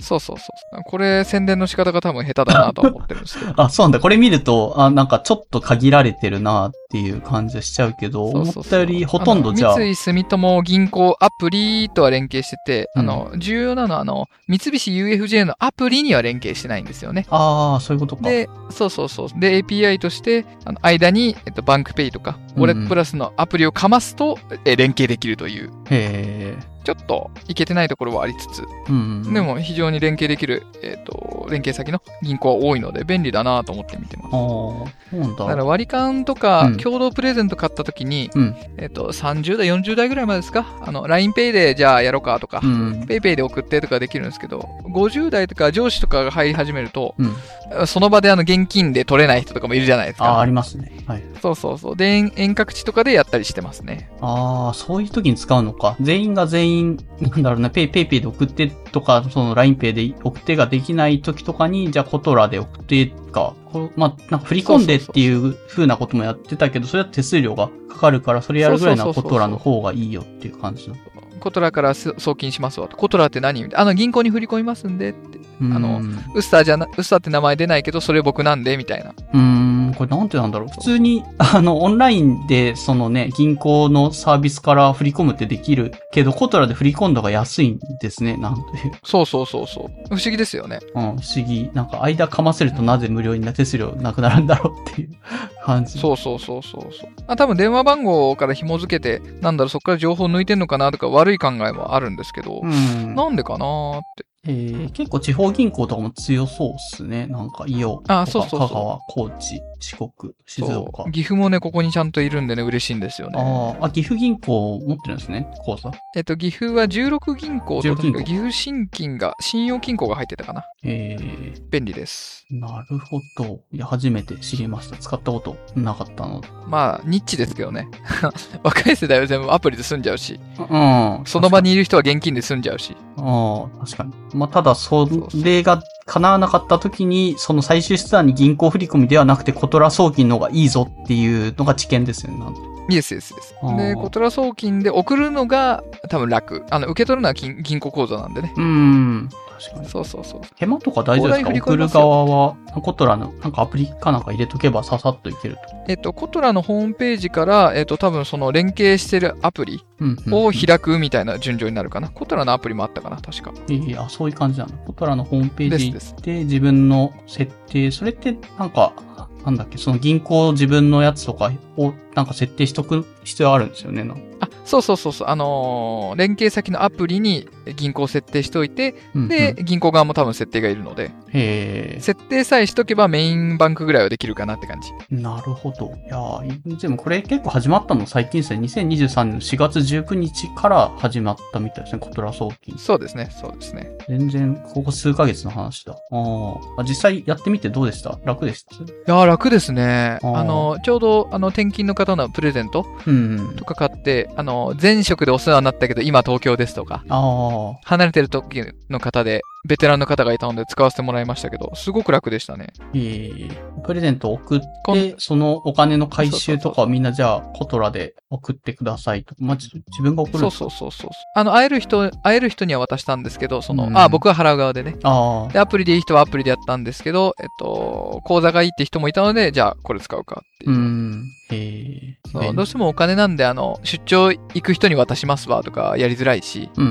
Speaker 3: そうそうそう。これ宣伝の仕方が多分下手だなとは思ってるんですけど。
Speaker 4: あ、そうなんだ。これ見ると、あ、なんかちょっと限られてるなっていう感じはしちゃうけど、
Speaker 3: そうそうそう
Speaker 4: 思ったよりほとんど
Speaker 3: あの
Speaker 4: じゃあ、
Speaker 3: 三井住友銀行アプリとは連携してて、
Speaker 4: うん
Speaker 3: あの、重要なのは、あの、三菱 UFJ のアプリには連携してないんですよね。
Speaker 4: ああ、そういうことか。
Speaker 3: で、そうそうそう。で、API として、あの間に、えっと、バンクペイとか、
Speaker 4: うん
Speaker 3: ウォレットプラスのアプリをかますと、え連携できるという、
Speaker 4: へえ。
Speaker 3: ちょっといけてないところはありつつ、
Speaker 4: うん。
Speaker 3: で。も非常に連携できる、えっと、連携先の銀行は多いので、便利だなと思って見てます
Speaker 4: ああ、。そうなん
Speaker 3: だか
Speaker 4: だ。
Speaker 3: ら割り勘と
Speaker 4: う
Speaker 3: か
Speaker 4: ん
Speaker 3: 共同プレゼント買った時に、
Speaker 4: うん
Speaker 3: えっと30代40代ぐらいまでですかあの LINEPay でじゃあやろうかとか、
Speaker 4: うん。
Speaker 3: ペイペイで送ってとかできるんですけど、50代とか上司とかが入り始めると、
Speaker 4: うん。
Speaker 3: その場であの現金で取れない人とかもいるじゃないです
Speaker 4: ああ、あ
Speaker 3: か。
Speaker 4: りますね。はい。
Speaker 3: そうそうそう。で、遠遠隔地とかでやったりしてますね。
Speaker 4: ああ、そういう時に使うのか。全員が全員、なんだろうな、ペイペイペイで送ってとか、その LINEPay で送ってができない時とかに、じゃあコトラで送ってか、こうまあ、なんか振り込んでっていう風なこともやってたけど、それは手数料がかかるから、それやるぐらいな
Speaker 3: そ
Speaker 4: らコ
Speaker 3: うそうそうそう
Speaker 4: トラの方がいいよっていう感じの。
Speaker 3: コトラからす送金しますわと。コトラって何あの銀行に振り込みますんでって。あの
Speaker 4: うーん
Speaker 3: ウスターじゃな、ウスターって名前出ないけど、それ僕なんでみたいな。
Speaker 4: うーん、これなんてなんだろう。普通に、あの、オンラインで、そのね、銀行のサービスから振り込むってできるけど、コトラで振り込んだ方が安いんですね、なんていう。
Speaker 3: そうそうそうそう。不思議ですよね。
Speaker 4: うん、不思議。なんか、間かませるとなぜ無料にな手数料なくなるんだろうっていう感じ。
Speaker 3: そうそうそうそうそう。あ、多分電話番号から紐付けて、なんだろう、そこから情報抜いてんのかなとか悪い考えもあるんですけど、
Speaker 4: ん。
Speaker 3: なんでかなーって。
Speaker 4: えー結構地方銀行とかも強そうっすね。なんか、伊予とか
Speaker 3: あそうそうそう
Speaker 4: 香川、高知、四国、静岡
Speaker 3: そう。岐阜もね、ここにちゃんといるんでね、嬉しいんですよね。
Speaker 4: あーあ、岐阜銀行持ってるんですね、口座。
Speaker 3: えっと、岐阜は16銀行
Speaker 4: 16
Speaker 3: と、
Speaker 4: 銀行
Speaker 3: 岐阜信金が、信用金庫が入ってたかな。
Speaker 4: えー、
Speaker 3: 便利です。
Speaker 4: なるほど。いや、初めて知りました。使ったことなかったので。
Speaker 3: まあ、ニッチですけどね。 若い世代は全部アプリで済んじゃうし、
Speaker 4: うん。
Speaker 3: その場にいる人は現金で済んじゃうし。
Speaker 4: ああ、確かに。まあ、ただ、そ
Speaker 3: そうそう
Speaker 4: れが叶わなかった時に、その最終手段に銀行振込ではなくて、コトラ送金の方がいいぞっていうのが知見ですよね。なんて
Speaker 3: イエスイエスです
Speaker 4: あー。
Speaker 3: で、コトラ送金で送るのが多分楽。あの、受け取るのは銀銀行口座なんでね。
Speaker 4: うーん。確かに。
Speaker 3: そうそうそう。
Speaker 4: 手間とか大事です
Speaker 3: 放題振
Speaker 4: か
Speaker 3: り込
Speaker 4: 送
Speaker 3: みま
Speaker 4: る
Speaker 3: すよ
Speaker 4: 側は、コトラのなんかアプリかなんか入れとけばささっといけると。
Speaker 3: えっと、コトラのホームページから、えっと、多分その連携してるアプリ
Speaker 4: うんうん、
Speaker 3: を開くみたいな順序になるかな。コトラのアプリもあったかな、確か。
Speaker 4: えーあ、そういう感じなの。コトラのホームページ
Speaker 3: で
Speaker 4: です自分の設定、それってなんか、なんだっけ、その銀行自分のやつとかをなんか設定しとく必要あるんですよね。なんか
Speaker 3: あ、そうそうそうそう、あのー連携先のアプリに銀行を設定しておいて、
Speaker 4: うんうん、
Speaker 3: で、銀行側も多分設定がいるので、
Speaker 4: え
Speaker 3: 設定さえしとけばメインバンクぐらいはできるかなって感じ。
Speaker 4: ー、なるほど。いやーでもこれ結構始まったの最近ですね。2023年の4月19日から始まったみたいですね。コトラ送金。
Speaker 3: そうですね、そうですね。
Speaker 4: 全然、ここ数ヶ月の話だ。あーあ、実際やってみてどうでした楽でした
Speaker 3: いやー、楽ですね。
Speaker 4: あー
Speaker 3: あのー、ちょうど、あの、転勤の方のプレゼント
Speaker 4: うん
Speaker 3: と。か買って、あのー、前職でお世話になったけど、今東京ですとか、
Speaker 4: ああ、
Speaker 3: 離れてる時の方で、ベテランの方がいたので使わせてもらいましたけど、すごく楽でしたね。
Speaker 4: ええプレゼントを送っ
Speaker 3: こ
Speaker 4: て
Speaker 3: ん、
Speaker 4: そのお金の回収と
Speaker 3: そうそうそ
Speaker 4: かをみんなじゃあ、コトラで送ってくださいと。まあ、じ自分が送るん
Speaker 3: そう
Speaker 4: ですか
Speaker 3: そうそうそう。あの、会える人、会える人には渡したんですけど、その、
Speaker 4: うん
Speaker 3: あ、僕は払う側でね。
Speaker 4: ああ、
Speaker 3: で、アプリでいい人はアプリでやったんですけど、えっと、口座がいいって人もいたので、じゃあこれ使うかっていうう。
Speaker 4: ん。ええ
Speaker 3: そうどうしてもお金なんで、あの、出張行く人に渡しますわとかやりづらいし、
Speaker 4: うんう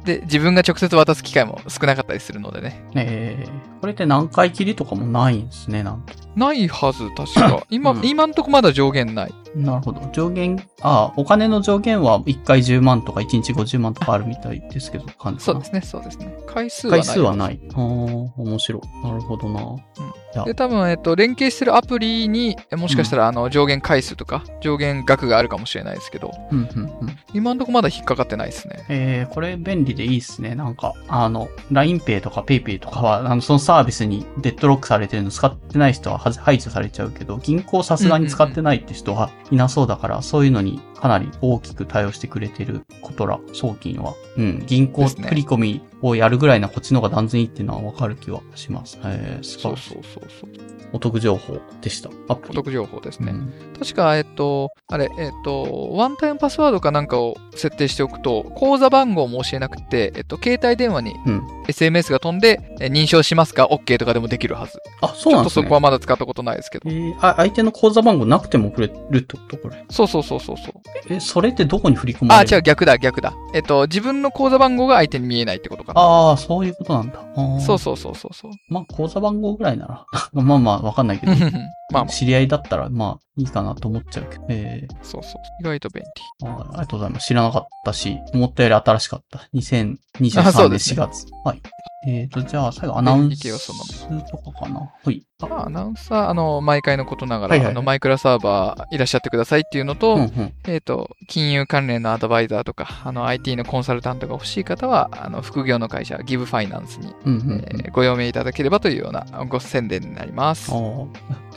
Speaker 4: ん。
Speaker 3: で、自分が直接渡す機会も少なかったりするのでね。
Speaker 4: ええこれって何回きりとかもないんですね、なんて。
Speaker 3: ないはず、確か。今、
Speaker 4: うん
Speaker 3: 今んとこまだ上限ない。
Speaker 4: なるほど。上限、ああ、お金の上限は1回10万とか1日50万とかあるみたいですけど、感じか
Speaker 3: そ
Speaker 4: な
Speaker 3: うですね、そうですね。回数はない。
Speaker 4: 回数はない。ああ、面白い。なるほどな。
Speaker 3: で、多分、えっと、連携してるアプリに、えもしかしたら、あの、上限回数とか、上限額があるかもしれないですけど、
Speaker 4: うんうんうん。
Speaker 3: 今んとこまだ引っかかってないですね。
Speaker 4: えー、これ便利でいいですね。なんか、あの、LINEPay とか PayPay とかは、あの、そのサービスにデッドロックされてるの使ってない人はは排除されちゃうけど、銀行さすがに使ってないって人はいなそうだから、そういうのにかなり大きく対応してくれてることら、送金は。うん、銀行
Speaker 3: です
Speaker 4: 振
Speaker 3: ね
Speaker 4: り込みをやるぐらいなこっちの方が断然いいっていうのはわかる気はします。えー、素晴
Speaker 3: そう
Speaker 4: らしい
Speaker 3: そうそうそう。
Speaker 4: お得情報でした。アプ
Speaker 3: お
Speaker 4: リ。
Speaker 3: 得情報です
Speaker 4: う
Speaker 3: ね。
Speaker 4: ん
Speaker 3: 確か、えっと、あれ、えっと、ワンタイムパスワードかなんかを設定しておくと、口座番号も教えなくて、えっと、携帯電話に
Speaker 4: うん。
Speaker 3: SMS が飛んで、え認証しますか ?OK とかでもできるはず。
Speaker 4: あ、そう
Speaker 3: ちょ
Speaker 4: な
Speaker 3: っ
Speaker 4: ん
Speaker 3: と
Speaker 4: です
Speaker 3: そ
Speaker 4: ね
Speaker 3: こ。はまだ使ったことないですけど。
Speaker 4: えー、あ、相手の口座番号なくても送れるってことこれ。
Speaker 3: そうそうそうそうそう。
Speaker 4: え、それってどこに振り込ま
Speaker 3: あ、
Speaker 4: れる
Speaker 3: 違う、逆だ、逆だ。えっと、自分の口座番号が相手に見えないってことかな。
Speaker 4: ああ、そういうことなんだ。あー
Speaker 3: そうそうそうそうそう。
Speaker 4: まあ、口座番号ぐらいなら。 まあまあ、わかんないけ
Speaker 3: う
Speaker 4: ど
Speaker 3: んう。ん うんまあまあ、
Speaker 4: 知り合いだったら、まあ、いいかなと思っちゃうけど。え
Speaker 3: そうそう。意外と便利。
Speaker 4: ーあーありがとうございます。知らなかったし、思ったより新しか った。2023年
Speaker 3: あそうです
Speaker 4: 4
Speaker 3: ね
Speaker 4: 月。はい。えっ、と、じゃあ、最後、アナウン
Speaker 3: 便利系は
Speaker 4: ス
Speaker 3: そんなもん
Speaker 4: とかかな。はい。あ
Speaker 3: まあ、アナウンサー、あの、毎回のことながら、
Speaker 4: はいはいは
Speaker 3: あ
Speaker 4: い
Speaker 3: の、マイクラサーバーいらっしゃってくださいっていうのと、
Speaker 4: うんうん。
Speaker 3: えっ、と、金融関連のアドバイザーとか、あの、IT のコンサルタントが欲しい方は、あの、副業の会社、ギブファイナンスに、
Speaker 4: うんうん、う
Speaker 3: え
Speaker 4: ん。
Speaker 3: ーご用命いただければというようなご宣伝になります。
Speaker 4: あ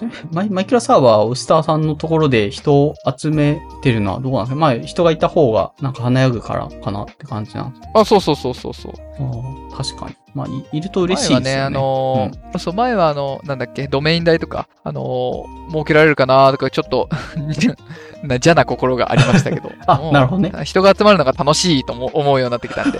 Speaker 4: あ。マイマイクラサーバーをウスターさんのところで人を集めてるのはどうなんですかまあ、人がいた方がなんか華やぐからかなって感じなんです
Speaker 3: あ、そうそうそうそうそう。
Speaker 4: ああ、確かに。まあ、いいると嬉しいですよね。
Speaker 3: 前はね、あのーそう、前はあの、なんだっけ、ドメイン代とか、あのー設けられるかなとか、ちょっと じゃ、な、じゃな心がありましたけど
Speaker 4: 。あ
Speaker 3: もう
Speaker 4: なるほどね。
Speaker 3: 人が集まるのが楽しいとも思うようになってきたん で。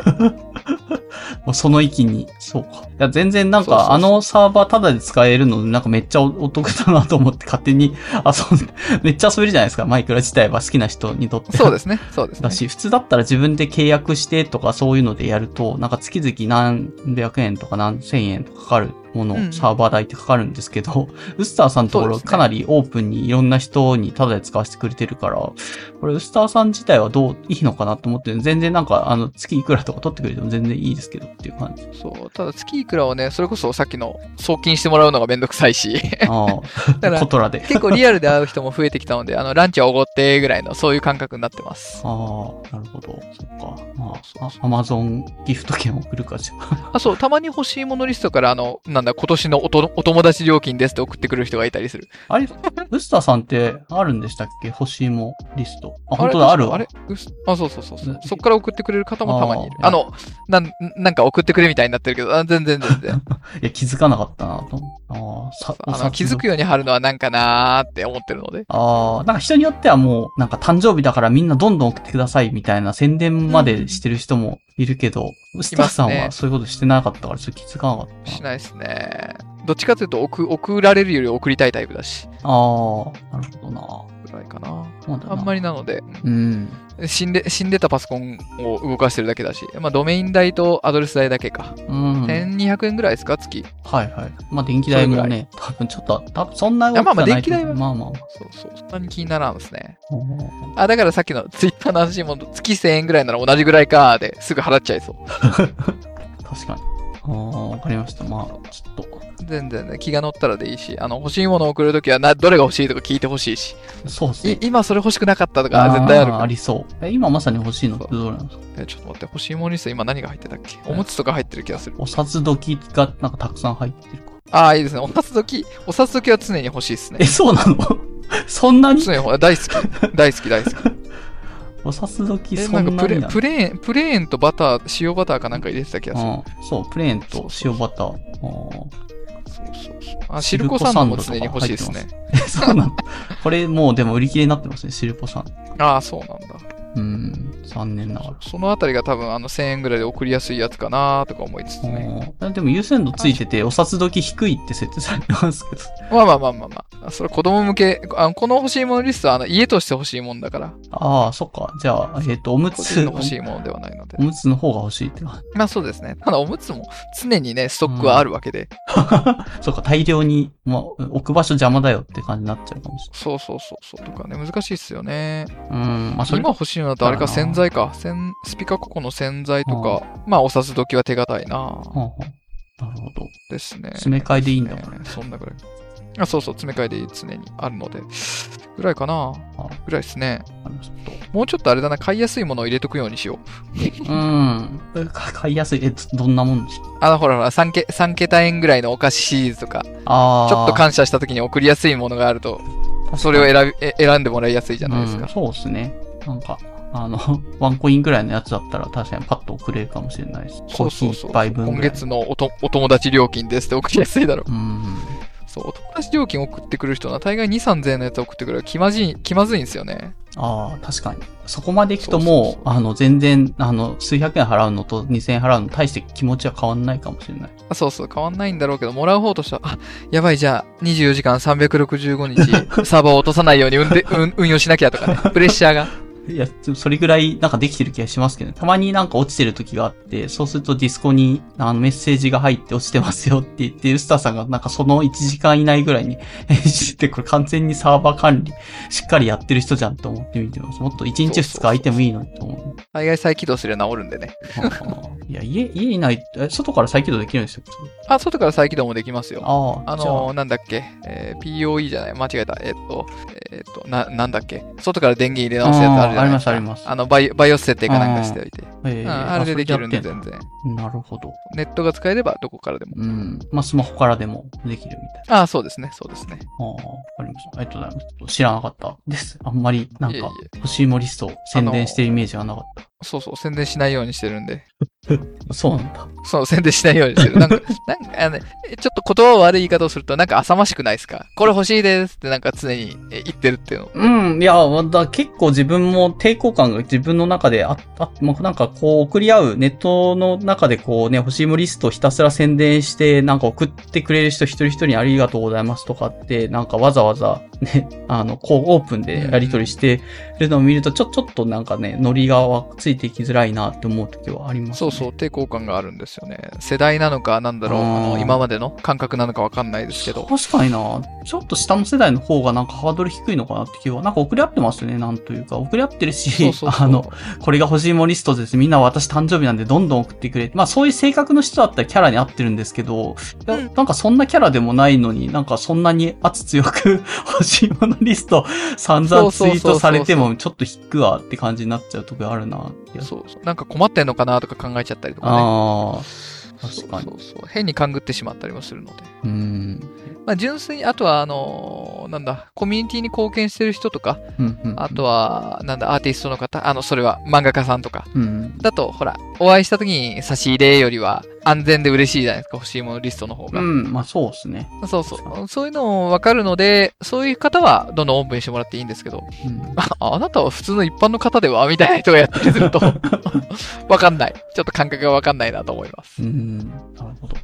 Speaker 4: もうその域に。そうか。いや、全然なん
Speaker 3: そうそうそ
Speaker 4: か、
Speaker 3: う
Speaker 4: あのサーバータダで使えるの、なんかめっちゃおお得だなと思って勝手に遊んで、めっちゃ遊べるじゃないですか。マイクラ自体は好きな人にとって。
Speaker 3: そうですね、そうですね
Speaker 4: だ。し、普通だったら自分で契約してとかそういうのでやると、なんか月々何百円とか何千円とかかかるもの、
Speaker 3: うん
Speaker 4: サーバー代ってかかるんですけど、 ウスターさんのとこ
Speaker 3: そう
Speaker 4: ろ
Speaker 3: ですね
Speaker 4: かなりオープンにいろんな人にタダで使わせてくれてるから、これウスターさん自体はどう、いいのかなと思ってる全然なんか、あの、月いくらとか取ってくれても全然いいですけどっていう感 じ。
Speaker 3: そう、ただ月いくらをね、それこそさっきの送金してもらうのがめんどくさい し、
Speaker 4: あ
Speaker 3: だか
Speaker 4: あ、コ
Speaker 3: ら
Speaker 4: トラで。
Speaker 3: 結構リアルで会う人も増えてきたので、あの、ランチはおごってぐらいの、そういう感覚になってます。
Speaker 4: ああ、なるほど。そっか。まあ、あアマゾンギフト券送るかじゃあ。
Speaker 3: あ、そう、たまに欲しいものリストから、あの、なんだ、今年のおとお友達料金ですって送ってくる人がいたりする。
Speaker 4: あれ、ウスターさんってあるんでしたっけ欲しいもリスト。あ、
Speaker 3: あ
Speaker 4: 本
Speaker 3: れ
Speaker 4: 当だ、あるわ。
Speaker 3: あれうすあ、そうそうそうそう
Speaker 4: ね。
Speaker 3: そっから送ってくれる方もたまにいる。
Speaker 4: あー
Speaker 3: あの、なん、なんか送ってくれみたいになってるけど、あ全然全然。
Speaker 4: いや、気づかなかったなと思ああ、 さ
Speaker 3: あの気づくように貼るのはなんかなーって思ってるので。
Speaker 4: ああ、なんか人によってはもう、なんか誕生日だからみんなどんどん送ってくださいみたいな宣伝までしてる人もいるけど、スタッフさんはそういうことしてなかったから、ちょっと気づかなかった
Speaker 3: しな
Speaker 4: な。
Speaker 3: いですね。どっちかというと送、送られるより送りたいタイプだし、
Speaker 4: ああ、なるほどな。
Speaker 3: ぐらいかな。
Speaker 4: そうだな
Speaker 3: あんまりなので、うん
Speaker 4: うん。
Speaker 3: 死んで、死んでたパソコンを動かしてるだけだし、まあ、ドメイン代とアドレス代だけか。
Speaker 4: うん。はい
Speaker 3: 1200円ぐらいですか月。
Speaker 4: はい。まあ電気代もね、多分ちょっと、多分そんな
Speaker 3: やまあまあ
Speaker 4: 多くないと
Speaker 3: 電気代は
Speaker 4: まあまあまあ。
Speaker 3: そうそう。そんなに気にならんですね。
Speaker 4: うん
Speaker 3: あ、だからさっきのツイッターの話も月1000円ぐらいなら同じぐらいかーですぐ払っちゃいそう。
Speaker 4: 確かに。ああ、わかりました。まあ、ちょっと。
Speaker 3: 全然ね、気が乗ったらでいいし、あの、欲しいものを送るときはな、どれが欲しいとか聞いてほしいし、
Speaker 4: そうっす
Speaker 3: い
Speaker 4: ね。
Speaker 3: 今それ欲しくなかったとか絶対ある
Speaker 4: ー
Speaker 3: か
Speaker 4: あ
Speaker 3: ら。
Speaker 4: りそう。え、今まさに欲しいのってどれなんですか
Speaker 3: えちょっと待って、欲しいものリスト今何が入ってたっけおむつとか入ってる気がする。
Speaker 4: お札時がなんかたくさん入ってるか。
Speaker 3: ああ、いいですね。お札時、お札時は常に欲しいですね
Speaker 4: え、。そうなの そんなに
Speaker 3: 常に欲大好き、大好き、大好き。
Speaker 4: お札時
Speaker 3: え、
Speaker 4: そ
Speaker 3: なん
Speaker 4: ん
Speaker 3: か
Speaker 4: な
Speaker 3: プレ
Speaker 4: にな
Speaker 3: プレーン、プレーンとバター、塩バターかなんか入れてた気がする。
Speaker 4: うん、そう、プレーンと塩バター。 あ
Speaker 3: あ、シ
Speaker 4: シ
Speaker 3: ル
Speaker 4: ル
Speaker 3: コ
Speaker 4: コ
Speaker 3: サ
Speaker 4: サ
Speaker 3: ンドも
Speaker 4: ンドとか
Speaker 3: 常
Speaker 4: 入
Speaker 3: に
Speaker 4: って
Speaker 3: 欲
Speaker 4: ま
Speaker 3: し
Speaker 4: す
Speaker 3: いですね。
Speaker 4: ーそうなの。 これもうでも売り切れになってますね、シルポさん。
Speaker 3: ああ、そうなんだ。
Speaker 4: うん、残念ながら。
Speaker 3: そのあたりが多分あの1000円ぐらいで送りやすいやつかなーとか思いつつね。
Speaker 4: あーでも優先度ついてて、お札時低いって設定されてますけど。
Speaker 3: まあまあまあまあまあ。それ子供向け、あのこの欲しいものリストはあの家として欲しいもんだから、
Speaker 4: ああ、そっか。じゃあ、えっ、と、おむ
Speaker 3: 個人
Speaker 4: つ、
Speaker 3: の欲しいものではないので
Speaker 4: お。むつの方が欲しいって感
Speaker 3: まあそうですね。ただおむつも常にね、ストックはあるわけで。
Speaker 4: じ。そっか、大量に、まあ、置く場所邪魔だよって感じになっちゃうかもし
Speaker 3: そうそうそうそう。とかね、難しいっすよね。
Speaker 4: れない。うん、まあ、それ
Speaker 3: 今欲しいのだとあれか
Speaker 4: そうだな
Speaker 3: 洗剤か。洗スピカココの洗剤とか、まあお札時は手堅いな
Speaker 4: はあはあなるほど。
Speaker 3: ですね。
Speaker 4: 詰め替えでいいんだもん
Speaker 3: ね
Speaker 4: ね。
Speaker 3: そんなぐらい。あ、そうそう、詰め替えで常にあるので。ぐらいかな
Speaker 4: あ
Speaker 3: ぐらいですね。
Speaker 4: わかりました。
Speaker 3: もうちょっとあれだな、買いやすいものを入れとくようにしよう。
Speaker 4: うん。えか買いやすい。え、どどんなもんですか
Speaker 3: あの、ほらほら、3, け3桁円ぐらいのお菓子シリーズとか、ち
Speaker 4: ああ。
Speaker 3: ょっと感謝した時に送りやすいものがあると、それを選びえ選んでもらいやすいじゃないです
Speaker 4: うん
Speaker 3: か。
Speaker 4: そうですね。なんか、あの、 ワンコインぐらいのやつだったら確かにパッと送れるかもしれないです。
Speaker 3: そうそうそ
Speaker 4: コーヒー
Speaker 3: う。
Speaker 4: 一杯分
Speaker 3: 今
Speaker 4: ぐらい。
Speaker 3: 月のおとお友達料金ですって送りやすいだろう。
Speaker 4: うん。
Speaker 3: そう、お友達料金送ってくる人は、大概2、3000円のやつ送ってくるから気まじい、気まずいんですよね。
Speaker 4: ああ、確かに。そこまで行くと
Speaker 3: そう
Speaker 4: も
Speaker 3: そう
Speaker 4: う、あの、全然、あの、数百円払うのと2000円払うの、大して気持ちは変わんないかもしれない。
Speaker 3: あそうそう、変わんないんだろうけど、もらう方としては、あ、やばい、じゃあ、24時間365日、 サーバーを落とさないように運で運運用しなきゃとかね、プレッシャーが。
Speaker 4: いや、ちょそれぐらいなんかできてる気がしますけどね、たまになんか落ちてる時があって、そうするとディスコにあのメッセージが入って落ちてますよって言って、ウスターさんがなんかその1時間以内ぐらいに返信して、これ完全にサーバー管理しっかりやってる人じゃんと思って見てます。もっと1日
Speaker 3: そうそう
Speaker 4: 2日空いてもいいのにと思う。
Speaker 3: 大概再起動すれば治るんでね。
Speaker 4: あーいや、家、家いない、え外から再起動できるんですよ。
Speaker 3: あ、外から再起動もできますよ。
Speaker 4: ああ、
Speaker 3: あのー、なんだっけ、えー POE じゃない、間違えた。えっと、えっと、な、なんだっけ、外から電源入れ直すやつあるじゃないですか。
Speaker 4: あーありますあります
Speaker 3: の、バイオ、バイオス設定かなんかしておいて。
Speaker 4: じゃあ、え
Speaker 3: うん、
Speaker 4: ー
Speaker 3: あれでできるんで、
Speaker 4: それや
Speaker 3: 全
Speaker 4: って
Speaker 3: 然。
Speaker 4: んのなるほど。
Speaker 3: ネットが使えれば、どこからでも。
Speaker 4: うん。まあ、スマホからでもできるみたいな。
Speaker 3: ああ、そうですね、そうですね。
Speaker 4: ああ、わかりました。ありがとうございます。ちょっと知らなかったです。あんまり、なん
Speaker 3: いえい
Speaker 4: か
Speaker 3: え、
Speaker 4: 欲しいもリストを宣伝してるイメージがなかっ
Speaker 3: そうそう、宣伝しないようにしてるんで。
Speaker 4: た。そうなんだ。
Speaker 3: そう、宣伝しないようにしてる。なんか、 なんかあのね、ちょっと言葉を悪い言い方をすると、なんか浅ましくないですかこれ欲しいですってなんか常にえ言ってるっていうの。
Speaker 4: うん、いや、まだ結構自分も抵抗感が自分の中でああ、もうなんかこう送り合う、ネットの中でこうね、欲しいもリストをひたすら宣伝して、なんか送ってくれる人一人一人にありがとうございますとかって、なんかわざわざね、あの、こうオープンでやり取りしてるのを見ると、ちょ、ちょっとなんかね、ノリがわついていきづらいなって思う時はあります、ね。
Speaker 3: そうそう、抵抗感があるんですよね。世代なのか、なんだろう、
Speaker 4: あ
Speaker 3: あ
Speaker 4: ー
Speaker 3: の、今までの感覚なのかわかんないですけど。
Speaker 4: 確かにな。ちょっと下の世代の方がなんかハードル低いのかなって気は。なんか遅れ合ってますよね、なんというか。遅れ合ってるし、
Speaker 3: そうそうそう
Speaker 4: あの、、これが欲しいもリストです。みんな私誕生日なんでどんどん送ってくれ。まあそういう性格の人だったらキャラに合ってるんですけど、いや
Speaker 3: うん
Speaker 4: なんかそんなキャラでもないのに、なんかそんなに圧強く 欲しいものリスト散々ツイートされて
Speaker 3: そ
Speaker 4: もちょっと引くわって感じになっちゃうとこあるなってやつ。
Speaker 3: そうそう。なんか困ってんのかなとか考えちゃったりとかね。
Speaker 4: ああ、確かに。
Speaker 3: そうそうそう。変に勘ぐってしまったりもするので。
Speaker 4: うん。
Speaker 3: まあ、純粋に、あとは、あのーなんだ、コミュニティに貢献してる人とか、
Speaker 4: うんうん。
Speaker 3: あとは、なんだ、アーティストの方、あの、それは漫画家さんとか、
Speaker 4: うん。
Speaker 3: だと、ほら、お会いした時に差し入れよりは安全で嬉しいじゃないですか、欲しいものリストの方
Speaker 4: う
Speaker 3: が。
Speaker 4: ん、まあそうですね。
Speaker 3: そうそう。そういうのもわかるので、そういう方はどんどんオープンにしてもらっていいんですけど、
Speaker 4: うん
Speaker 3: ああなたは普通の一般の方ではみたいな人がやったりすると、 わかんない。ちょっと感覚がわかんないなと思います
Speaker 4: う。ん、なるほど。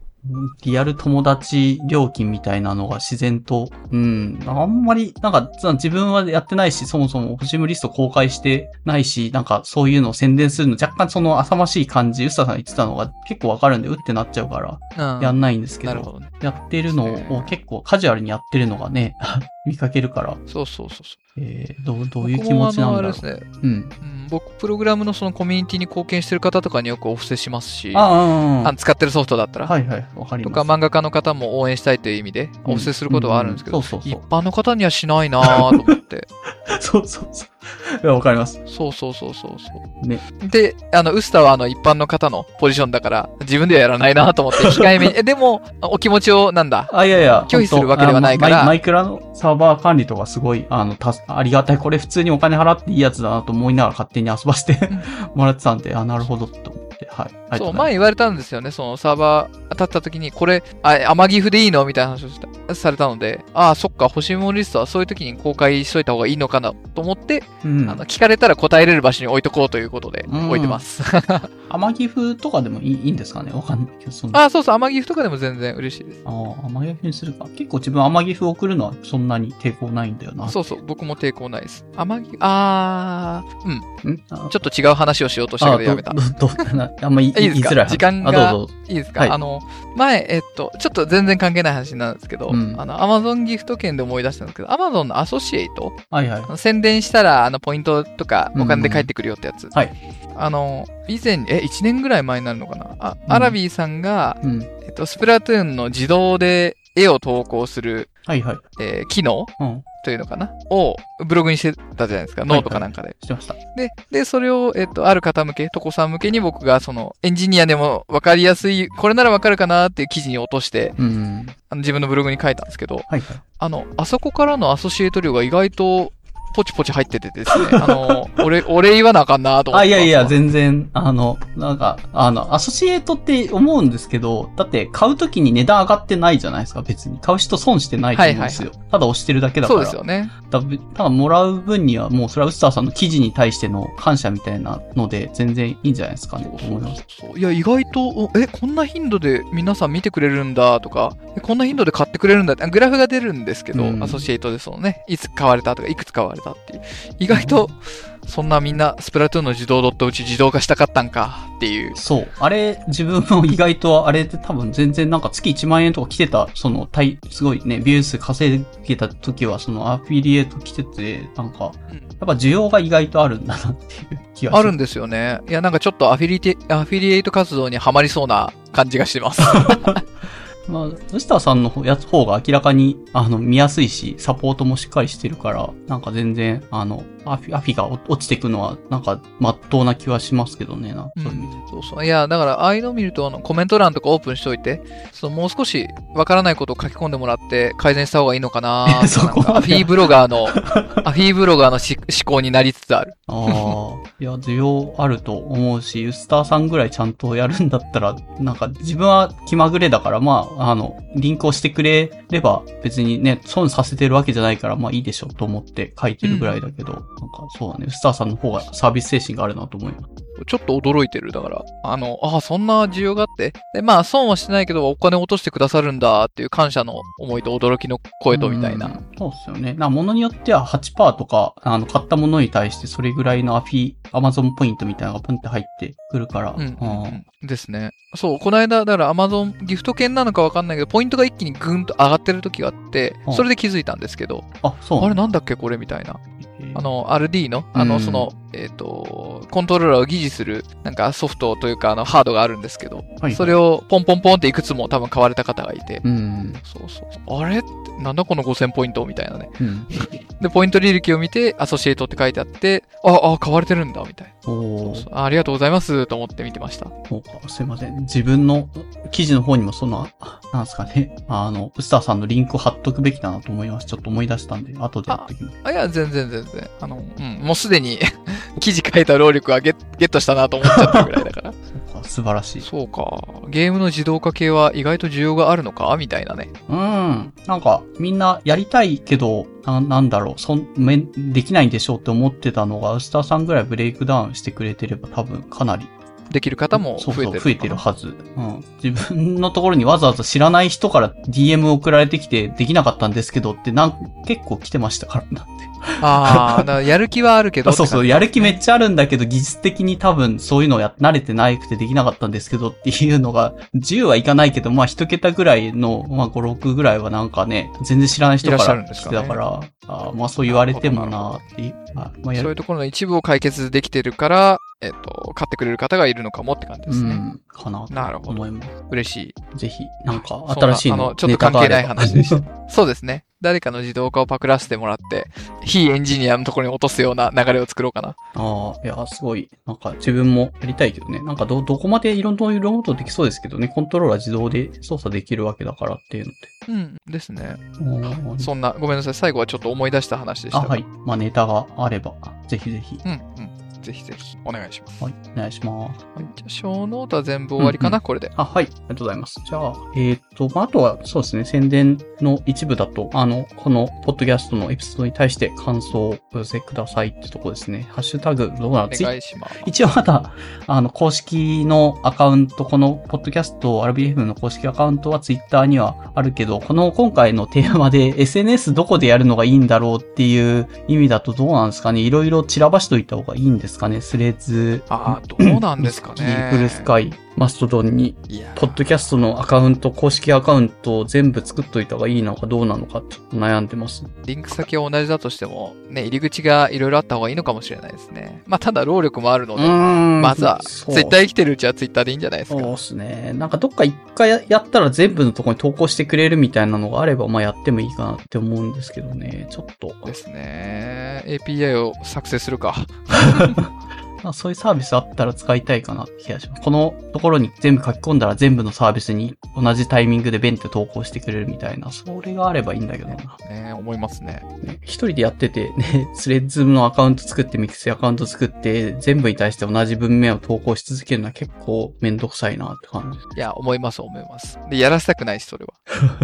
Speaker 4: リアル友達料金みたいなのが自然と、うん、あんまり、なんか、その自分はやってないし、そもそも星ムリスト公開してないし、なんかそういうのを宣伝するの、若干その浅ましい感じ、ウスタさん言ってたのが結構わかるんで、うってなっちゃうから、
Speaker 3: うん。
Speaker 4: やんないんですけ
Speaker 3: な
Speaker 4: ど、
Speaker 3: るほどね。
Speaker 4: やってるのを結構カジュアルにやってるのがね、 見かけるから、
Speaker 3: そうそうそうそ
Speaker 4: えー、どう、ど
Speaker 3: う。
Speaker 4: ういう気持ちな
Speaker 3: 僕もあのあれ
Speaker 4: んだろう
Speaker 3: で。すね、
Speaker 4: うん。
Speaker 3: うん僕、プログラムのそのコミュニティに貢献してる方とかによくお布施しますし、
Speaker 4: ああ、うん
Speaker 3: あの使ってるソフトだったら、
Speaker 4: はいはい、わかり
Speaker 3: と
Speaker 4: ます。
Speaker 3: か漫画家の方も応援したいという意味でお布施することはあるんですけど、
Speaker 4: うそうそう
Speaker 3: 一
Speaker 4: そう。
Speaker 3: 般の方にはしないなぁと思って。
Speaker 4: そうそうそう。いやわかります。
Speaker 3: そうそうそうそうそう。
Speaker 4: ね
Speaker 3: で、あの、ウスターはあの、一般の方のポジションだから、自分ではやらないなと思って、控えめに。え、でも、お気持ちを、なんだ。
Speaker 4: あ、いやいや。
Speaker 3: 拒否するわけではないから
Speaker 4: あのマイマイクラのサーバー管理とかすごい、あの、たすありがたい。これ普通にお金払っていいやつだなと思いながら勝手に遊ばせてもらってたんで、あ、なるほどって思って。はい。ありがと
Speaker 3: そう、
Speaker 4: ござい
Speaker 3: 前言われたんですよね。そのサーバー立った時に、これ、あ、天岐阜でいいのみたいな話をしたされたので、ああ、そっか、星雲リストはそういう時に公開しといた方がいいのかなと思って、あ
Speaker 4: ます。う
Speaker 3: の、
Speaker 4: ん。
Speaker 3: 聞かれたら答えれる場所に置いとこうということで、
Speaker 4: うん
Speaker 3: 置いてます。
Speaker 4: 天岐阜とかでもいいいいんですかねわかんないけど、その、あ
Speaker 3: ああ、そうそう、天岐阜とかでも全然嬉しいです。
Speaker 4: あー、天岐阜にするか。結構自分天岐阜送るのはそんなに抵抗ないんだよな。
Speaker 3: そうそう、僕も抵抗ないです。天岐、あー、うん、
Speaker 4: う。んあ
Speaker 3: ちょっと違う話をしようとしたけどやめた
Speaker 4: あ。ど、ど、ど、なあんまり
Speaker 3: いい
Speaker 4: 言
Speaker 3: です
Speaker 4: い
Speaker 3: か
Speaker 4: づらい話。
Speaker 3: 時間が
Speaker 4: あ、どうぞ。
Speaker 3: いいですか、
Speaker 4: はい
Speaker 3: あの、前、えっと、ちょっと全然関係ない話なんですけど、
Speaker 4: うん
Speaker 3: あの、アマゾンギフト券で思い出したんですけど、アマゾンのアソシエイト、
Speaker 4: はいはい
Speaker 3: あ。の宣伝したら、あの、ポイントとかお金で返ってくるよってやつ。
Speaker 4: はい
Speaker 3: あの、以前に、え、1年ぐらい前になるのかなあ、
Speaker 4: うん
Speaker 3: アラビーさんが、
Speaker 4: うん。
Speaker 3: えっと、スプラトゥーンの自動で絵を投稿する、
Speaker 4: はいはい。
Speaker 3: えー機能
Speaker 4: うん。
Speaker 3: というのかなをブログにしてたじゃないですか。ノートかなんかで。
Speaker 4: してました。
Speaker 3: で、で、それを、えっと、ある方向け、トコさん向けに僕が、その、エンジニアでも分かりやすい、これなら分かるかなっていう記事に落として、
Speaker 4: うん。
Speaker 3: あの自分のブログに書いたんですけど、
Speaker 4: はいはい。
Speaker 3: あの、あそこからのアソシエイト料が意外と、ポチポチ入っててですね、あ の、俺、俺言わなあかんなと思っ
Speaker 4: あ、
Speaker 3: て
Speaker 4: い
Speaker 3: ます。
Speaker 4: やいや、全然、あの、なんか、あの、アソシエイトって思うんですけど、だって買うときに値段上がってないじゃないですか、別に。買う人損してないと思うんですよ。ただ押してるだけだか
Speaker 3: そう
Speaker 4: ら。
Speaker 3: ですよね。
Speaker 4: だぶただもらう分には、もうそれはウスターさんの記事に対しての感謝みたいなので、全然いいんじゃないですかね、と思います。
Speaker 3: そういや、意外と、おえ、こんな頻度で皆さん見てくれるんだとか、えこんな頻度で買ってくれるんだって、あグラフが出るんですけど、
Speaker 4: うん
Speaker 3: アソシエイトでそのね、いつ買われたとか、いくつ買われたっていう。意外と、そんなみんな、スプラトゥーンの自動ドットうち自動化したかったんかっていう。
Speaker 4: そう。あれ、自分も意外と、あれって多分全然なんか月1万円とか来てた、その、たいすごいね、ビュー数稼いでた時は、そのアフィリエイト来てて、なんか、
Speaker 3: うん
Speaker 4: やっぱ需要が意外とあるんだなっていう気がす
Speaker 3: あるんですよね。いや、なんかちょっとアフィリテ、アフィリエイト活動にはまりそうな感じがしてます。
Speaker 4: まあ、ウスターさんのやつ方が明らかに、あの、見やすいし、サポートもしっかりしてるから、なんか全然、あの、アフィアフィが落落ちていくのは、なんか、まっとうな気はしますけどね、な。
Speaker 3: う
Speaker 4: そういう意味
Speaker 3: ん、そうそう。いや、だから、ああいうのを見ると、あの、コメント欄とかオープンしといて、その、もう少し、わからないことを書き込んでもらって、改善した方がいいのかなとか
Speaker 4: そこまで
Speaker 3: なんかアフィーブロガーの、 アフィーブロガーのし思考になりつつある。
Speaker 4: ああ、いや、需要あると思うし、ウスターさんぐらいちゃんとやるんだったら、なんか自分は気まぐれだから、まあ、あの、リンクをしてくれれば、別にね、損させてるわけじゃないから、まあいいでしょと思って書いてるぐらいだけど、なんかそうだね、ウスターさんの方がサービス精神があるなと思います。
Speaker 3: ちょっと驚いてる。だから、あの、ああ、そんな需要があって、で、まあ、損はしてないけど、お金を落としてくださるんだっていう感謝の思いと驚きの声とみたいな。
Speaker 4: うん。そうっすよね。な、ものによっては8%とか、あの、買ったものに対してそれぐらいのアフィ、アマゾンポイントみたいなのがプンって入ってくるから、
Speaker 3: うんうんう
Speaker 4: あー
Speaker 3: ん、ですね。そう、この間、だから Amazon ギフト券なのかわかんないけど、ポイントが一気にグンと上がってる時があって
Speaker 4: う、ん
Speaker 3: それで気づいたんですけど、
Speaker 4: あ、そう
Speaker 3: あ
Speaker 4: な
Speaker 3: れ
Speaker 4: んだ
Speaker 3: なんだっけこれみたいな。
Speaker 4: えー
Speaker 3: あの、RD の、あ
Speaker 4: う
Speaker 3: の、
Speaker 4: ん
Speaker 3: その、えっ、と、コントローラーを疑似する、なんかソフトというか、あの、ハードがあるんですけど、
Speaker 4: はい。
Speaker 3: それをポンポンポンっていくつも多分買われた方がいて、
Speaker 4: うん。
Speaker 3: そうそうそう。あれってなんだこの5000ポイントみたいなね。
Speaker 4: うん。
Speaker 3: で、ポイント履歴を見て、アソシエイトって書いてあって、あ、あ、買われてるんだ、みたいな。
Speaker 4: おー
Speaker 3: そうあありがとうございます、と思って見てました。
Speaker 4: そうかすいません。自分の記事の方にもその、なんですかね。あの、ウスターさんのリンクを貼っとくべきだなと思います。ちょっと思い出したんで、後でやっときます。
Speaker 3: あ、いや、全然全然。あの、うん、もうすでに、 記事書いた労力はゲッゲットしたなと思っちゃったぐらいだから。
Speaker 4: そうか素晴らしい。
Speaker 3: そうか。ゲームの自動化系は意外と需要があるのかみたいなね。
Speaker 4: うん。なんか、みんなやりたいけど、ななんだろう、そん、めん、できないんでしょうって思ってたのが、ウスターさんぐらいブレイクダウンしてくれてれば多分かなり
Speaker 3: できる方も増えてるのかな。
Speaker 4: そうそう増えてるはず。うん。自分のところにわざわざ知らない人から DM 送られてきて、できなかったんですけどって、なん、結構来てましたからな。
Speaker 3: ああ、だからやる気はあるけど。
Speaker 4: そうそう、やる気めっちゃあるんだけど、技術的に多分そういうのや、慣れてなくてできなかったんですけどっていうのが、10はいかないけど、まあ一桁ぐらいの、まあ5、6ぐらいはなんかね、全然知らない人か
Speaker 3: いらっしゃる
Speaker 4: ら
Speaker 3: んです
Speaker 4: 来
Speaker 3: か
Speaker 4: て
Speaker 3: ね
Speaker 4: たから、あーまあそう言われて
Speaker 3: な
Speaker 4: も
Speaker 3: るほ
Speaker 4: なーっていう。あまあや
Speaker 3: そうい
Speaker 4: る
Speaker 3: うところの一部を解決できてるから、えっ、と、買ってくれる方がいるのかもって感じで
Speaker 4: う
Speaker 3: すね。
Speaker 4: ん、かな
Speaker 3: なるほ
Speaker 4: と
Speaker 3: ど。
Speaker 4: 思います。
Speaker 3: 嬉しい。
Speaker 4: ぜひ、なんか新しい
Speaker 3: そんなあ
Speaker 4: の。
Speaker 3: のちょっと関係ない話でしたそうですね。誰かの自動化をパクらせてもらって、非エンジニアのところに落とすような流れを作ろうかな。
Speaker 4: ああ、いや、すごい。なんか自分もやりたいけどね。なんかど、どこまでいろんな色々とできそうですけどね。コントローラー自動で操作できるわけだからっていう
Speaker 3: うん、ですね。
Speaker 4: ので。うん
Speaker 3: そんな、ごめんなさい。最後はちょっと思い出した話でし
Speaker 4: あ、
Speaker 3: た。
Speaker 4: はい。まあ、ネタがあれば、ぜひぜひ。
Speaker 3: うん、うん。ぜひぜひ、お願いします。
Speaker 4: はい。お願いします。
Speaker 3: はい、じゃあ、小ノートは全部終わりかな、これで。
Speaker 4: あ、はい。ありがとうございます。じゃあ、えっ、と、まあ、あとは、そうですね。宣伝の一部だと、あの、この、ポッドキャストのエピソードに対して感想をお寄せくださいってとこですね。ハッシュタグ、どうな
Speaker 3: お
Speaker 4: のツイ
Speaker 3: 願いします。
Speaker 4: 一応まだ、あの、公式のアカウント、この、ポッドキャスト、RBFM の公式アカウントはツイッターにはあるけど、この今回のテーマで SNS どこでやるのがいいんだろうっていう意味だとどうなんですかねいろいろ散らばしといた方がいいんですかねスレッズ、
Speaker 3: ああ、どうなんですか
Speaker 4: ミスキ
Speaker 3: ね
Speaker 4: ー。ブルースカイ、マストドンに、
Speaker 3: いやー
Speaker 4: ポッドキャストのアカウント、公式アカウントを全部作っといた方がいいのかどうなのかちょっと悩んでます。
Speaker 3: リンク先は同じだとしても、ね、入り口がいろいろあった方がいいのかもしれないですね。まあ、ただ労力もあるの
Speaker 4: う
Speaker 3: で、
Speaker 4: ーん
Speaker 3: まずは、
Speaker 4: そう
Speaker 3: ツイッター生きてるうちはツイッターでいいんじゃないです
Speaker 4: そ
Speaker 3: か
Speaker 4: う。ですね。なんかどっか一回やったら全部のところに投稿してくれるみたいなのがあれば、まあやってもいいかなって思うんですけどね。ちょっと、
Speaker 3: ですね。API を作成するか。
Speaker 4: まあ、そういうサービスあったら使いたいかなって気がします。このところに全部書き込んだら全部のサービスに同じタイミングでベンって投稿してくれるみたいな、それがあればいいんだけどな。
Speaker 3: ね、思いますね。
Speaker 4: ね 一人でやってて、ね、スレッズのアカウント作って、ミクスアカウント作って、全部に対して同じ文面を投稿し続けるのは結構めんどくさいなって感じ。
Speaker 3: いや、思います、思います。で、やらせたくないし、それは。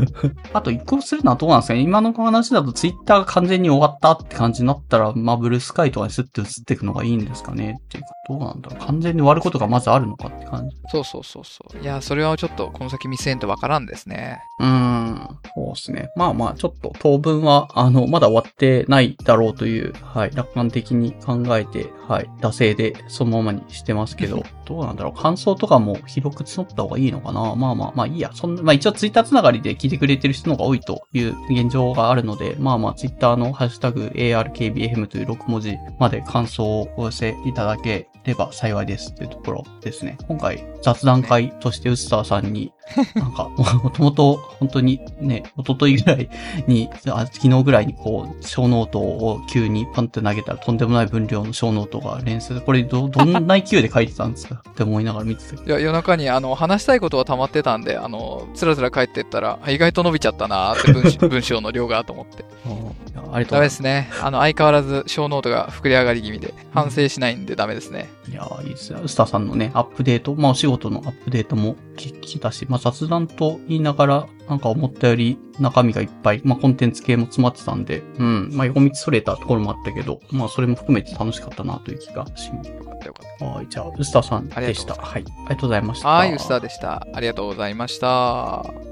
Speaker 4: あと移行するのはどうなんですかね今の話だとツイッターが完全に終わったって感じになったら、まあブルースカイとかにスッて移っていくのがいいんですかねっていうか、どうなんだろう完全に終わることがまずあるのかって感じ。
Speaker 3: そうそうそうそう。いや、それはちょっと、この先見せんとわからんですね。
Speaker 4: うーん。そうですね。まあまあ、ちょっと当分は、あの、まだ終わってないだろうという、はい、楽観的に考えて、はい、惰性でそのままにしてますけど、どうなんだろう感想とかも広く募った方がいいのかなまあまあ、まあいいや。そんな、まあ一応ツイッターつながりで聞いてくれてる人の方が多いという現状があるので、まあまあツイッターのハッシュタグ ARKBFM という6文字まで感想をお寄せいただければ幸いですというところですね。今回雑談会としてウッサーさんに、なん か、もともと本当にね、一昨日ぐらいに、あ昨日ぐらいにこう、小ノートを急にパンって投げたらとんでもない分量の小ノートが連載。これど、どんな勢いで書いてたんですか って思いながら見てたけど。
Speaker 3: いや、夜中に、あの、話したいことは溜まってたんで、あの、つらつら帰ってったら、あ意外と伸びちゃったなーって文 章、文章の量がと思って。
Speaker 4: いやありがとうござ
Speaker 3: ダ
Speaker 4: い
Speaker 3: メ
Speaker 4: ま。
Speaker 3: ですすね。あの、相変わらず、小ノートが膨れ上がり気味で、反省しないんでダメですね。
Speaker 4: いやーいいですね。ウスターさんのね、アップデート、まあお仕事のアップデートも聞きたし、まあ雑談と言いながら、なんか思ったより中身がいっぱい、まあコンテンツ系も詰まってたんで、うん、まあ横道それたところもあったけど、まあそれも含めて楽しかったなという気がします。
Speaker 3: よかったよかっ
Speaker 4: はい、じゃあ、ウスターさんでした。
Speaker 3: あ。
Speaker 4: はい、ありがとうございましたた。
Speaker 3: はい、ウスターでした。ありがとうございました。